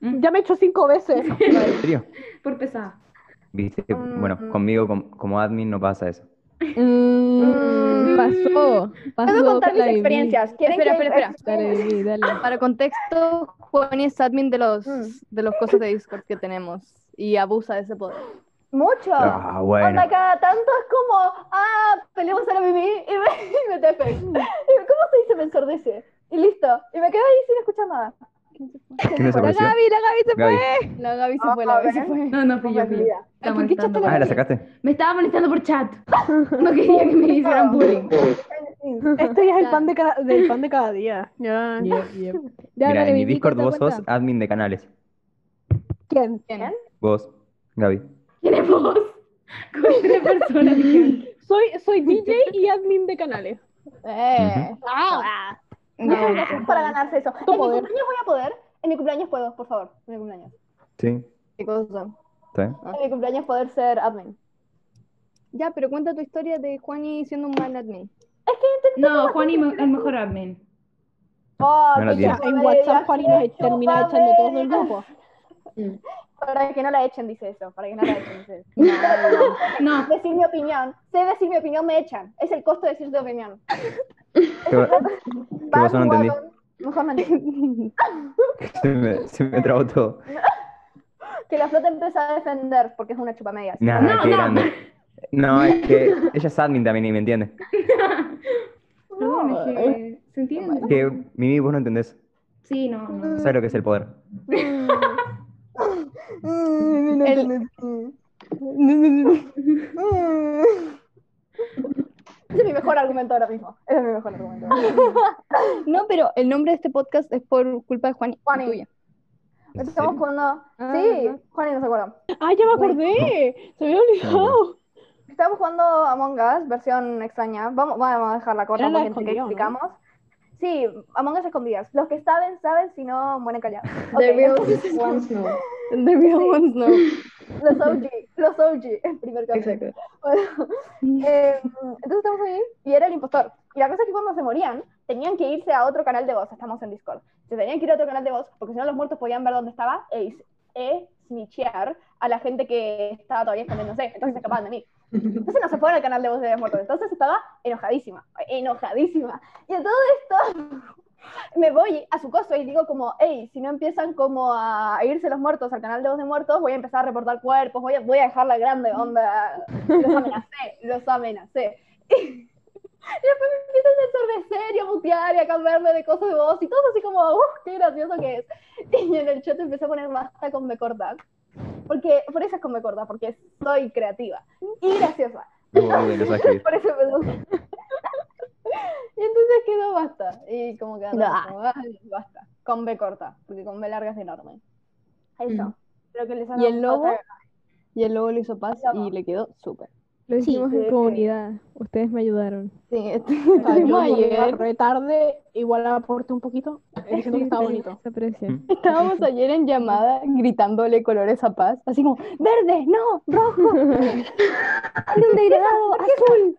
[SPEAKER 5] Mm.
[SPEAKER 4] Ya me he hecho cinco veces.
[SPEAKER 14] ¿En serio?
[SPEAKER 5] Por pesada.
[SPEAKER 14] Viste, que, bueno,
[SPEAKER 12] Mm.
[SPEAKER 14] conmigo com- como admin no pasa eso.
[SPEAKER 6] Mm, pasó. Pasó.
[SPEAKER 8] Puedo contar mis
[SPEAKER 6] la viví.
[SPEAKER 8] experiencias. ¿Quieren
[SPEAKER 12] Espera,
[SPEAKER 8] que-
[SPEAKER 12] espera,
[SPEAKER 6] Dale, viví, dale.
[SPEAKER 14] Ah,
[SPEAKER 12] Para contexto, Juan es admin de los,
[SPEAKER 8] Mm.
[SPEAKER 12] de los cosas de Discord que tenemos y abusa de ese poder.
[SPEAKER 8] Mucho.
[SPEAKER 14] Ah, bueno.
[SPEAKER 8] Onda, cada tanto es como, ah, peleamos a la Mimi y me, [LAUGHS] y me tepen. Y, ¿Cómo se dice? Me ensordece. Y listo. Y me quedo ahí sin escuchar nada. ¿Quién se fue? Ah,
[SPEAKER 14] ¿Quién desapareció?
[SPEAKER 6] La Gaby, la Gaby se
[SPEAKER 14] Gaby.
[SPEAKER 6] fue.
[SPEAKER 12] La Gaby
[SPEAKER 6] se fue, la Gaby se fue.
[SPEAKER 5] No, no, fui yo, fui yo. Estaba
[SPEAKER 12] ¿Por qué echaste
[SPEAKER 5] molestando.
[SPEAKER 12] la
[SPEAKER 14] Ah, la sacaste.
[SPEAKER 5] Me estaba molestando por
[SPEAKER 12] [LAUGHS]
[SPEAKER 5] chat. No quería que me hicieran bullying.
[SPEAKER 4] [LAUGHS] Este ya es el pan de cada, del pan de cada día. Ya. Ya,
[SPEAKER 14] Mira,
[SPEAKER 4] dale,
[SPEAKER 14] en mi
[SPEAKER 4] Vivi,
[SPEAKER 14] Discord
[SPEAKER 4] cuenta,
[SPEAKER 14] vos sos
[SPEAKER 4] cuenta.
[SPEAKER 14] admin de canales.
[SPEAKER 4] ¿Quién?
[SPEAKER 14] Vos, Gaby.
[SPEAKER 5] ¿Quién es vos? Con tres personas.
[SPEAKER 12] [LAUGHS]
[SPEAKER 5] diferentes.
[SPEAKER 4] Soy, [LAUGHS] soy DJ y admin de canales.
[SPEAKER 8] Eh.
[SPEAKER 4] Ah,
[SPEAKER 8] Muchas gracias para ganarse eso. En mi cumpleaños voy a poder. En mi cumpleaños puedo, por favor. En mi cumpleaños.
[SPEAKER 14] Sí,
[SPEAKER 12] ¿Qué cosa?
[SPEAKER 14] está bien.
[SPEAKER 8] En mi cumpleaños poder ser admin.
[SPEAKER 12] Ya, pero cuenta tu historia de Juani siendo un mal admin.
[SPEAKER 5] No, Juan y me- el mejor admin.
[SPEAKER 8] Oh,
[SPEAKER 14] No la
[SPEAKER 8] qué
[SPEAKER 14] tiene.
[SPEAKER 8] chupa,
[SPEAKER 4] En
[SPEAKER 8] me
[SPEAKER 4] WhatsApp, Juan, y nos
[SPEAKER 8] chupa,
[SPEAKER 4] termina
[SPEAKER 8] me.
[SPEAKER 4] echando todos del grupo.
[SPEAKER 8] Para que no la echen, dice eso. Para que no la echen, dice eso.
[SPEAKER 5] No,
[SPEAKER 8] Decir mi opinión. Sé decir mi opinión, me echan. Es el costo de decir tu opinión.
[SPEAKER 14] ¿Qué, pa- qué pasó? No entendí.
[SPEAKER 8] Mejor no entendí.
[SPEAKER 14] [LAUGHS] Se me, se me trabó todo.
[SPEAKER 8] Que la flota empezó a defender porque es una chupa media.
[SPEAKER 14] Nada, qué grande. No, es que ella es admin también y me entiende.
[SPEAKER 5] Perdón, es que se entiende.
[SPEAKER 14] Que Mimi, vos no entendés.
[SPEAKER 5] Sí, no, no.
[SPEAKER 14] No sabes lo que es el poder.
[SPEAKER 8] [LAUGHS] Ese es mi mejor argumento ahora mismo. Ese es mi mejor argumento.
[SPEAKER 12] No, pero el nombre de este podcast es por culpa de Juani.
[SPEAKER 8] Juani.
[SPEAKER 12] Tuya.
[SPEAKER 8] Estamos jugando.
[SPEAKER 4] Ah,
[SPEAKER 8] Sí,
[SPEAKER 4] ajá.
[SPEAKER 8] Juan y no se acuerdan.
[SPEAKER 4] Ah, ya me acordé. Se me había olvidado.
[SPEAKER 8] Estamos jugando Among Us, versión extraña. Vamos, vamos a dejarla corta
[SPEAKER 4] Era la
[SPEAKER 8] porque entre que
[SPEAKER 4] escondida, ¿no?
[SPEAKER 8] explicamos. Sí, Among Us escondidas. Los que saben, saben, si no,
[SPEAKER 4] [LAUGHS]
[SPEAKER 8] mueren callados. Ok,
[SPEAKER 7] The real
[SPEAKER 8] entonces,
[SPEAKER 7] ones know.
[SPEAKER 12] The real ones know.
[SPEAKER 8] [LAUGHS] los OG, los OG, el primer caso.
[SPEAKER 7] Exacto.
[SPEAKER 8] Bueno, eh, entonces estamos ahí y era el impostor. Y la cosa es que cuando se morían, tenían que irse a otro canal de voz. Estamos en Discord. Se tenían que ir a otro canal de voz porque si no, los muertos podían ver dónde estaba e, is- e snitchear a la gente que estaba todavía escondiéndose. Entonces se escapaban de mí. Entonces no se fueron al canal de voz de los muertos. Entonces estaba enojadísima. Enojadísima. Y en todo esto. [LAUGHS] Me voy a su coso y digo como, hey, si no empiezan como a irse los muertos al canal de voz de muertos, voy a empezar a reportar cuerpos, voy a, voy a dejar la grande onda. Los amenacé, los amenacé. [LAUGHS] Y después me empiezan a ensordecer y a mutear y a cambiarme de cosas de voz y todo así como, uff, qué gracioso que es. [LAUGHS] Y en el chat empecé a poner basta con me corta. Porque, por eso es con me corta, porque soy creativa y graciosa.
[SPEAKER 14] Luego algo que no sabes
[SPEAKER 8] [LAUGHS]
[SPEAKER 14] escribir.
[SPEAKER 8] Por eso perdón. Y entonces quedó basta. Y como quedó
[SPEAKER 12] Nah.
[SPEAKER 8] como, "Ay, basta. Con B corta, porque con B larga es enorme. Eso.
[SPEAKER 7] Mm.
[SPEAKER 8] Creo que les ha
[SPEAKER 12] Y el
[SPEAKER 8] dado
[SPEAKER 12] lobo,
[SPEAKER 8] otra-
[SPEAKER 12] y el lobo le hizo paz
[SPEAKER 8] El lobo.
[SPEAKER 12] y le quedó súper.
[SPEAKER 6] Lo
[SPEAKER 8] Sí,
[SPEAKER 6] hicimos
[SPEAKER 8] sí.
[SPEAKER 6] en comunidad. Ustedes me ayudaron.
[SPEAKER 12] Sí,
[SPEAKER 8] este
[SPEAKER 12] [LAUGHS]
[SPEAKER 4] Ah,
[SPEAKER 8] [LAUGHS]
[SPEAKER 4] yo
[SPEAKER 12] estuvimos
[SPEAKER 4] llegué
[SPEAKER 12] ayer,
[SPEAKER 4] re tarde, igual aporté un poquito, eh, diciendo que estaba bonito.
[SPEAKER 6] Se aprecia.
[SPEAKER 14] Mm.
[SPEAKER 12] estábamos ayer en llamada gritándole colores a paz, así como, verde, no, rojo, hay un degradado, azul.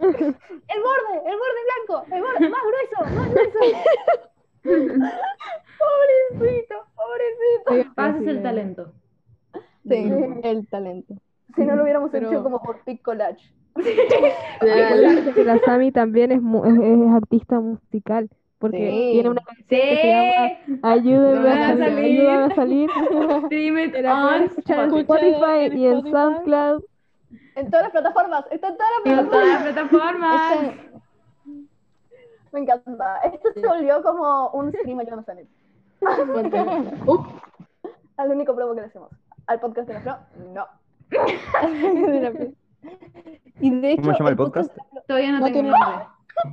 [SPEAKER 8] El borde, el borde blanco, el borde más grueso, más grueso. pobrecito, pobrecito.
[SPEAKER 5] Paz Ah, es el talento.
[SPEAKER 12] Sí,
[SPEAKER 8] [LAUGHS]
[SPEAKER 12] el talento.
[SPEAKER 8] Si no lo hubiéramos
[SPEAKER 6] Pero-
[SPEAKER 8] hecho como por pic collage.
[SPEAKER 6] Que la Sami también es, mu- es- es artista musical. Porque
[SPEAKER 12] Sí.
[SPEAKER 6] tiene una canción que se llama
[SPEAKER 5] Sí. No
[SPEAKER 6] Ayúdenme
[SPEAKER 5] me va
[SPEAKER 6] a
[SPEAKER 5] a
[SPEAKER 6] salir,
[SPEAKER 5] salir.
[SPEAKER 6] ayúdame a
[SPEAKER 5] [LAUGHS]
[SPEAKER 6] salir.
[SPEAKER 5] Dime,
[SPEAKER 6] Que la pueden
[SPEAKER 5] on
[SPEAKER 6] escuchar en
[SPEAKER 5] Spotify.
[SPEAKER 6] Spotify y en
[SPEAKER 4] Spotify.
[SPEAKER 5] [LAUGHS]
[SPEAKER 6] SoundCloud.
[SPEAKER 8] En todas las plataformas, está en todas las
[SPEAKER 5] En
[SPEAKER 8] plataformas.
[SPEAKER 5] todas las plataformas.
[SPEAKER 8] Me encanta. Esto se volvió como un stream yo no sé. Al único promo que le hacemos. Al podcast de la Flo, no.
[SPEAKER 12] Y de hecho,
[SPEAKER 14] ¿Cómo se llama el podcast?
[SPEAKER 5] Todavía no,
[SPEAKER 4] No
[SPEAKER 5] tengo
[SPEAKER 4] tiene-
[SPEAKER 5] nombre.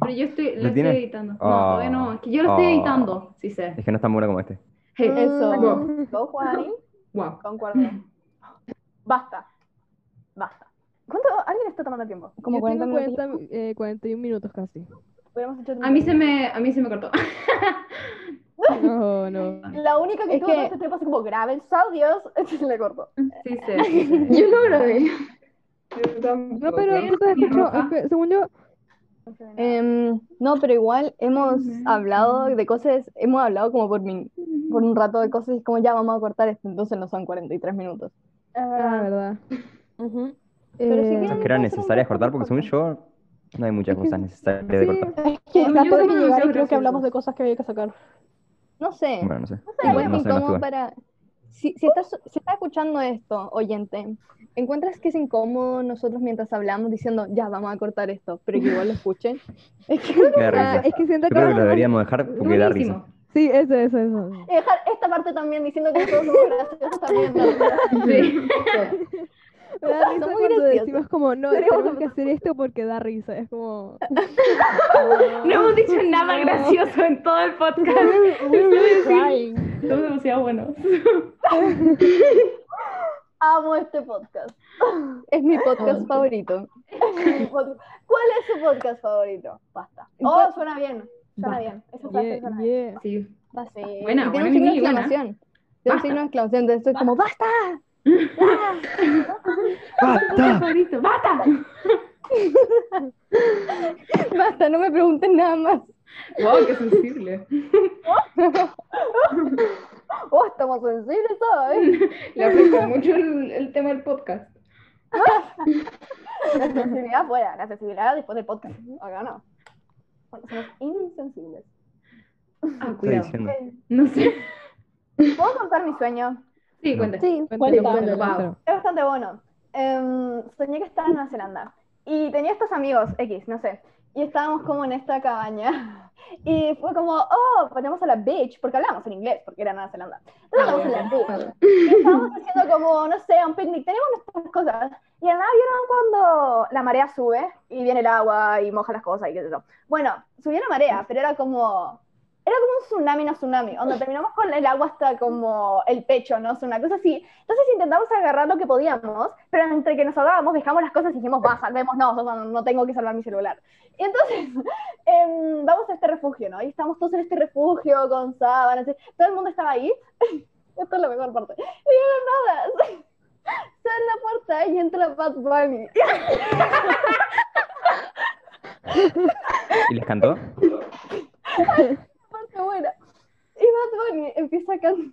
[SPEAKER 5] Pero yo estoy, lo
[SPEAKER 14] ¿Lo tiene?
[SPEAKER 5] estoy editando. No,
[SPEAKER 14] Ah.
[SPEAKER 5] todavía no. Es que yo lo estoy
[SPEAKER 14] Ah.
[SPEAKER 5] editando. Sí sé.
[SPEAKER 14] Es que no es tan bueno como este.
[SPEAKER 5] Hey,
[SPEAKER 12] Eso.
[SPEAKER 8] Go, Juani.
[SPEAKER 5] Wow.
[SPEAKER 8] Concuerdo. Basta. Basta. ¿Cuánto? ¿Alguien está tomando tiempo?
[SPEAKER 12] como
[SPEAKER 6] Yo
[SPEAKER 12] 40
[SPEAKER 6] tengo
[SPEAKER 12] minutos.
[SPEAKER 6] 40, eh, 41 minutos casi.
[SPEAKER 8] Hubiéramos hecho
[SPEAKER 5] A mí se me, a mí se me cortó. [LAUGHS]
[SPEAKER 6] No, no.
[SPEAKER 8] La única que
[SPEAKER 12] Es
[SPEAKER 8] tuvo todo
[SPEAKER 12] que-
[SPEAKER 8] este tiempo así como graben sus audios, [LAUGHS] le cortó.
[SPEAKER 5] Sí sé.
[SPEAKER 7] Yo no grabé.
[SPEAKER 6] No, pero tú te escuchó.
[SPEAKER 5] Roja.
[SPEAKER 6] aunque, Según yo,
[SPEAKER 12] Em, no, pero igual hemos hablado de cosas, hemos hablado como por, min- por un rato de cosas y es como ya vamos a cortar esto, entonces no son 43 minutos.
[SPEAKER 8] Es
[SPEAKER 6] la
[SPEAKER 8] verdad.
[SPEAKER 6] verdad.
[SPEAKER 12] Pero si
[SPEAKER 6] Eh,
[SPEAKER 12] quieren-
[SPEAKER 14] Cosas que eran necesarias cortar porque según yo no hay muchas cosas necesarias de
[SPEAKER 6] Sí.
[SPEAKER 14] cortar.
[SPEAKER 4] Que
[SPEAKER 5] Yo
[SPEAKER 4] traté de
[SPEAKER 5] creo que
[SPEAKER 4] llegar y
[SPEAKER 5] son
[SPEAKER 4] creo que hablamos
[SPEAKER 5] graciosos.
[SPEAKER 4] de cosas que había que sacar.
[SPEAKER 12] No sé,
[SPEAKER 14] Bueno, no sé.
[SPEAKER 12] igual
[SPEAKER 14] Igual no
[SPEAKER 12] que
[SPEAKER 14] sé, no
[SPEAKER 12] como
[SPEAKER 14] estuve.
[SPEAKER 12] para... Si, si estás, si estás escuchando esto, oyente, encuentras que es incómodo nosotros mientras hablamos diciendo ya vamos a cortar esto, pero que igual lo escuchen.
[SPEAKER 14] Me da
[SPEAKER 6] Ah,
[SPEAKER 14] risa.
[SPEAKER 6] es que siento que
[SPEAKER 14] Yo creo que lo
[SPEAKER 6] ahora-
[SPEAKER 14] deberíamos dejar porque da risa.
[SPEAKER 5] Buenísimo.
[SPEAKER 6] Sí, eso, eso, eso.
[SPEAKER 8] Y [LAUGHS] dejar esta parte también diciendo que todos somos graciosos también. ¿no?
[SPEAKER 6] Sí.
[SPEAKER 8] Sí.
[SPEAKER 6] Me [LAUGHS] da risa
[SPEAKER 8] Somos
[SPEAKER 6] cuando
[SPEAKER 8] graciosos.
[SPEAKER 6] decimos como, no,
[SPEAKER 8] Deberíamos
[SPEAKER 6] tenemos que hacer esto porque da risa. Es como... [LAUGHS]
[SPEAKER 5] No hemos dicho nada gracioso en todo el podcast. Estoy demasiado buenos.
[SPEAKER 8] Amo este podcast.
[SPEAKER 12] [LAUGHS] Es mi podcast favorito.
[SPEAKER 8] ¿Cuál es su podcast favorito? Basta. Oh, suena bien. Suena bien. Esa frase suena bien.
[SPEAKER 5] Sí.
[SPEAKER 12] Basta.
[SPEAKER 5] Buena,
[SPEAKER 12] y tiene
[SPEAKER 5] buena,
[SPEAKER 12] un signo de
[SPEAKER 5] Mimi, buena.
[SPEAKER 12] exclamación. Tiene un signo de exclamación, entonces esto es como ¡basta!
[SPEAKER 5] ¡Basta! Favorito, ¡Basta!
[SPEAKER 12] ¡Basta! No me pregunten nada más.
[SPEAKER 5] ¡Wow, qué sensible!
[SPEAKER 8] Oh, estamos sensibles hoy.
[SPEAKER 5] Le afectó mucho el, el tema del podcast.
[SPEAKER 8] La sensibilidad fuera, la sensibilidad después del podcast. Acá no. Bueno, somos insensibles.
[SPEAKER 5] Ah,
[SPEAKER 14] Está diciendo.
[SPEAKER 5] No sé.
[SPEAKER 8] ¿Puedo contar mi sueño?
[SPEAKER 5] Sí, cuenta.
[SPEAKER 8] Sí,
[SPEAKER 6] Cuéntalo,
[SPEAKER 5] Wow.
[SPEAKER 6] cuéntalo, cuéntalo.
[SPEAKER 8] Es bastante bueno. Em, soñé que estaba en Nueva Zelanda y tenía estos amigos, X, no sé, y estábamos como en esta cabaña. [LAUGHS] Y fue como, oh, ponemos a la beach, porque hablábamos en inglés, porque era Nueva Zelanda. Entonces vamos a la beach. Y estábamos haciendo como, no sé, un picnic, tenemos nuestras cosas. Y en nada vieron cuando la marea sube y viene el agua y moja las cosas y qué sé yo. Bueno, subió la marea, pero era como, era como un tsunami, no tsunami, donde terminamos con el agua hasta como el pecho, no sé, una cosa así. Entonces intentamos agarrar lo que podíamos, pero entre que nos ahogábamos dejamos las cosas y dijimos, va, salvémonos, o sea, no tengo que salvar mi celular. Y entonces [LAUGHS] em, vamos a este refugio, ¿no? Y estamos todos en este refugio con sábanas, y- todo el mundo estaba ahí. [LAUGHS] Esto es la mejor parte. Y de la nada, [LAUGHS] se se abre la puerta y entra Bad Bunny.
[SPEAKER 14] ¿Y les cantó?
[SPEAKER 8] parte buena. Y Bad Bunny empieza a cantar.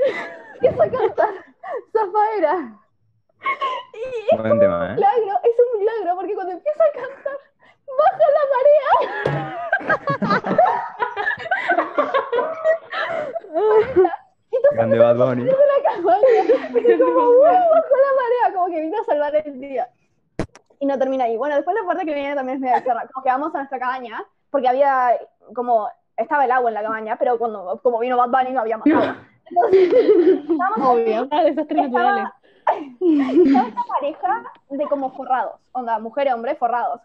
[SPEAKER 8] [LAUGHS] empieza a cantar Zafaera. Y es
[SPEAKER 14] Buen tema,
[SPEAKER 8] un
[SPEAKER 14] ¿eh?
[SPEAKER 8] milagro, es un milagro, porque cuando empieza a cantar, baja la marea.
[SPEAKER 14] Grande Bad Bunny.
[SPEAKER 8] de la cabaña. Y
[SPEAKER 4] [LAUGHS]
[SPEAKER 8] como, "Uy, bajó la marea, como que vino a salvar el día. Y no termina ahí. Bueno, después la parte que viene también es medio bizarra. Como que vamos a nuestra cabaña, porque había, como, estaba el agua en la cabaña, pero cuando, como vino Bad Bunny no había más
[SPEAKER 4] [LAUGHS]
[SPEAKER 8] agua. Entonces, estábamos ahí,
[SPEAKER 4] Ah, desastres
[SPEAKER 8] Estaba-
[SPEAKER 4] naturales.
[SPEAKER 8] [LAUGHS] estaba esta pareja de como forrados, onda, mujer y hombre forrados.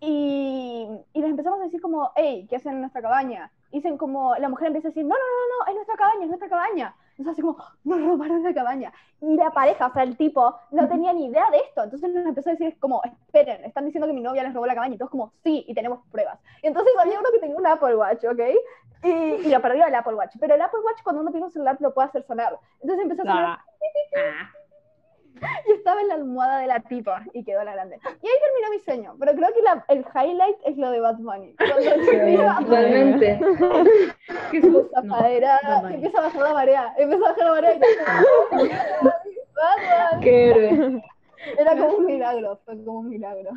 [SPEAKER 8] Y, y les empezamos a decir como, hey, ¿qué hacen en nuestra cabaña? Y dicen como, la mujer empieza a decir, no, no, no, no, es nuestra cabaña, es nuestra cabaña. Entonces así como, nos robaron la cabaña. Y la pareja, o sea, el tipo, no tenía ni idea de esto. Entonces nos empezó a decir como, esperen, están diciendo que mi novia les robó la cabaña. Y todos como, sí, y tenemos pruebas. Y entonces había uno que tenía un Apple Watch, ¿ok? Y, y lo perdió el Apple Watch. Pero el Apple Watch cuando uno tiene un celular lo puede hacer sonar. Entonces empezó a sonar
[SPEAKER 4] Ah.
[SPEAKER 8] y estaba en la almohada de la tipa y quedó la grande. Y ahí terminó mi sueño, pero creo que la- el highlight es lo de Bad Bunny. Cuando empieza a
[SPEAKER 7] Realmente.
[SPEAKER 5] [LAUGHS] Qué susto.
[SPEAKER 8] zapadera,
[SPEAKER 5] Bad Bunny.
[SPEAKER 8] empieza a bajar la marea, empieza a bajar la
[SPEAKER 12] [LAUGHS]
[SPEAKER 8] marea y Bad Bunny.
[SPEAKER 7] Qué héroe.
[SPEAKER 8] Era como un milagro, fue como un milagro.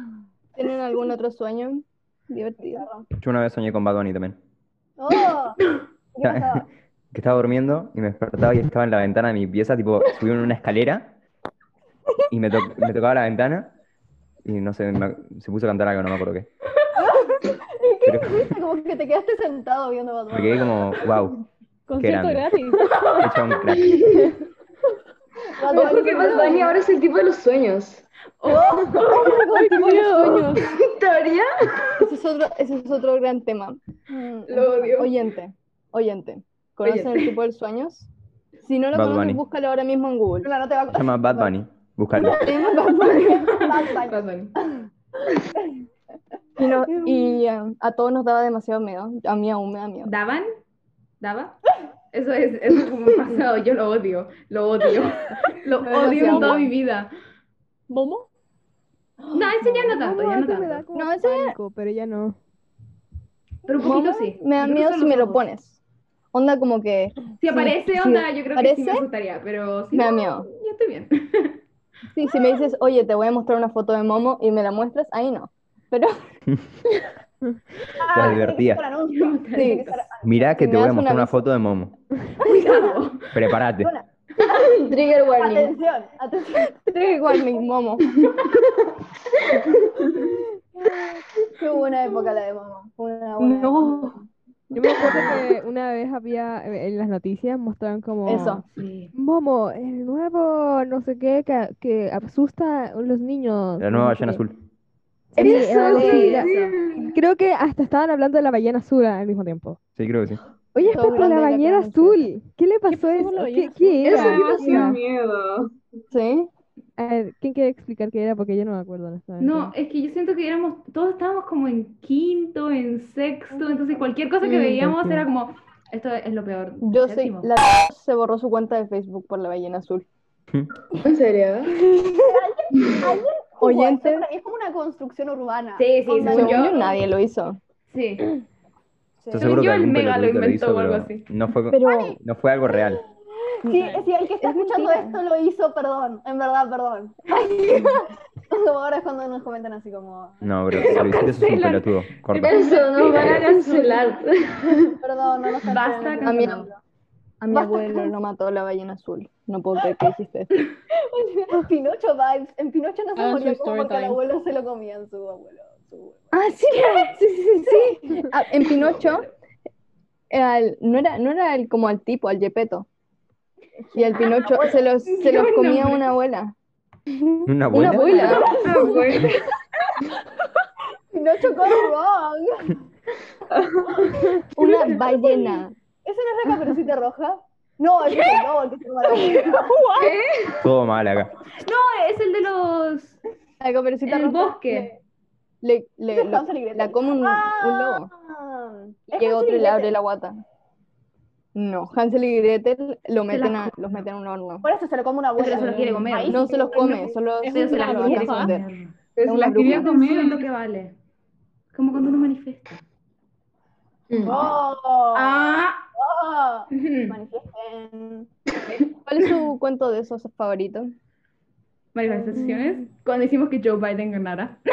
[SPEAKER 12] ¿Tienen algún otro sueño divertido?
[SPEAKER 14] Yo una vez soñé con Bad Bunny también.
[SPEAKER 8] ¡Oh! ¿Qué pasaba?
[SPEAKER 14] que estaba durmiendo y me despertaba y estaba en la ventana de mi pieza, tipo, subí en una escalera y me, to- me tocaba la ventana y no sé, me- se puso a cantar algo, no me acuerdo qué.
[SPEAKER 8] ¿Y qué
[SPEAKER 14] Pero-
[SPEAKER 8] hiciste? Como que te quedaste sentado viendo Bad
[SPEAKER 14] Me
[SPEAKER 8] Bunny.
[SPEAKER 14] quedé como, wow,
[SPEAKER 4] Concierto
[SPEAKER 14] grande.
[SPEAKER 4] gratis.
[SPEAKER 14] hecha un crack.
[SPEAKER 8] Bad
[SPEAKER 7] Me acuerdo
[SPEAKER 8] Bunny
[SPEAKER 7] que Bad Bunny ahora es el tipo de los sueños.
[SPEAKER 12] Ay, tipo de sueños.
[SPEAKER 7] ¿Victoria?
[SPEAKER 12] Ese es otro, ese es otro gran tema.
[SPEAKER 7] Lo odio.
[SPEAKER 12] Oyente, oyente. ¿Conocen el
[SPEAKER 7] Oyente.
[SPEAKER 12] tipo de sueños? Si no lo
[SPEAKER 14] Bad
[SPEAKER 12] conocen,
[SPEAKER 14] Bunny.
[SPEAKER 12] búscalo ahora mismo en Google.
[SPEAKER 8] no, no te va
[SPEAKER 14] Se llama Bad Bunny, búscalo.
[SPEAKER 8] a Bad Bunny.
[SPEAKER 5] Bad Bunny.
[SPEAKER 12] Y, no- y, eh, a todos nos daba demasiado miedo. A mí aún me da miedo.
[SPEAKER 5] ¿Daban? ¿Daba? Eso es, eso es como mi pasado, yo lo odio, lo odio, lo
[SPEAKER 12] [LAUGHS]
[SPEAKER 5] odio en toda mi vida.
[SPEAKER 4] ¿Momo?
[SPEAKER 5] No, eso
[SPEAKER 12] [GASPS]
[SPEAKER 5] ya no tanto, ya no
[SPEAKER 6] antes me da
[SPEAKER 5] tanto.
[SPEAKER 6] como
[SPEAKER 12] No, ese era-
[SPEAKER 6] pánico, pero ya no.
[SPEAKER 5] Pero un poquito
[SPEAKER 12] Momo,
[SPEAKER 5] sí.
[SPEAKER 12] Me da
[SPEAKER 5] Incluso
[SPEAKER 12] miedo si
[SPEAKER 5] los
[SPEAKER 12] me lo
[SPEAKER 5] ojos.
[SPEAKER 12] pones. Onda como que
[SPEAKER 5] Si aparece,
[SPEAKER 12] si
[SPEAKER 5] onda, yo creo que sí me
[SPEAKER 12] aparece,
[SPEAKER 5] gustaría, pero si
[SPEAKER 12] me da
[SPEAKER 5] no,
[SPEAKER 12] miedo.
[SPEAKER 5] yo estoy bien.
[SPEAKER 12] Sí, si me dices, oye, te voy a mostrar una foto de Momo y me la muestras, ahí no. Pero
[SPEAKER 8] Ah, tiene que
[SPEAKER 14] divertía.
[SPEAKER 8] ser un anuncio, tiene que ser-
[SPEAKER 14] Mirá que
[SPEAKER 12] me
[SPEAKER 14] te voy a
[SPEAKER 12] das una
[SPEAKER 14] mostrar una
[SPEAKER 12] vez-
[SPEAKER 14] foto de Momo.
[SPEAKER 5] [LAUGHS] Cuidado.
[SPEAKER 14] Prepárate.
[SPEAKER 7] Trigger warning.
[SPEAKER 12] [LAUGHS]
[SPEAKER 8] Atención, atención.
[SPEAKER 12] trigger warning, Momo.
[SPEAKER 8] Qué buena época la de Momo. Fue Una buena época.
[SPEAKER 12] No.
[SPEAKER 6] Yo me acuerdo que una vez había, eh, en las noticias mostraban como
[SPEAKER 12] Eso. [LAUGHS]
[SPEAKER 6] Momo, el nuevo no sé qué que, que asusta a los niños.
[SPEAKER 14] La nueva
[SPEAKER 6] no sé
[SPEAKER 14] ballena
[SPEAKER 6] qué.
[SPEAKER 14] azul.
[SPEAKER 6] Sí,
[SPEAKER 13] Eso,
[SPEAKER 6] era algo así,
[SPEAKER 13] sí,
[SPEAKER 6] era-
[SPEAKER 13] sí.
[SPEAKER 6] Creo que hasta estaban hablando de la ballena azul al mismo tiempo.
[SPEAKER 14] Sí, creo que sí.
[SPEAKER 6] Oye,
[SPEAKER 13] Todo
[SPEAKER 6] esto es por la
[SPEAKER 13] grande la
[SPEAKER 6] bañera azul. ¿Qué le pasó a eso? ¿Qué, qué
[SPEAKER 13] Eso
[SPEAKER 6] era?
[SPEAKER 13] me da
[SPEAKER 6] ¿Qué era?
[SPEAKER 13] miedo.
[SPEAKER 12] ¿Sí?
[SPEAKER 6] A ver, ¿quién quiere explicar qué era? Porque yo no me acuerdo, honestamente.
[SPEAKER 5] No, es que yo siento que éramos, todos estábamos como en quinto, en sexto, entonces cualquier cosa que
[SPEAKER 12] Mm,
[SPEAKER 5] veíamos
[SPEAKER 12] entiendo.
[SPEAKER 5] era como, esto es lo peor.
[SPEAKER 12] Yo sé,
[SPEAKER 5] séptimo.
[SPEAKER 12] la se borró su cuenta de Facebook por la ballena azul.
[SPEAKER 7] ¿En serio?
[SPEAKER 8] ¿Alguien jugó
[SPEAKER 12] Oyente.
[SPEAKER 8] eso? Para mí es como una construcción urbana.
[SPEAKER 5] Sí, sí,
[SPEAKER 8] Onda,
[SPEAKER 12] Según yo, nadie lo hizo.
[SPEAKER 5] Sí. Según
[SPEAKER 14] Estoy seguro que
[SPEAKER 5] yo, el
[SPEAKER 14] algún
[SPEAKER 5] mega lo
[SPEAKER 14] pelotudo lo
[SPEAKER 5] inventó
[SPEAKER 14] hizo,
[SPEAKER 5] o algo
[SPEAKER 14] pero
[SPEAKER 5] así.
[SPEAKER 14] no fue,
[SPEAKER 12] Pero-
[SPEAKER 14] no fue algo real.
[SPEAKER 8] Sí, si el que está escuchando esto lo hizo, perdón. En verdad,
[SPEAKER 5] [LAUGHS]
[SPEAKER 8] perdón. Como ahora es cuando nos comentan así como.
[SPEAKER 14] No, pero si lo hiciste sos un
[SPEAKER 5] cancelan.
[SPEAKER 14] pelotudo. Corta.
[SPEAKER 7] Eso, nos van a cancelar.
[SPEAKER 8] Perdón, no nos están
[SPEAKER 5] Basta
[SPEAKER 12] A mi,
[SPEAKER 5] cancelando. [LAUGHS]
[SPEAKER 12] a mi abuelo lo mató la ballena azul. No puedo creer que dijiste esto.
[SPEAKER 8] Pinocho vibes. En Pinocho no se
[SPEAKER 12] Hagan
[SPEAKER 8] moría
[SPEAKER 12] Ah. su
[SPEAKER 8] como
[SPEAKER 12] story
[SPEAKER 8] porque al
[SPEAKER 12] time.
[SPEAKER 8] abuelo se lo comían su abuelo. su-
[SPEAKER 12] [LAUGHS] Ah, sí, sí, sí, sí. Ah, en Pinocho, al- no era, no era el, como al tipo, al Yepeto. Y al Pinocho se los, se los
[SPEAKER 5] Dios,
[SPEAKER 12] comía
[SPEAKER 5] no.
[SPEAKER 12] una [LAUGHS] abuela.
[SPEAKER 14] ¿Una
[SPEAKER 12] Una
[SPEAKER 14] abuela?
[SPEAKER 12] abuela.
[SPEAKER 5] Ah,
[SPEAKER 12] [LAUGHS]
[SPEAKER 8] Pinocho gone wrong.
[SPEAKER 12] Una ballena.
[SPEAKER 8] ¿Esa no es la caperucita roja? No, ese es el lobo el que se come a la abuela.
[SPEAKER 14] Todo mal acá.
[SPEAKER 5] No, es el de los...
[SPEAKER 12] La caperucita
[SPEAKER 5] El
[SPEAKER 12] roja
[SPEAKER 5] bosque.
[SPEAKER 12] le- le-
[SPEAKER 8] Ese es
[SPEAKER 12] lo-
[SPEAKER 8] Hansel y Gretel.
[SPEAKER 12] la come un, un lobo.
[SPEAKER 8] Ah,
[SPEAKER 12] Y
[SPEAKER 8] es
[SPEAKER 12] llega otro y
[SPEAKER 8] Hansel
[SPEAKER 12] le abre
[SPEAKER 8] Gretel.
[SPEAKER 12] la guata. No, Hansel y Gretel lo
[SPEAKER 5] Se
[SPEAKER 12] meten
[SPEAKER 5] las
[SPEAKER 12] a, los meten a un horno.
[SPEAKER 8] Por eso se lo come una abuela.
[SPEAKER 5] Pero se los quiere comer.
[SPEAKER 8] Ahí
[SPEAKER 12] No
[SPEAKER 8] sí
[SPEAKER 12] se los
[SPEAKER 8] que-
[SPEAKER 12] come, solo
[SPEAKER 5] Pero
[SPEAKER 12] se
[SPEAKER 5] se
[SPEAKER 12] los
[SPEAKER 5] las
[SPEAKER 12] van a
[SPEAKER 5] quiere
[SPEAKER 12] esconder.
[SPEAKER 5] comer.
[SPEAKER 12] Es
[SPEAKER 13] Pero si
[SPEAKER 12] una
[SPEAKER 13] la quería
[SPEAKER 12] bruja.
[SPEAKER 5] Consumen lo
[SPEAKER 13] comer.
[SPEAKER 5] que vale. Como cuando uno manifiesta.
[SPEAKER 8] Oh,
[SPEAKER 5] Ah.
[SPEAKER 8] oh.
[SPEAKER 5] Ujú.
[SPEAKER 8] Manifiesten.
[SPEAKER 12] ¿Cuál es [LAUGHS] su cuento de esos favorito?
[SPEAKER 5] [LAUGHS] Manifestaciones. Cuando hicimos que Joe Biden ganara.
[SPEAKER 12] [LAUGHS]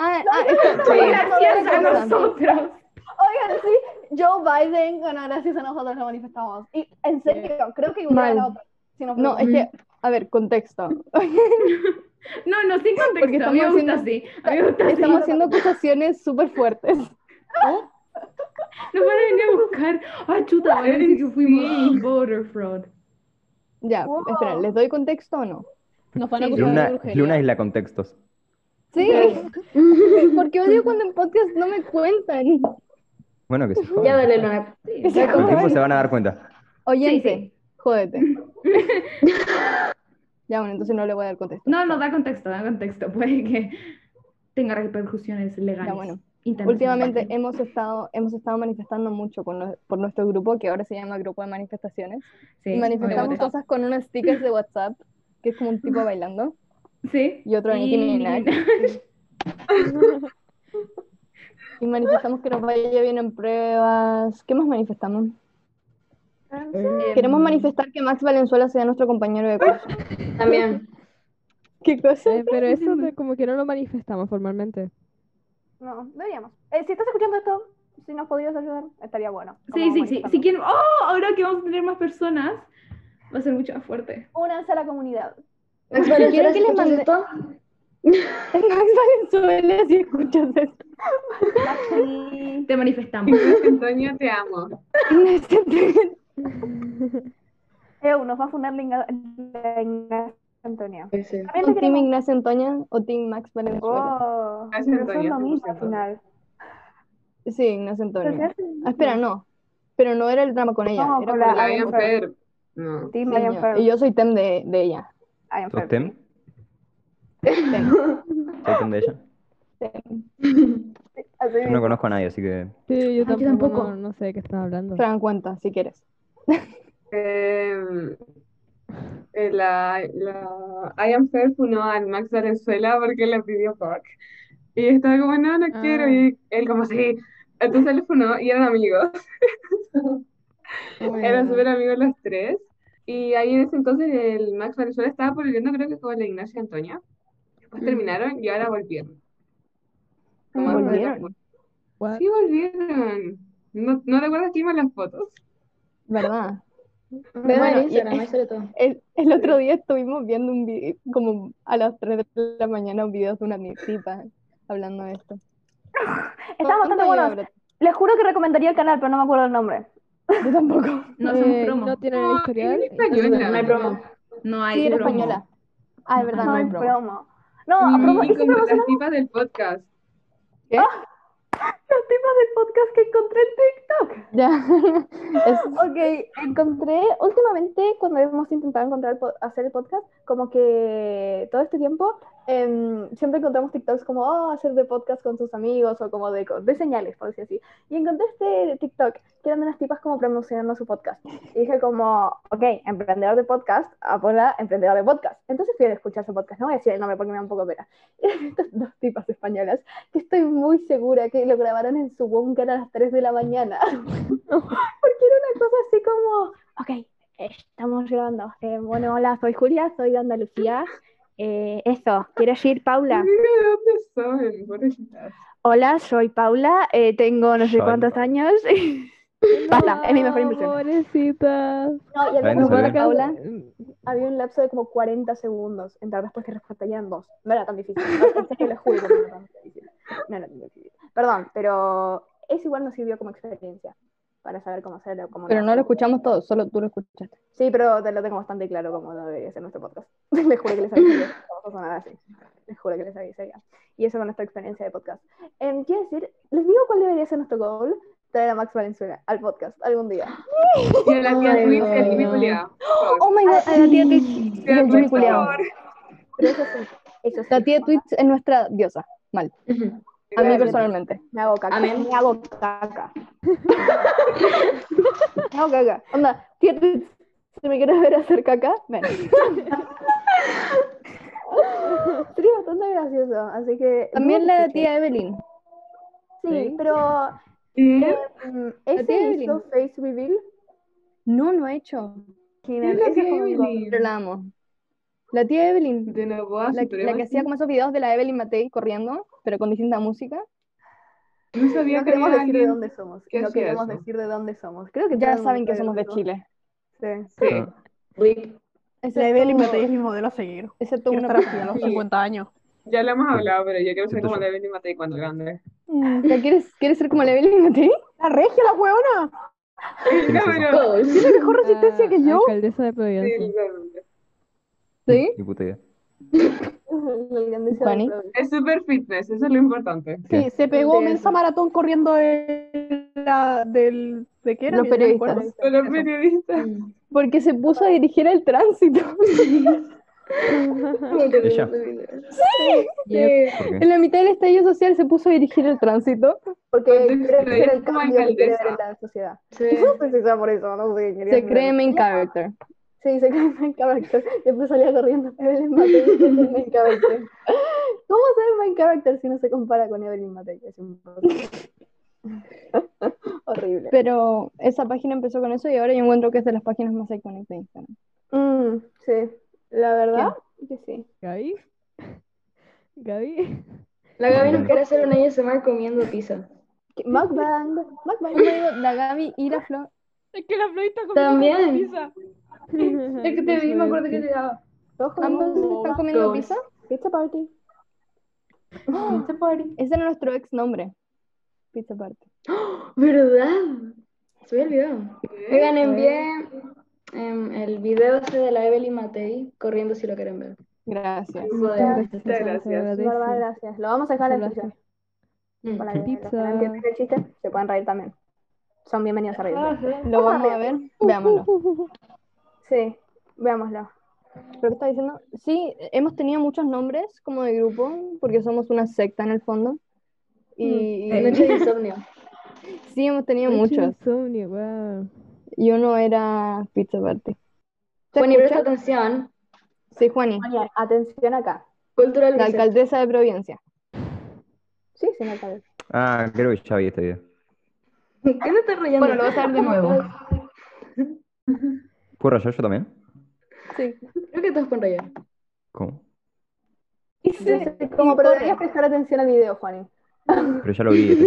[SPEAKER 12] Ah, ah, esto-
[SPEAKER 5] Fue
[SPEAKER 12] sí.
[SPEAKER 5] Gracias a
[SPEAKER 12] Esa.
[SPEAKER 5] nosotros.
[SPEAKER 8] Oigan, sí, Joe Biden ganó gracias a nosotros lo manifestamos. Y en serio, creo que hubiera
[SPEAKER 12] Mal.
[SPEAKER 8] ganado otro, si no,
[SPEAKER 12] No,
[SPEAKER 8] fue-
[SPEAKER 12] es que, a ver, [LAUGHS] contexto.
[SPEAKER 5] No, no, sin contexto.
[SPEAKER 12] Porque
[SPEAKER 5] A
[SPEAKER 12] estamos
[SPEAKER 5] mí me gusta
[SPEAKER 12] haciendo-
[SPEAKER 5] así. A mí me gusta así.
[SPEAKER 12] Estamos haciendo acusaciones súper fuertes.
[SPEAKER 5] Nos van a venir a buscar. Ah, chuta, van a decir que fuimos voter fraud.
[SPEAKER 12] [LAUGHS] Ya, espera, ¿les doy contexto o no?
[SPEAKER 4] Nos van a
[SPEAKER 5] Sí.
[SPEAKER 4] acusar de
[SPEAKER 14] Luna,
[SPEAKER 4] brujería.
[SPEAKER 14] Luna la contextos.
[SPEAKER 12] Sí, [LAUGHS] porque odio cuando en podcast no me cuentan.
[SPEAKER 14] Bueno, que se
[SPEAKER 7] Ya
[SPEAKER 14] jodan.
[SPEAKER 7] dale, Luna. Ya
[SPEAKER 14] Con el tiempo
[SPEAKER 7] como-
[SPEAKER 14] se van a dar cuenta.
[SPEAKER 12] Oyente,
[SPEAKER 5] Sí,
[SPEAKER 12] [LAUGHS] jódete. Ya, bueno, entonces no le voy a dar contexto.
[SPEAKER 5] No, no, da contexto, da contexto. [LAUGHS] Puede que tenga repercusiones legales.
[SPEAKER 12] Ya, Ah, bueno.
[SPEAKER 5] internacionales.
[SPEAKER 12] Últimamente hemos estado, hemos estado manifestando mucho con lo- por nuestro grupo, que ahora se llama Grupo de Manifestaciones.
[SPEAKER 5] Sí,
[SPEAKER 12] Y em- manifestamos
[SPEAKER 5] obviamente.
[SPEAKER 12] cosas con unos stickers de WhatsApp, que es como un tipo bailando,
[SPEAKER 5] Sí.
[SPEAKER 12] y otro de Nicki Minaj.
[SPEAKER 5] [LAUGHS]
[SPEAKER 12] Y manifestamos que nos vaya bien en pruebas. ¿Qué más manifestamos?
[SPEAKER 5] Em,
[SPEAKER 12] Queremos manifestar que Max Valenzuela sea nuestro compañero de curso.
[SPEAKER 7] También.
[SPEAKER 12] ¿Qué cosa?
[SPEAKER 6] Eh, pero eso de como que no lo manifestamos formalmente.
[SPEAKER 8] No, deberíamos. Eh, si estás escuchando esto, si nos podrías ayudar, estaría bueno.
[SPEAKER 5] Sí,
[SPEAKER 8] como
[SPEAKER 5] sí, sí.
[SPEAKER 8] manifestando.
[SPEAKER 5] Si quieren... ¡Oh! Ahora que vamos a tener más personas, va a ser mucho más fuerte.
[SPEAKER 8] Únanse a la comunidad.
[SPEAKER 7] Max
[SPEAKER 12] Pero
[SPEAKER 7] Valenzuela,
[SPEAKER 12] quiero que les
[SPEAKER 7] ¿escuchas
[SPEAKER 12] mande-
[SPEAKER 7] esto?
[SPEAKER 12] Es Max Valenzuela, si escuchas esto.
[SPEAKER 5] Te manifestamos.
[SPEAKER 13] Ignacio Antonio, te amo.
[SPEAKER 8] Eu, nos va a fundar la Inga- la Ignacia Antonia.
[SPEAKER 5] Pues,
[SPEAKER 7] Puede
[SPEAKER 5] eh,
[SPEAKER 7] ser.
[SPEAKER 8] También
[SPEAKER 12] ¿O
[SPEAKER 8] te
[SPEAKER 12] Team
[SPEAKER 8] queremos-
[SPEAKER 12] Ignacio Antonia o Team Max Valenzuela?
[SPEAKER 8] Oh,
[SPEAKER 13] Ignacia
[SPEAKER 8] pero son
[SPEAKER 13] Antonia,
[SPEAKER 8] lo mismo al
[SPEAKER 13] 100%.
[SPEAKER 8] final.
[SPEAKER 12] Sí, Ignacio
[SPEAKER 8] Pero
[SPEAKER 12] Antonia.
[SPEAKER 8] al final-
[SPEAKER 12] Ah, espera, no. Pero no era el drama con ella,
[SPEAKER 8] No,
[SPEAKER 12] era
[SPEAKER 8] con
[SPEAKER 12] con
[SPEAKER 8] la-
[SPEAKER 12] la
[SPEAKER 13] La
[SPEAKER 8] Ian
[SPEAKER 13] Ian
[SPEAKER 8] Fair.
[SPEAKER 13] Fair. No.
[SPEAKER 8] Team I am
[SPEAKER 12] niña.
[SPEAKER 8] Ferb.
[SPEAKER 12] Y yo soy Tem de, de ella.
[SPEAKER 8] I am
[SPEAKER 14] ¿Sos
[SPEAKER 8] Ferb.
[SPEAKER 14] Tem? ¿Sos Tem de ella?
[SPEAKER 8] Así
[SPEAKER 14] Yo no
[SPEAKER 8] mismo.
[SPEAKER 14] conozco a nadie, así que.
[SPEAKER 6] Sí,
[SPEAKER 12] Ah,
[SPEAKER 6] yo
[SPEAKER 5] yo
[SPEAKER 6] tampoco,
[SPEAKER 5] tampoco.
[SPEAKER 6] No, no sé de qué están hablando.
[SPEAKER 12] Fran, cuenta, si quieres.
[SPEAKER 13] Eh, eh, la, la Ian Fair funó al Max Valenzuela porque le pidió fuck. Y estaba como, no, no quiero.
[SPEAKER 6] Ah.
[SPEAKER 13] Y él como, sí. Entonces le funó y eran amigos. Eran súper amigos los tres. Y ahí en ese entonces el Max Valenzuela estaba volviendo, creo que con la Ignacia Antonia.
[SPEAKER 6] Mm.
[SPEAKER 13] Después terminaron y ahora volvieron. Como hace
[SPEAKER 12] Ah, ¿Volvieron?
[SPEAKER 13] poco.
[SPEAKER 6] What?
[SPEAKER 13] Sí, volvieron. ¿No, no te acuerdas que vimos las fotos?
[SPEAKER 12] ¿Verdad?
[SPEAKER 7] Ve a
[SPEAKER 12] Bueno,
[SPEAKER 7] ver
[SPEAKER 12] y-
[SPEAKER 7] Instagram, ahí sobre todo.
[SPEAKER 12] El, el otro día estuvimos viendo un video, como a las 3 de
[SPEAKER 8] [LAUGHS]
[SPEAKER 12] la mañana, videos de una tipa hablando de esto.
[SPEAKER 8] Están bastante
[SPEAKER 12] ¿Cuánto
[SPEAKER 8] buenos.
[SPEAKER 12] lleva,
[SPEAKER 8] Les juro que recomendaría el canal, pero no me acuerdo el nombre.
[SPEAKER 12] Yo tampoco. [LAUGHS]
[SPEAKER 5] No son promo.
[SPEAKER 6] Eh, No Ah, tienen
[SPEAKER 5] No,
[SPEAKER 6] el historial.
[SPEAKER 13] en español,
[SPEAKER 6] entonces-
[SPEAKER 13] No hay promo.
[SPEAKER 5] No hay
[SPEAKER 12] Sí, era
[SPEAKER 5] promo.
[SPEAKER 12] española. Ah, es verdad, no,
[SPEAKER 8] No,
[SPEAKER 12] hay
[SPEAKER 8] el
[SPEAKER 12] promo. Ah,
[SPEAKER 8] promo. No, a promo,
[SPEAKER 13] Y
[SPEAKER 8] hice
[SPEAKER 13] como
[SPEAKER 8] promoción
[SPEAKER 13] las tipas del podcast.
[SPEAKER 8] a los temas del podcast que encontré en TikTok.
[SPEAKER 12] Ya. Es-
[SPEAKER 8] Ok, encontré últimamente cuando hemos intentado encontrar po- hacer el podcast, como que todo este tiempo em, siempre encontramos TikToks como "Oh, hacer de podcast con sus amigos o como de, co- de señales, por decir así. Y encontré este TikTok que eran de unas tipas como promocionando su podcast. Y dije como, ok, emprendedor de podcast, apoya emprendedor de podcast. Entonces fui a escuchar su podcast, no voy a decir el nombre porque me da un poco pena. [LAUGHS] Estas dos tipas españolas que estoy muy segura que lo grabaron en su búnker a las 3 de la mañana. [LAUGHS] Porque era una cosa así como, ok, eh, estamos grabando. Eh, bueno, hola, soy Julia, soy de Andalucía. Eh, eso, ¿quieres ir, Paula?
[SPEAKER 13] Mira, ¿dónde son? Pobrecitas.
[SPEAKER 8] Hola, soy Paula, eh, tengo no sé
[SPEAKER 14] Soy
[SPEAKER 8] cuántos años. [LAUGHS] Basta, es mi mejor impresión.
[SPEAKER 6] Pobrecita.
[SPEAKER 8] No, y había
[SPEAKER 14] Bueno,
[SPEAKER 8] como-
[SPEAKER 14] Paula,
[SPEAKER 8] Paula, había un lapso de como 40 segundos entre respuesta y respuesta, ya en dos. No era tan difícil. No, en serio, les juro que no era tan difícil. No era tan difícil. Perdón, pero eso igual nos sirvió como experiencia para saber cómo hacerlo. Cómo
[SPEAKER 12] Pero no lo
[SPEAKER 8] hacerlo.
[SPEAKER 12] escuchamos todos, solo tú lo escuchaste.
[SPEAKER 8] Sí, pero te lo tengo bastante claro como debería ser nuestro podcast. [LAUGHS] Les juro que les avisaría que vamos a sonar así. Les juro que les avisaría. Y eso con nuestra experiencia de podcast. Em, quiero decir, les digo cuál debería ser nuestro goal, traer a Max Valenzuela al podcast algún día.
[SPEAKER 13] Y a la tía
[SPEAKER 7] Ay,
[SPEAKER 13] Twix, el
[SPEAKER 7] no.
[SPEAKER 13] Jimmy Julián.
[SPEAKER 12] Oh my god, la tía Twitch y el Jimmy
[SPEAKER 13] por
[SPEAKER 12] culiao.
[SPEAKER 13] favor.
[SPEAKER 8] Pero eso sí, eso sí,
[SPEAKER 12] La tía Twitch es nuestra diosa, mal. A mí personalmente.
[SPEAKER 8] me hago caca.
[SPEAKER 7] Amén.
[SPEAKER 8] Me hago
[SPEAKER 12] [LAUGHS]
[SPEAKER 8] caca. me hago caca. Onda, tía, Twitch, si me quieres ver hacer caca, ven. Sería bastante gracioso, así que...
[SPEAKER 12] También la tía Evelyn.
[SPEAKER 8] Sí,
[SPEAKER 12] Sí.
[SPEAKER 8] pero
[SPEAKER 13] Mm.
[SPEAKER 8] Mm, ¿Ese
[SPEAKER 12] tiene
[SPEAKER 8] hizo face reveal?
[SPEAKER 12] No, no ha hecho.
[SPEAKER 8] ¿Quién
[SPEAKER 13] Es
[SPEAKER 8] era?
[SPEAKER 13] la
[SPEAKER 8] Ese
[SPEAKER 13] tía
[SPEAKER 8] fue mi gol.
[SPEAKER 13] Evelyn.
[SPEAKER 12] Pero la amo. La tía Evelyn.
[SPEAKER 13] De la boda
[SPEAKER 12] La,
[SPEAKER 13] suprema,
[SPEAKER 12] la que
[SPEAKER 13] Ah, sí.
[SPEAKER 12] hacía como esos videos de la Evelyn Matei corriendo, pero con distinta música.
[SPEAKER 13] No sabía
[SPEAKER 8] No
[SPEAKER 13] que había
[SPEAKER 8] queremos decir de
[SPEAKER 13] alguien-
[SPEAKER 8] dónde somos.
[SPEAKER 13] que
[SPEAKER 8] No
[SPEAKER 13] hacía
[SPEAKER 8] queremos
[SPEAKER 13] eso.
[SPEAKER 8] decir de dónde somos. Creo que todo
[SPEAKER 12] Ya
[SPEAKER 8] el
[SPEAKER 12] saben
[SPEAKER 8] mundo
[SPEAKER 12] que
[SPEAKER 8] sabe
[SPEAKER 12] somos
[SPEAKER 8] de
[SPEAKER 12] de
[SPEAKER 8] dónde
[SPEAKER 12] Chile.
[SPEAKER 8] somos. Sí.
[SPEAKER 13] Sí.
[SPEAKER 14] Ah.
[SPEAKER 7] Rip.
[SPEAKER 12] Excepto,
[SPEAKER 16] La Evelyn
[SPEAKER 4] [LAUGHS]
[SPEAKER 16] Matei es mi modelo a seguir.
[SPEAKER 12] excepto
[SPEAKER 16] Quiero
[SPEAKER 12] una
[SPEAKER 16] estar así a los
[SPEAKER 13] Sí.
[SPEAKER 16] 50 años.
[SPEAKER 13] Ya lo hemos hablado, pero yo quiero ser
[SPEAKER 14] Siento
[SPEAKER 13] como
[SPEAKER 14] yo.
[SPEAKER 13] la Evelyn Matei cuando grande.
[SPEAKER 12] ¿Ya quieres, quieres ser como la Evelyn Matei?
[SPEAKER 16] La regia, la huevona.
[SPEAKER 14] ¿Quién
[SPEAKER 13] No,
[SPEAKER 14] es esa?
[SPEAKER 13] [LAUGHS] pero-
[SPEAKER 16] Tiene mejor
[SPEAKER 6] ah,
[SPEAKER 16] resistencia que yo.
[SPEAKER 6] Alcaldesa de Providencia.
[SPEAKER 13] sí, no.
[SPEAKER 12] Sí.
[SPEAKER 14] Ni puta idea.
[SPEAKER 8] La grandeza
[SPEAKER 12] Juani.
[SPEAKER 8] del pueblo.
[SPEAKER 13] Es super fitness, eso es lo importante.
[SPEAKER 16] Sí, se pegó
[SPEAKER 8] Intenso.
[SPEAKER 16] mensa maratón corriendo de, la- del, ¿de qué era?
[SPEAKER 12] Los
[SPEAKER 16] Ni siquiera me
[SPEAKER 12] periodistas.
[SPEAKER 16] acuerdo.
[SPEAKER 13] Con los
[SPEAKER 16] Eso.
[SPEAKER 13] periodistas.
[SPEAKER 12] Porque se puso a dirigir el tránsito.
[SPEAKER 7] ¿Cómo te
[SPEAKER 14] Ella.
[SPEAKER 7] gusta el video?
[SPEAKER 14] ¿Por qué?
[SPEAKER 12] En la mitad del estallido social se puso a dirigir el tránsito.
[SPEAKER 8] Porque
[SPEAKER 13] Cuando
[SPEAKER 8] quiere
[SPEAKER 13] estudié
[SPEAKER 8] hacer el
[SPEAKER 13] como
[SPEAKER 8] cambio que quiere ver en
[SPEAKER 13] alcaldesa.
[SPEAKER 8] la sociedad.
[SPEAKER 7] Sí.
[SPEAKER 8] [LAUGHS] No sé si sea por eso, no sé qué quería
[SPEAKER 12] Se
[SPEAKER 8] hacer.
[SPEAKER 12] cree main character.
[SPEAKER 8] Sí, se cree main character. Después salía corriendo. Evelyn Matei es el main character. [LAUGHS] ¿Cómo ser main character si no se compara con Evelyn Matei? Es un... [LAUGHS] Horrible.
[SPEAKER 12] Pero esa página empezó con eso y ahora yo encuentro que es de las páginas más icónicas de Instagram.
[SPEAKER 8] Mm, sí, la verdad que sí.
[SPEAKER 6] Gaby. Gaby.
[SPEAKER 7] La Gaby nos quiere hacer un ASMR comiendo pizza.
[SPEAKER 8] Que- Mukbang, mukbang.
[SPEAKER 12] Yo digo, la Gaby y la Flor.
[SPEAKER 4] Es que la florita comió
[SPEAKER 7] También.
[SPEAKER 4] pizza.
[SPEAKER 7] Es que te vi, me acuerdo que te daba.
[SPEAKER 8] Todos
[SPEAKER 12] Ambos
[SPEAKER 8] comiendo
[SPEAKER 12] están
[SPEAKER 8] pizza.
[SPEAKER 12] comiendo
[SPEAKER 7] Todos.
[SPEAKER 12] pizza.
[SPEAKER 8] Pizza [GASPS] party.
[SPEAKER 7] Pizza party.
[SPEAKER 12] Ese era nuestro ex nombre. Pizza Party.
[SPEAKER 7] ¿Verdad? Se me olvidó. Oigan, envié em, el video ese de la Evelyn Matei corriendo si lo quieren ver.
[SPEAKER 12] Gracias.
[SPEAKER 7] Joder.
[SPEAKER 6] Muchas
[SPEAKER 13] gracias.
[SPEAKER 8] Es Mm, verdad, gracias. Lo vamos a dejar en la
[SPEAKER 6] Pizza
[SPEAKER 8] descripción.
[SPEAKER 7] Mm.
[SPEAKER 8] Para que los que no
[SPEAKER 6] Pizza.
[SPEAKER 8] entiendan el chiste se puedan reír también. Son bienvenidos a reír.
[SPEAKER 12] Lo Ah, vamos a ver. Veámoslo.
[SPEAKER 8] Sí, veámoslo.
[SPEAKER 12] ¿Pero qué está diciendo? Sí, hemos tenido muchos nombres como de grupo, porque somos una secta en el fondo.
[SPEAKER 7] Mm,
[SPEAKER 12] Y
[SPEAKER 7] Noche de [LAUGHS] insomnio.
[SPEAKER 12] sí, hemos tenido muchos.
[SPEAKER 6] Insomnio, wow.
[SPEAKER 12] Y uno era Pizza Party. ¿Se
[SPEAKER 7] Bueno, y presta
[SPEAKER 12] escucha?
[SPEAKER 7] atención.
[SPEAKER 12] Sí, Juani,
[SPEAKER 8] Oye, atención acá.
[SPEAKER 7] Cultural
[SPEAKER 12] la
[SPEAKER 7] Vicente.
[SPEAKER 12] alcaldesa de Providencia.
[SPEAKER 8] Sí, sí, me acuerdo.
[SPEAKER 14] Ah, creo que ya vi este video.
[SPEAKER 7] ¿Qué te estás rayando?
[SPEAKER 5] Bueno, lo vas a ver de nuevo.
[SPEAKER 14] ¿Puedo rayar yo también?
[SPEAKER 12] Sí.
[SPEAKER 7] Creo que todos pueden rayar.
[SPEAKER 14] ¿Cómo?
[SPEAKER 8] No sé cómo, pero deberías prestar atención al video, Juani.
[SPEAKER 14] Pero ya lo vi. este.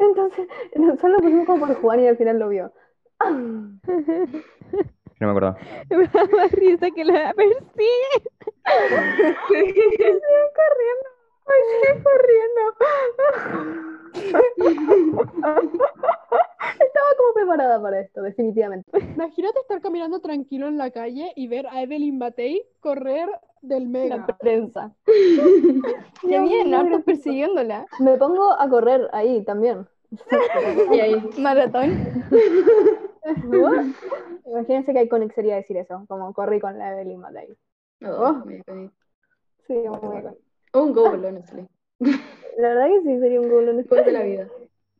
[SPEAKER 8] Entonces, [LAUGHS] nosotros lo pusimos como por Juan y al final lo vio.
[SPEAKER 14] No me acordaba.
[SPEAKER 6] [LAUGHS] Me da más risa que la persigue.
[SPEAKER 8] Corriendo. Me estoy corriendo. Estaba como preparada para esto, definitivamente.
[SPEAKER 4] Imagínate estar caminando tranquilo en la calle y ver a Evelyn Matei correr del mega.
[SPEAKER 12] La prensa. Qué bien, harto persiguiéndola.
[SPEAKER 8] Me pongo a correr ahí
[SPEAKER 7] [LAUGHS]
[SPEAKER 8] también.
[SPEAKER 12] Y ahí, maratón.
[SPEAKER 8] Imagínense que Iconic sería decir eso, como corrí con la Evelyn Matei.
[SPEAKER 7] Oh, me caí.
[SPEAKER 8] Sí, muy bien.
[SPEAKER 7] O un goal, honestly.
[SPEAKER 8] [LAUGHS] La verdad que sí, sería un gol en
[SPEAKER 7] Goal de la vida.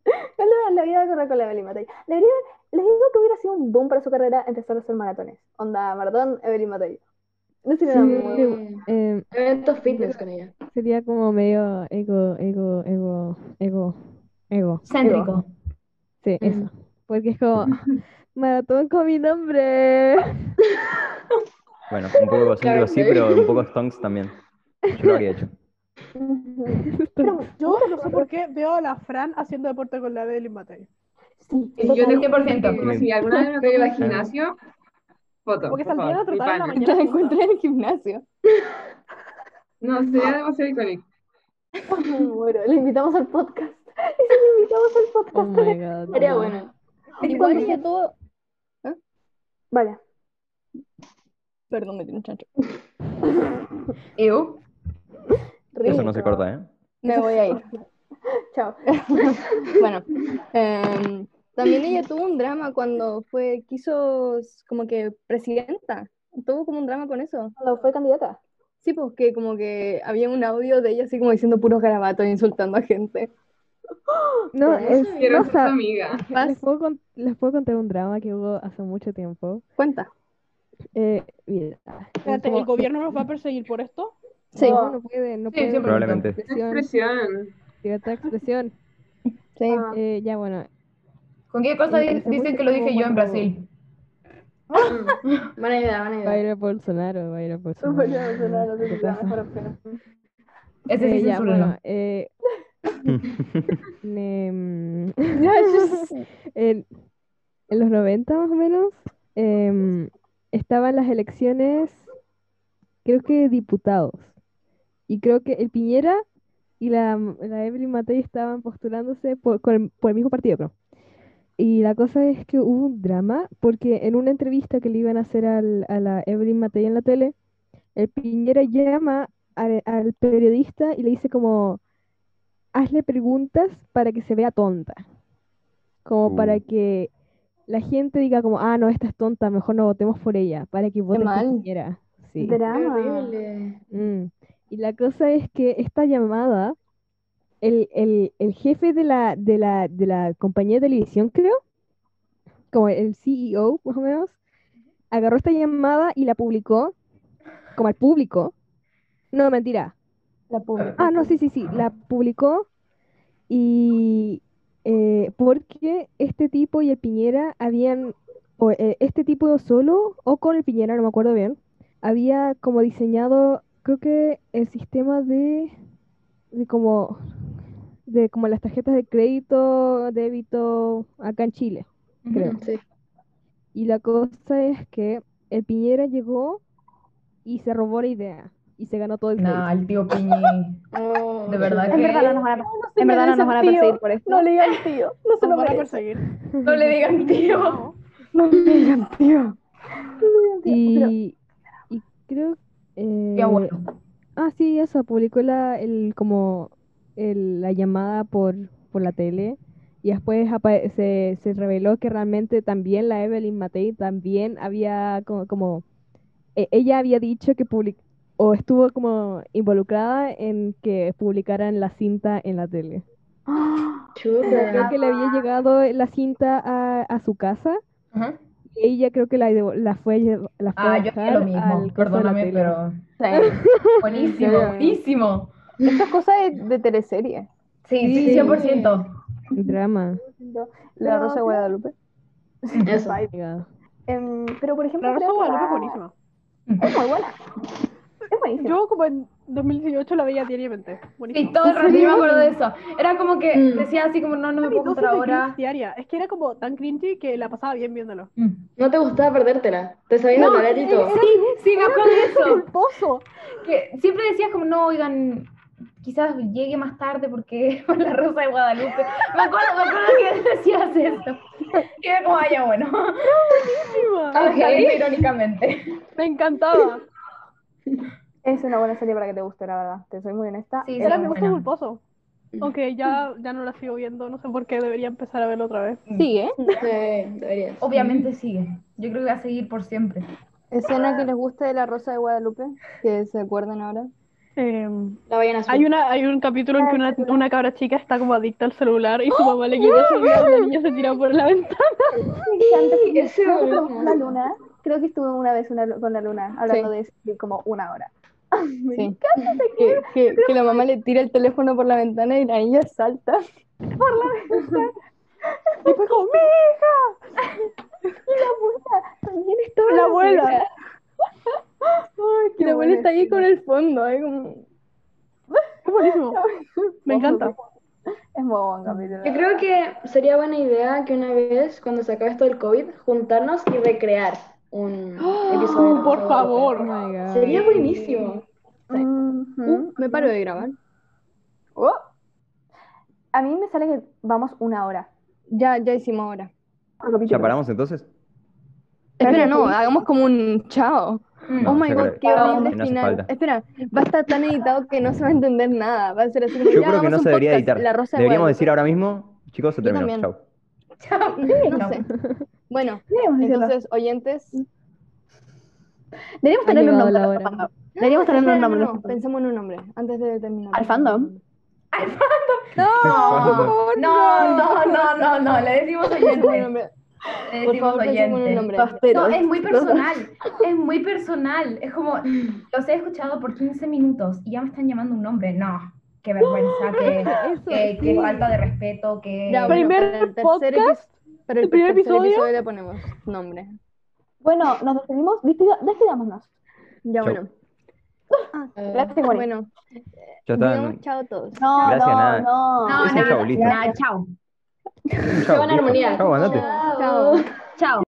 [SPEAKER 8] Es la, la vida de correr con la Evelyn Matei. Debería, les digo que hubiera sido un boom para su carrera empezar a hacer maratones. Onda, maratón, Evelyn Matei. No sería
[SPEAKER 7] Sí.
[SPEAKER 8] muy bueno.
[SPEAKER 6] Eh,
[SPEAKER 7] Eventos fitness con ella.
[SPEAKER 6] sería como medio ego, ego, ego, ego, ego.
[SPEAKER 5] Céntrico.
[SPEAKER 6] Sí, eso. Porque es como [LAUGHS] maratón con mi nombre. [LAUGHS]
[SPEAKER 14] Bueno, un poco
[SPEAKER 6] Claro,
[SPEAKER 14] cósmico sí,
[SPEAKER 6] sí.
[SPEAKER 14] pero un poco stonks también. Yo lo habría hecho.
[SPEAKER 4] Yo no sé por qué veo a la Fran haciendo deporte con la Evelyn Matei.
[SPEAKER 8] Sí,
[SPEAKER 13] Y yo del 100%, como
[SPEAKER 14] Bien.
[SPEAKER 13] si alguna vez me toque ir
[SPEAKER 14] Ah,
[SPEAKER 13] al gimnasio, foto.
[SPEAKER 4] Porque
[SPEAKER 13] por
[SPEAKER 4] saldrían a
[SPEAKER 13] favor, mi
[SPEAKER 4] trotar en la
[SPEAKER 12] [LAUGHS]
[SPEAKER 13] pana.
[SPEAKER 4] mañana.
[SPEAKER 12] La encontré en el gimnasio.
[SPEAKER 13] No, sería demasiado icónico.
[SPEAKER 8] [LAUGHS] Me muero. Le invitamos al podcast. [LAUGHS] Y si le invitamos al podcast.
[SPEAKER 6] Oh my god.
[SPEAKER 7] Sería
[SPEAKER 6] no.
[SPEAKER 7] bueno.
[SPEAKER 12] Igual que todo.
[SPEAKER 8] ¿eh? Vale.
[SPEAKER 12] Perdón, me tiré un chancho.
[SPEAKER 5] E
[SPEAKER 13] Eu.
[SPEAKER 14] Eso no se corta, ¿eh?
[SPEAKER 12] Me voy a ir.
[SPEAKER 8] [LAUGHS] Chao.
[SPEAKER 12] [LAUGHS] Bueno, em, también ella tuvo un drama cuando fue, quiso s- como que presidenta. Tuvo como un drama con eso.
[SPEAKER 8] Cuando fue candidata.
[SPEAKER 12] Sí, porque como que había un audio de ella así como diciendo puros garabatos e insultando a gente.
[SPEAKER 6] No,
[SPEAKER 12] Por eso
[SPEAKER 6] es,
[SPEAKER 13] Quiero
[SPEAKER 6] no
[SPEAKER 13] ser tu
[SPEAKER 6] sab-
[SPEAKER 13] amiga.
[SPEAKER 6] les puedo, con- les puedo contar un drama que hubo hace mucho tiempo.
[SPEAKER 12] Cuenta.
[SPEAKER 6] Eh, mira,
[SPEAKER 4] Espérate,
[SPEAKER 6] como-
[SPEAKER 4] ¿el gobierno nos va a perseguir por esto?
[SPEAKER 12] Sí,
[SPEAKER 6] No, no puede, no
[SPEAKER 13] Sí,
[SPEAKER 6] puede.
[SPEAKER 13] siempre.
[SPEAKER 14] Probablemente.
[SPEAKER 6] Expresión,
[SPEAKER 13] Expresión.
[SPEAKER 6] libertad de [LAUGHS] expresión.
[SPEAKER 12] sí.
[SPEAKER 8] Ah.
[SPEAKER 6] Eh, ya, bueno,
[SPEAKER 5] ¿Con qué cosa
[SPEAKER 6] Y
[SPEAKER 5] di-
[SPEAKER 6] hace
[SPEAKER 5] dicen
[SPEAKER 6] mucho
[SPEAKER 5] que lo dije
[SPEAKER 6] tiempo
[SPEAKER 5] yo en
[SPEAKER 6] cuando-
[SPEAKER 5] Brasil?
[SPEAKER 7] Buena idea, buena
[SPEAKER 6] va a
[SPEAKER 7] idea.
[SPEAKER 6] ir a Bolsonaro, va a ir a Bolsonaro.
[SPEAKER 8] Bueno, no, no, no sé
[SPEAKER 6] ¿Qué
[SPEAKER 8] si sea
[SPEAKER 6] pasa?
[SPEAKER 8] mejor opción.
[SPEAKER 5] Ese sí
[SPEAKER 6] Eh, ya,
[SPEAKER 5] censúralo.
[SPEAKER 6] bueno, eh, ne- mm, [LAUGHS] en, en los 90 más o menos, em, estaban las elecciones, creo que de diputados. Y creo que el Piñera y la, la Evelyn Matei estaban postulándose por, con el, por el mismo partido, creo. Y la cosa es que hubo un drama, porque en una entrevista que le iban a hacer al- a la Evelyn Matei en la tele, el Piñera llama al, al periodista y le dice como, hazle preguntas para que se vea tonta, como para
[SPEAKER 14] Uh.
[SPEAKER 6] que la gente diga como, ah, no, esta es tonta, mejor no votemos por ella, para que voten por
[SPEAKER 12] mal.
[SPEAKER 6] Piñera. Sí.
[SPEAKER 7] Qué
[SPEAKER 8] Drama.
[SPEAKER 7] Ah, horrible.
[SPEAKER 6] Mm. Y la cosa es que esta llamada, el, el- el jefe de la, de la, de la compañía de televisión, creo, como el CEO, más o menos, agarró esta llamada y la publicó, como al público. No, mentira.
[SPEAKER 12] La pobre.
[SPEAKER 6] Ah, no, sí, sí, sí, la publicó y eh, porque este tipo y el Piñera habían, o eh, este tipo solo o con el Piñera, no me acuerdo bien, había como diseñado, creo que el sistema de, de como, de como las tarjetas de crédito, débito acá en Chile, creo.
[SPEAKER 7] Ujú, Sí.
[SPEAKER 6] Y la cosa es que el Piñera llegó y se robó la idea y se ganó todo el crédito.
[SPEAKER 5] Nah, el tío Piñi.
[SPEAKER 7] Oh,
[SPEAKER 5] De verdad
[SPEAKER 8] En verdad no nos
[SPEAKER 5] que.
[SPEAKER 8] van a, en verdad no nos van a perseguir por esto. No le digan tío. No se lo
[SPEAKER 4] Nos van a
[SPEAKER 8] merece.
[SPEAKER 4] perseguir.
[SPEAKER 5] No le digan tío.
[SPEAKER 6] Y, y creo
[SPEAKER 5] Qué
[SPEAKER 6] eh,
[SPEAKER 5] bueno.
[SPEAKER 6] ah sí eso publicó la el como el- la llamada por por la tele y después apa- se, se reveló que realmente también la Evelyn Matei también había co- como, e- ella había dicho que public o estuvo como involucrada en que publicaran la cinta en la tele. Creo
[SPEAKER 7] Chuta.
[SPEAKER 6] que le había llegado la cinta a, a su casa
[SPEAKER 5] Ajá.
[SPEAKER 6] y ella creo que la, devo- la fue a lle- la fue a
[SPEAKER 5] Ah, yo hacía lo
[SPEAKER 6] bajar al
[SPEAKER 5] mismo.
[SPEAKER 6] coso de la
[SPEAKER 5] Perdóname,
[SPEAKER 6] tele.
[SPEAKER 5] pero.
[SPEAKER 12] Sí.
[SPEAKER 5] Buenísimo, buenísimo.
[SPEAKER 12] Esto es cosa de, de teleserie.
[SPEAKER 5] Sí, sí,
[SPEAKER 6] Sí.
[SPEAKER 5] 100%.
[SPEAKER 6] Drama.
[SPEAKER 12] La
[SPEAKER 8] Pero-
[SPEAKER 12] Rosa de Guadalupe.
[SPEAKER 7] Eso.
[SPEAKER 6] Oiga.
[SPEAKER 8] Em, pero por ejemplo,
[SPEAKER 4] La Rosa de
[SPEAKER 8] creo que
[SPEAKER 4] Guadalupe es
[SPEAKER 8] la-
[SPEAKER 4] buenísima.
[SPEAKER 8] Es muy buena. Es buenísima.
[SPEAKER 4] Yo como en 2018 la veía diariamente.
[SPEAKER 5] Sí,
[SPEAKER 4] Buenísima.
[SPEAKER 5] todo el rato yo me acuerdo de eso. Era como que
[SPEAKER 7] Mm.
[SPEAKER 5] decía así como, no, no me
[SPEAKER 4] Mis
[SPEAKER 5] puedo
[SPEAKER 4] dosis
[SPEAKER 5] encontrar
[SPEAKER 4] de cringe
[SPEAKER 5] ahora.
[SPEAKER 4] diaria. Es que era como tan cringy que la pasaba bien viéndolo.
[SPEAKER 5] Mm.
[SPEAKER 7] No te gustaba perdértela. Te sabías el
[SPEAKER 5] No,
[SPEAKER 7] horario y todo. [LAUGHS]
[SPEAKER 5] sí, sí, me acuerdo de eso.
[SPEAKER 4] ¡Culposo!
[SPEAKER 5] Que siempre decías como, no, oigan, quizás llegue más tarde porque [LAUGHS] por la Rosa de Guadalupe. Me acuerdo, me acuerdo que [LAUGHS] decías esto. Y era como, "Ay, ya bueno.
[SPEAKER 4] Ok.
[SPEAKER 5] Exactamente, Irónicamente.
[SPEAKER 4] Me encantaba.
[SPEAKER 8] Es una buena serie para que te guste, la verdad. Te soy muy honesta. Eh,
[SPEAKER 4] Sí,
[SPEAKER 8] Es
[SPEAKER 4] era
[SPEAKER 8] muy
[SPEAKER 4] mi gusto
[SPEAKER 8] buena.
[SPEAKER 4] culposo. Aunque ya, ya no la sigo viendo, no sé por qué debería empezar a verla otra vez.
[SPEAKER 12] Sigue.
[SPEAKER 5] Obviamente sigue. Yo creo que va a seguir por siempre.
[SPEAKER 12] Escena que les guste de la Rosa de Guadalupe, que se acuerden ahora.
[SPEAKER 7] La ballena azul.
[SPEAKER 4] Em, Hay, una, hay un capítulo en que una, una cabra chica está como adicta al celular
[SPEAKER 8] ¡Oh,
[SPEAKER 4] y su mamá le quita el celular y la niña se tira por la ventana.
[SPEAKER 8] Me encanta que-
[SPEAKER 7] Ese
[SPEAKER 8] creo que
[SPEAKER 7] volvemos.
[SPEAKER 8] la luna. Creo que estuve una vez una lu- con la luna hablando
[SPEAKER 12] Sí.
[SPEAKER 8] de eso, y como una hora.
[SPEAKER 12] Me encanta que, que, que la mamá le tira el teléfono por la ventana y la niña salta.
[SPEAKER 8] Por la ventana.
[SPEAKER 4] Y fue como, ¡mi
[SPEAKER 8] Y la abuela también
[SPEAKER 12] [LAUGHS]
[SPEAKER 8] estaba.
[SPEAKER 4] La abuela.
[SPEAKER 8] Ay,
[SPEAKER 12] Y
[SPEAKER 8] qué
[SPEAKER 12] la abuela
[SPEAKER 8] buena
[SPEAKER 12] está ahí con el fondo, ahí como...
[SPEAKER 4] Es buenísimo. Me encanta.
[SPEAKER 8] Es muy buen capítulo.
[SPEAKER 7] Yo creo que sería buena idea que una vez, cuando se acabe esto del COVID, juntarnos y recrear
[SPEAKER 4] [GASPS]
[SPEAKER 7] un episodio. de
[SPEAKER 4] por
[SPEAKER 7] Rosa
[SPEAKER 4] favor.
[SPEAKER 7] Guadalupe.
[SPEAKER 6] Oh
[SPEAKER 7] Sería buenísimo.
[SPEAKER 12] Uh, me paro de grabar.
[SPEAKER 8] Oh. A mí me sale que vamos una hora.
[SPEAKER 12] Ya, ya hicimos ahora.
[SPEAKER 14] ¿Ya paramos entonces?
[SPEAKER 12] Espera, no, hagamos como un chao.
[SPEAKER 14] No,
[SPEAKER 12] oh my
[SPEAKER 14] se
[SPEAKER 12] god,
[SPEAKER 14] acabó.
[SPEAKER 12] qué horrible
[SPEAKER 14] No hace
[SPEAKER 12] final.
[SPEAKER 14] falta.
[SPEAKER 12] Espera, va a estar tan editado que no se va a entender nada. Va a ser así como
[SPEAKER 14] Yo
[SPEAKER 12] ya
[SPEAKER 14] creo que
[SPEAKER 12] hagamos
[SPEAKER 14] no
[SPEAKER 12] un
[SPEAKER 14] se debería
[SPEAKER 12] podcast,
[SPEAKER 14] editar.
[SPEAKER 12] La Rosa de
[SPEAKER 14] Deberíamos
[SPEAKER 12] Guadalupe.
[SPEAKER 14] decir ahora mismo, chicos, se
[SPEAKER 12] Yo
[SPEAKER 14] terminó.
[SPEAKER 12] también.
[SPEAKER 14] Chao.
[SPEAKER 12] No, sé. Bueno, entonces, oyentes.
[SPEAKER 8] Deberíamos
[SPEAKER 12] Ha
[SPEAKER 8] tenerle un
[SPEAKER 12] llegado
[SPEAKER 8] nombre.
[SPEAKER 12] la
[SPEAKER 8] a
[SPEAKER 12] hora.
[SPEAKER 8] nuestro fandom. Deberíamos tenerle un nombre. a
[SPEAKER 12] Espera, no, no,
[SPEAKER 8] nuestro fandom.
[SPEAKER 12] pensemos en un nombre antes de terminar.
[SPEAKER 8] ¿Al fandom?
[SPEAKER 5] No, no, no, no, no, no, le
[SPEAKER 12] [LAUGHS]
[SPEAKER 5] decimos
[SPEAKER 12] Pensemos en un
[SPEAKER 5] oyente.
[SPEAKER 12] nombre.
[SPEAKER 5] Le
[SPEAKER 12] Por
[SPEAKER 5] decimos
[SPEAKER 12] favor, pensemos en un
[SPEAKER 5] oyente.
[SPEAKER 12] nombre.
[SPEAKER 5] No,
[SPEAKER 8] Pasteros.
[SPEAKER 5] es muy personal, es muy personal. Es como, los he escuchado por 15 minutos y ya me están llamando un nombre. No, qué vergüenza,
[SPEAKER 12] [LAUGHS]
[SPEAKER 5] qué,
[SPEAKER 4] Eso,
[SPEAKER 5] qué- qué
[SPEAKER 4] sí.
[SPEAKER 5] falta de respeto, qué...
[SPEAKER 12] Ya, pues, bueno,
[SPEAKER 4] Primer
[SPEAKER 12] para el tercer
[SPEAKER 4] podcast,
[SPEAKER 12] epi- para el,
[SPEAKER 4] el primer
[SPEAKER 12] tercer
[SPEAKER 4] episodio.
[SPEAKER 12] le ponemos nombre.
[SPEAKER 8] Bueno, nos despedimos. Despida- Despidámonos. Ah,
[SPEAKER 12] Ya,
[SPEAKER 14] Chao.
[SPEAKER 12] bueno.
[SPEAKER 8] Gracias, Bonnie.
[SPEAKER 12] Bueno,
[SPEAKER 14] Ya está.
[SPEAKER 12] digamos chao a todos.
[SPEAKER 8] No,
[SPEAKER 14] Gracias,
[SPEAKER 8] no,
[SPEAKER 14] nada.
[SPEAKER 8] no.
[SPEAKER 14] No, Dicen nada, chao, listo. nada,
[SPEAKER 5] chao.
[SPEAKER 14] Chao, listo. Chao, andate.
[SPEAKER 12] Chao.
[SPEAKER 5] Chao.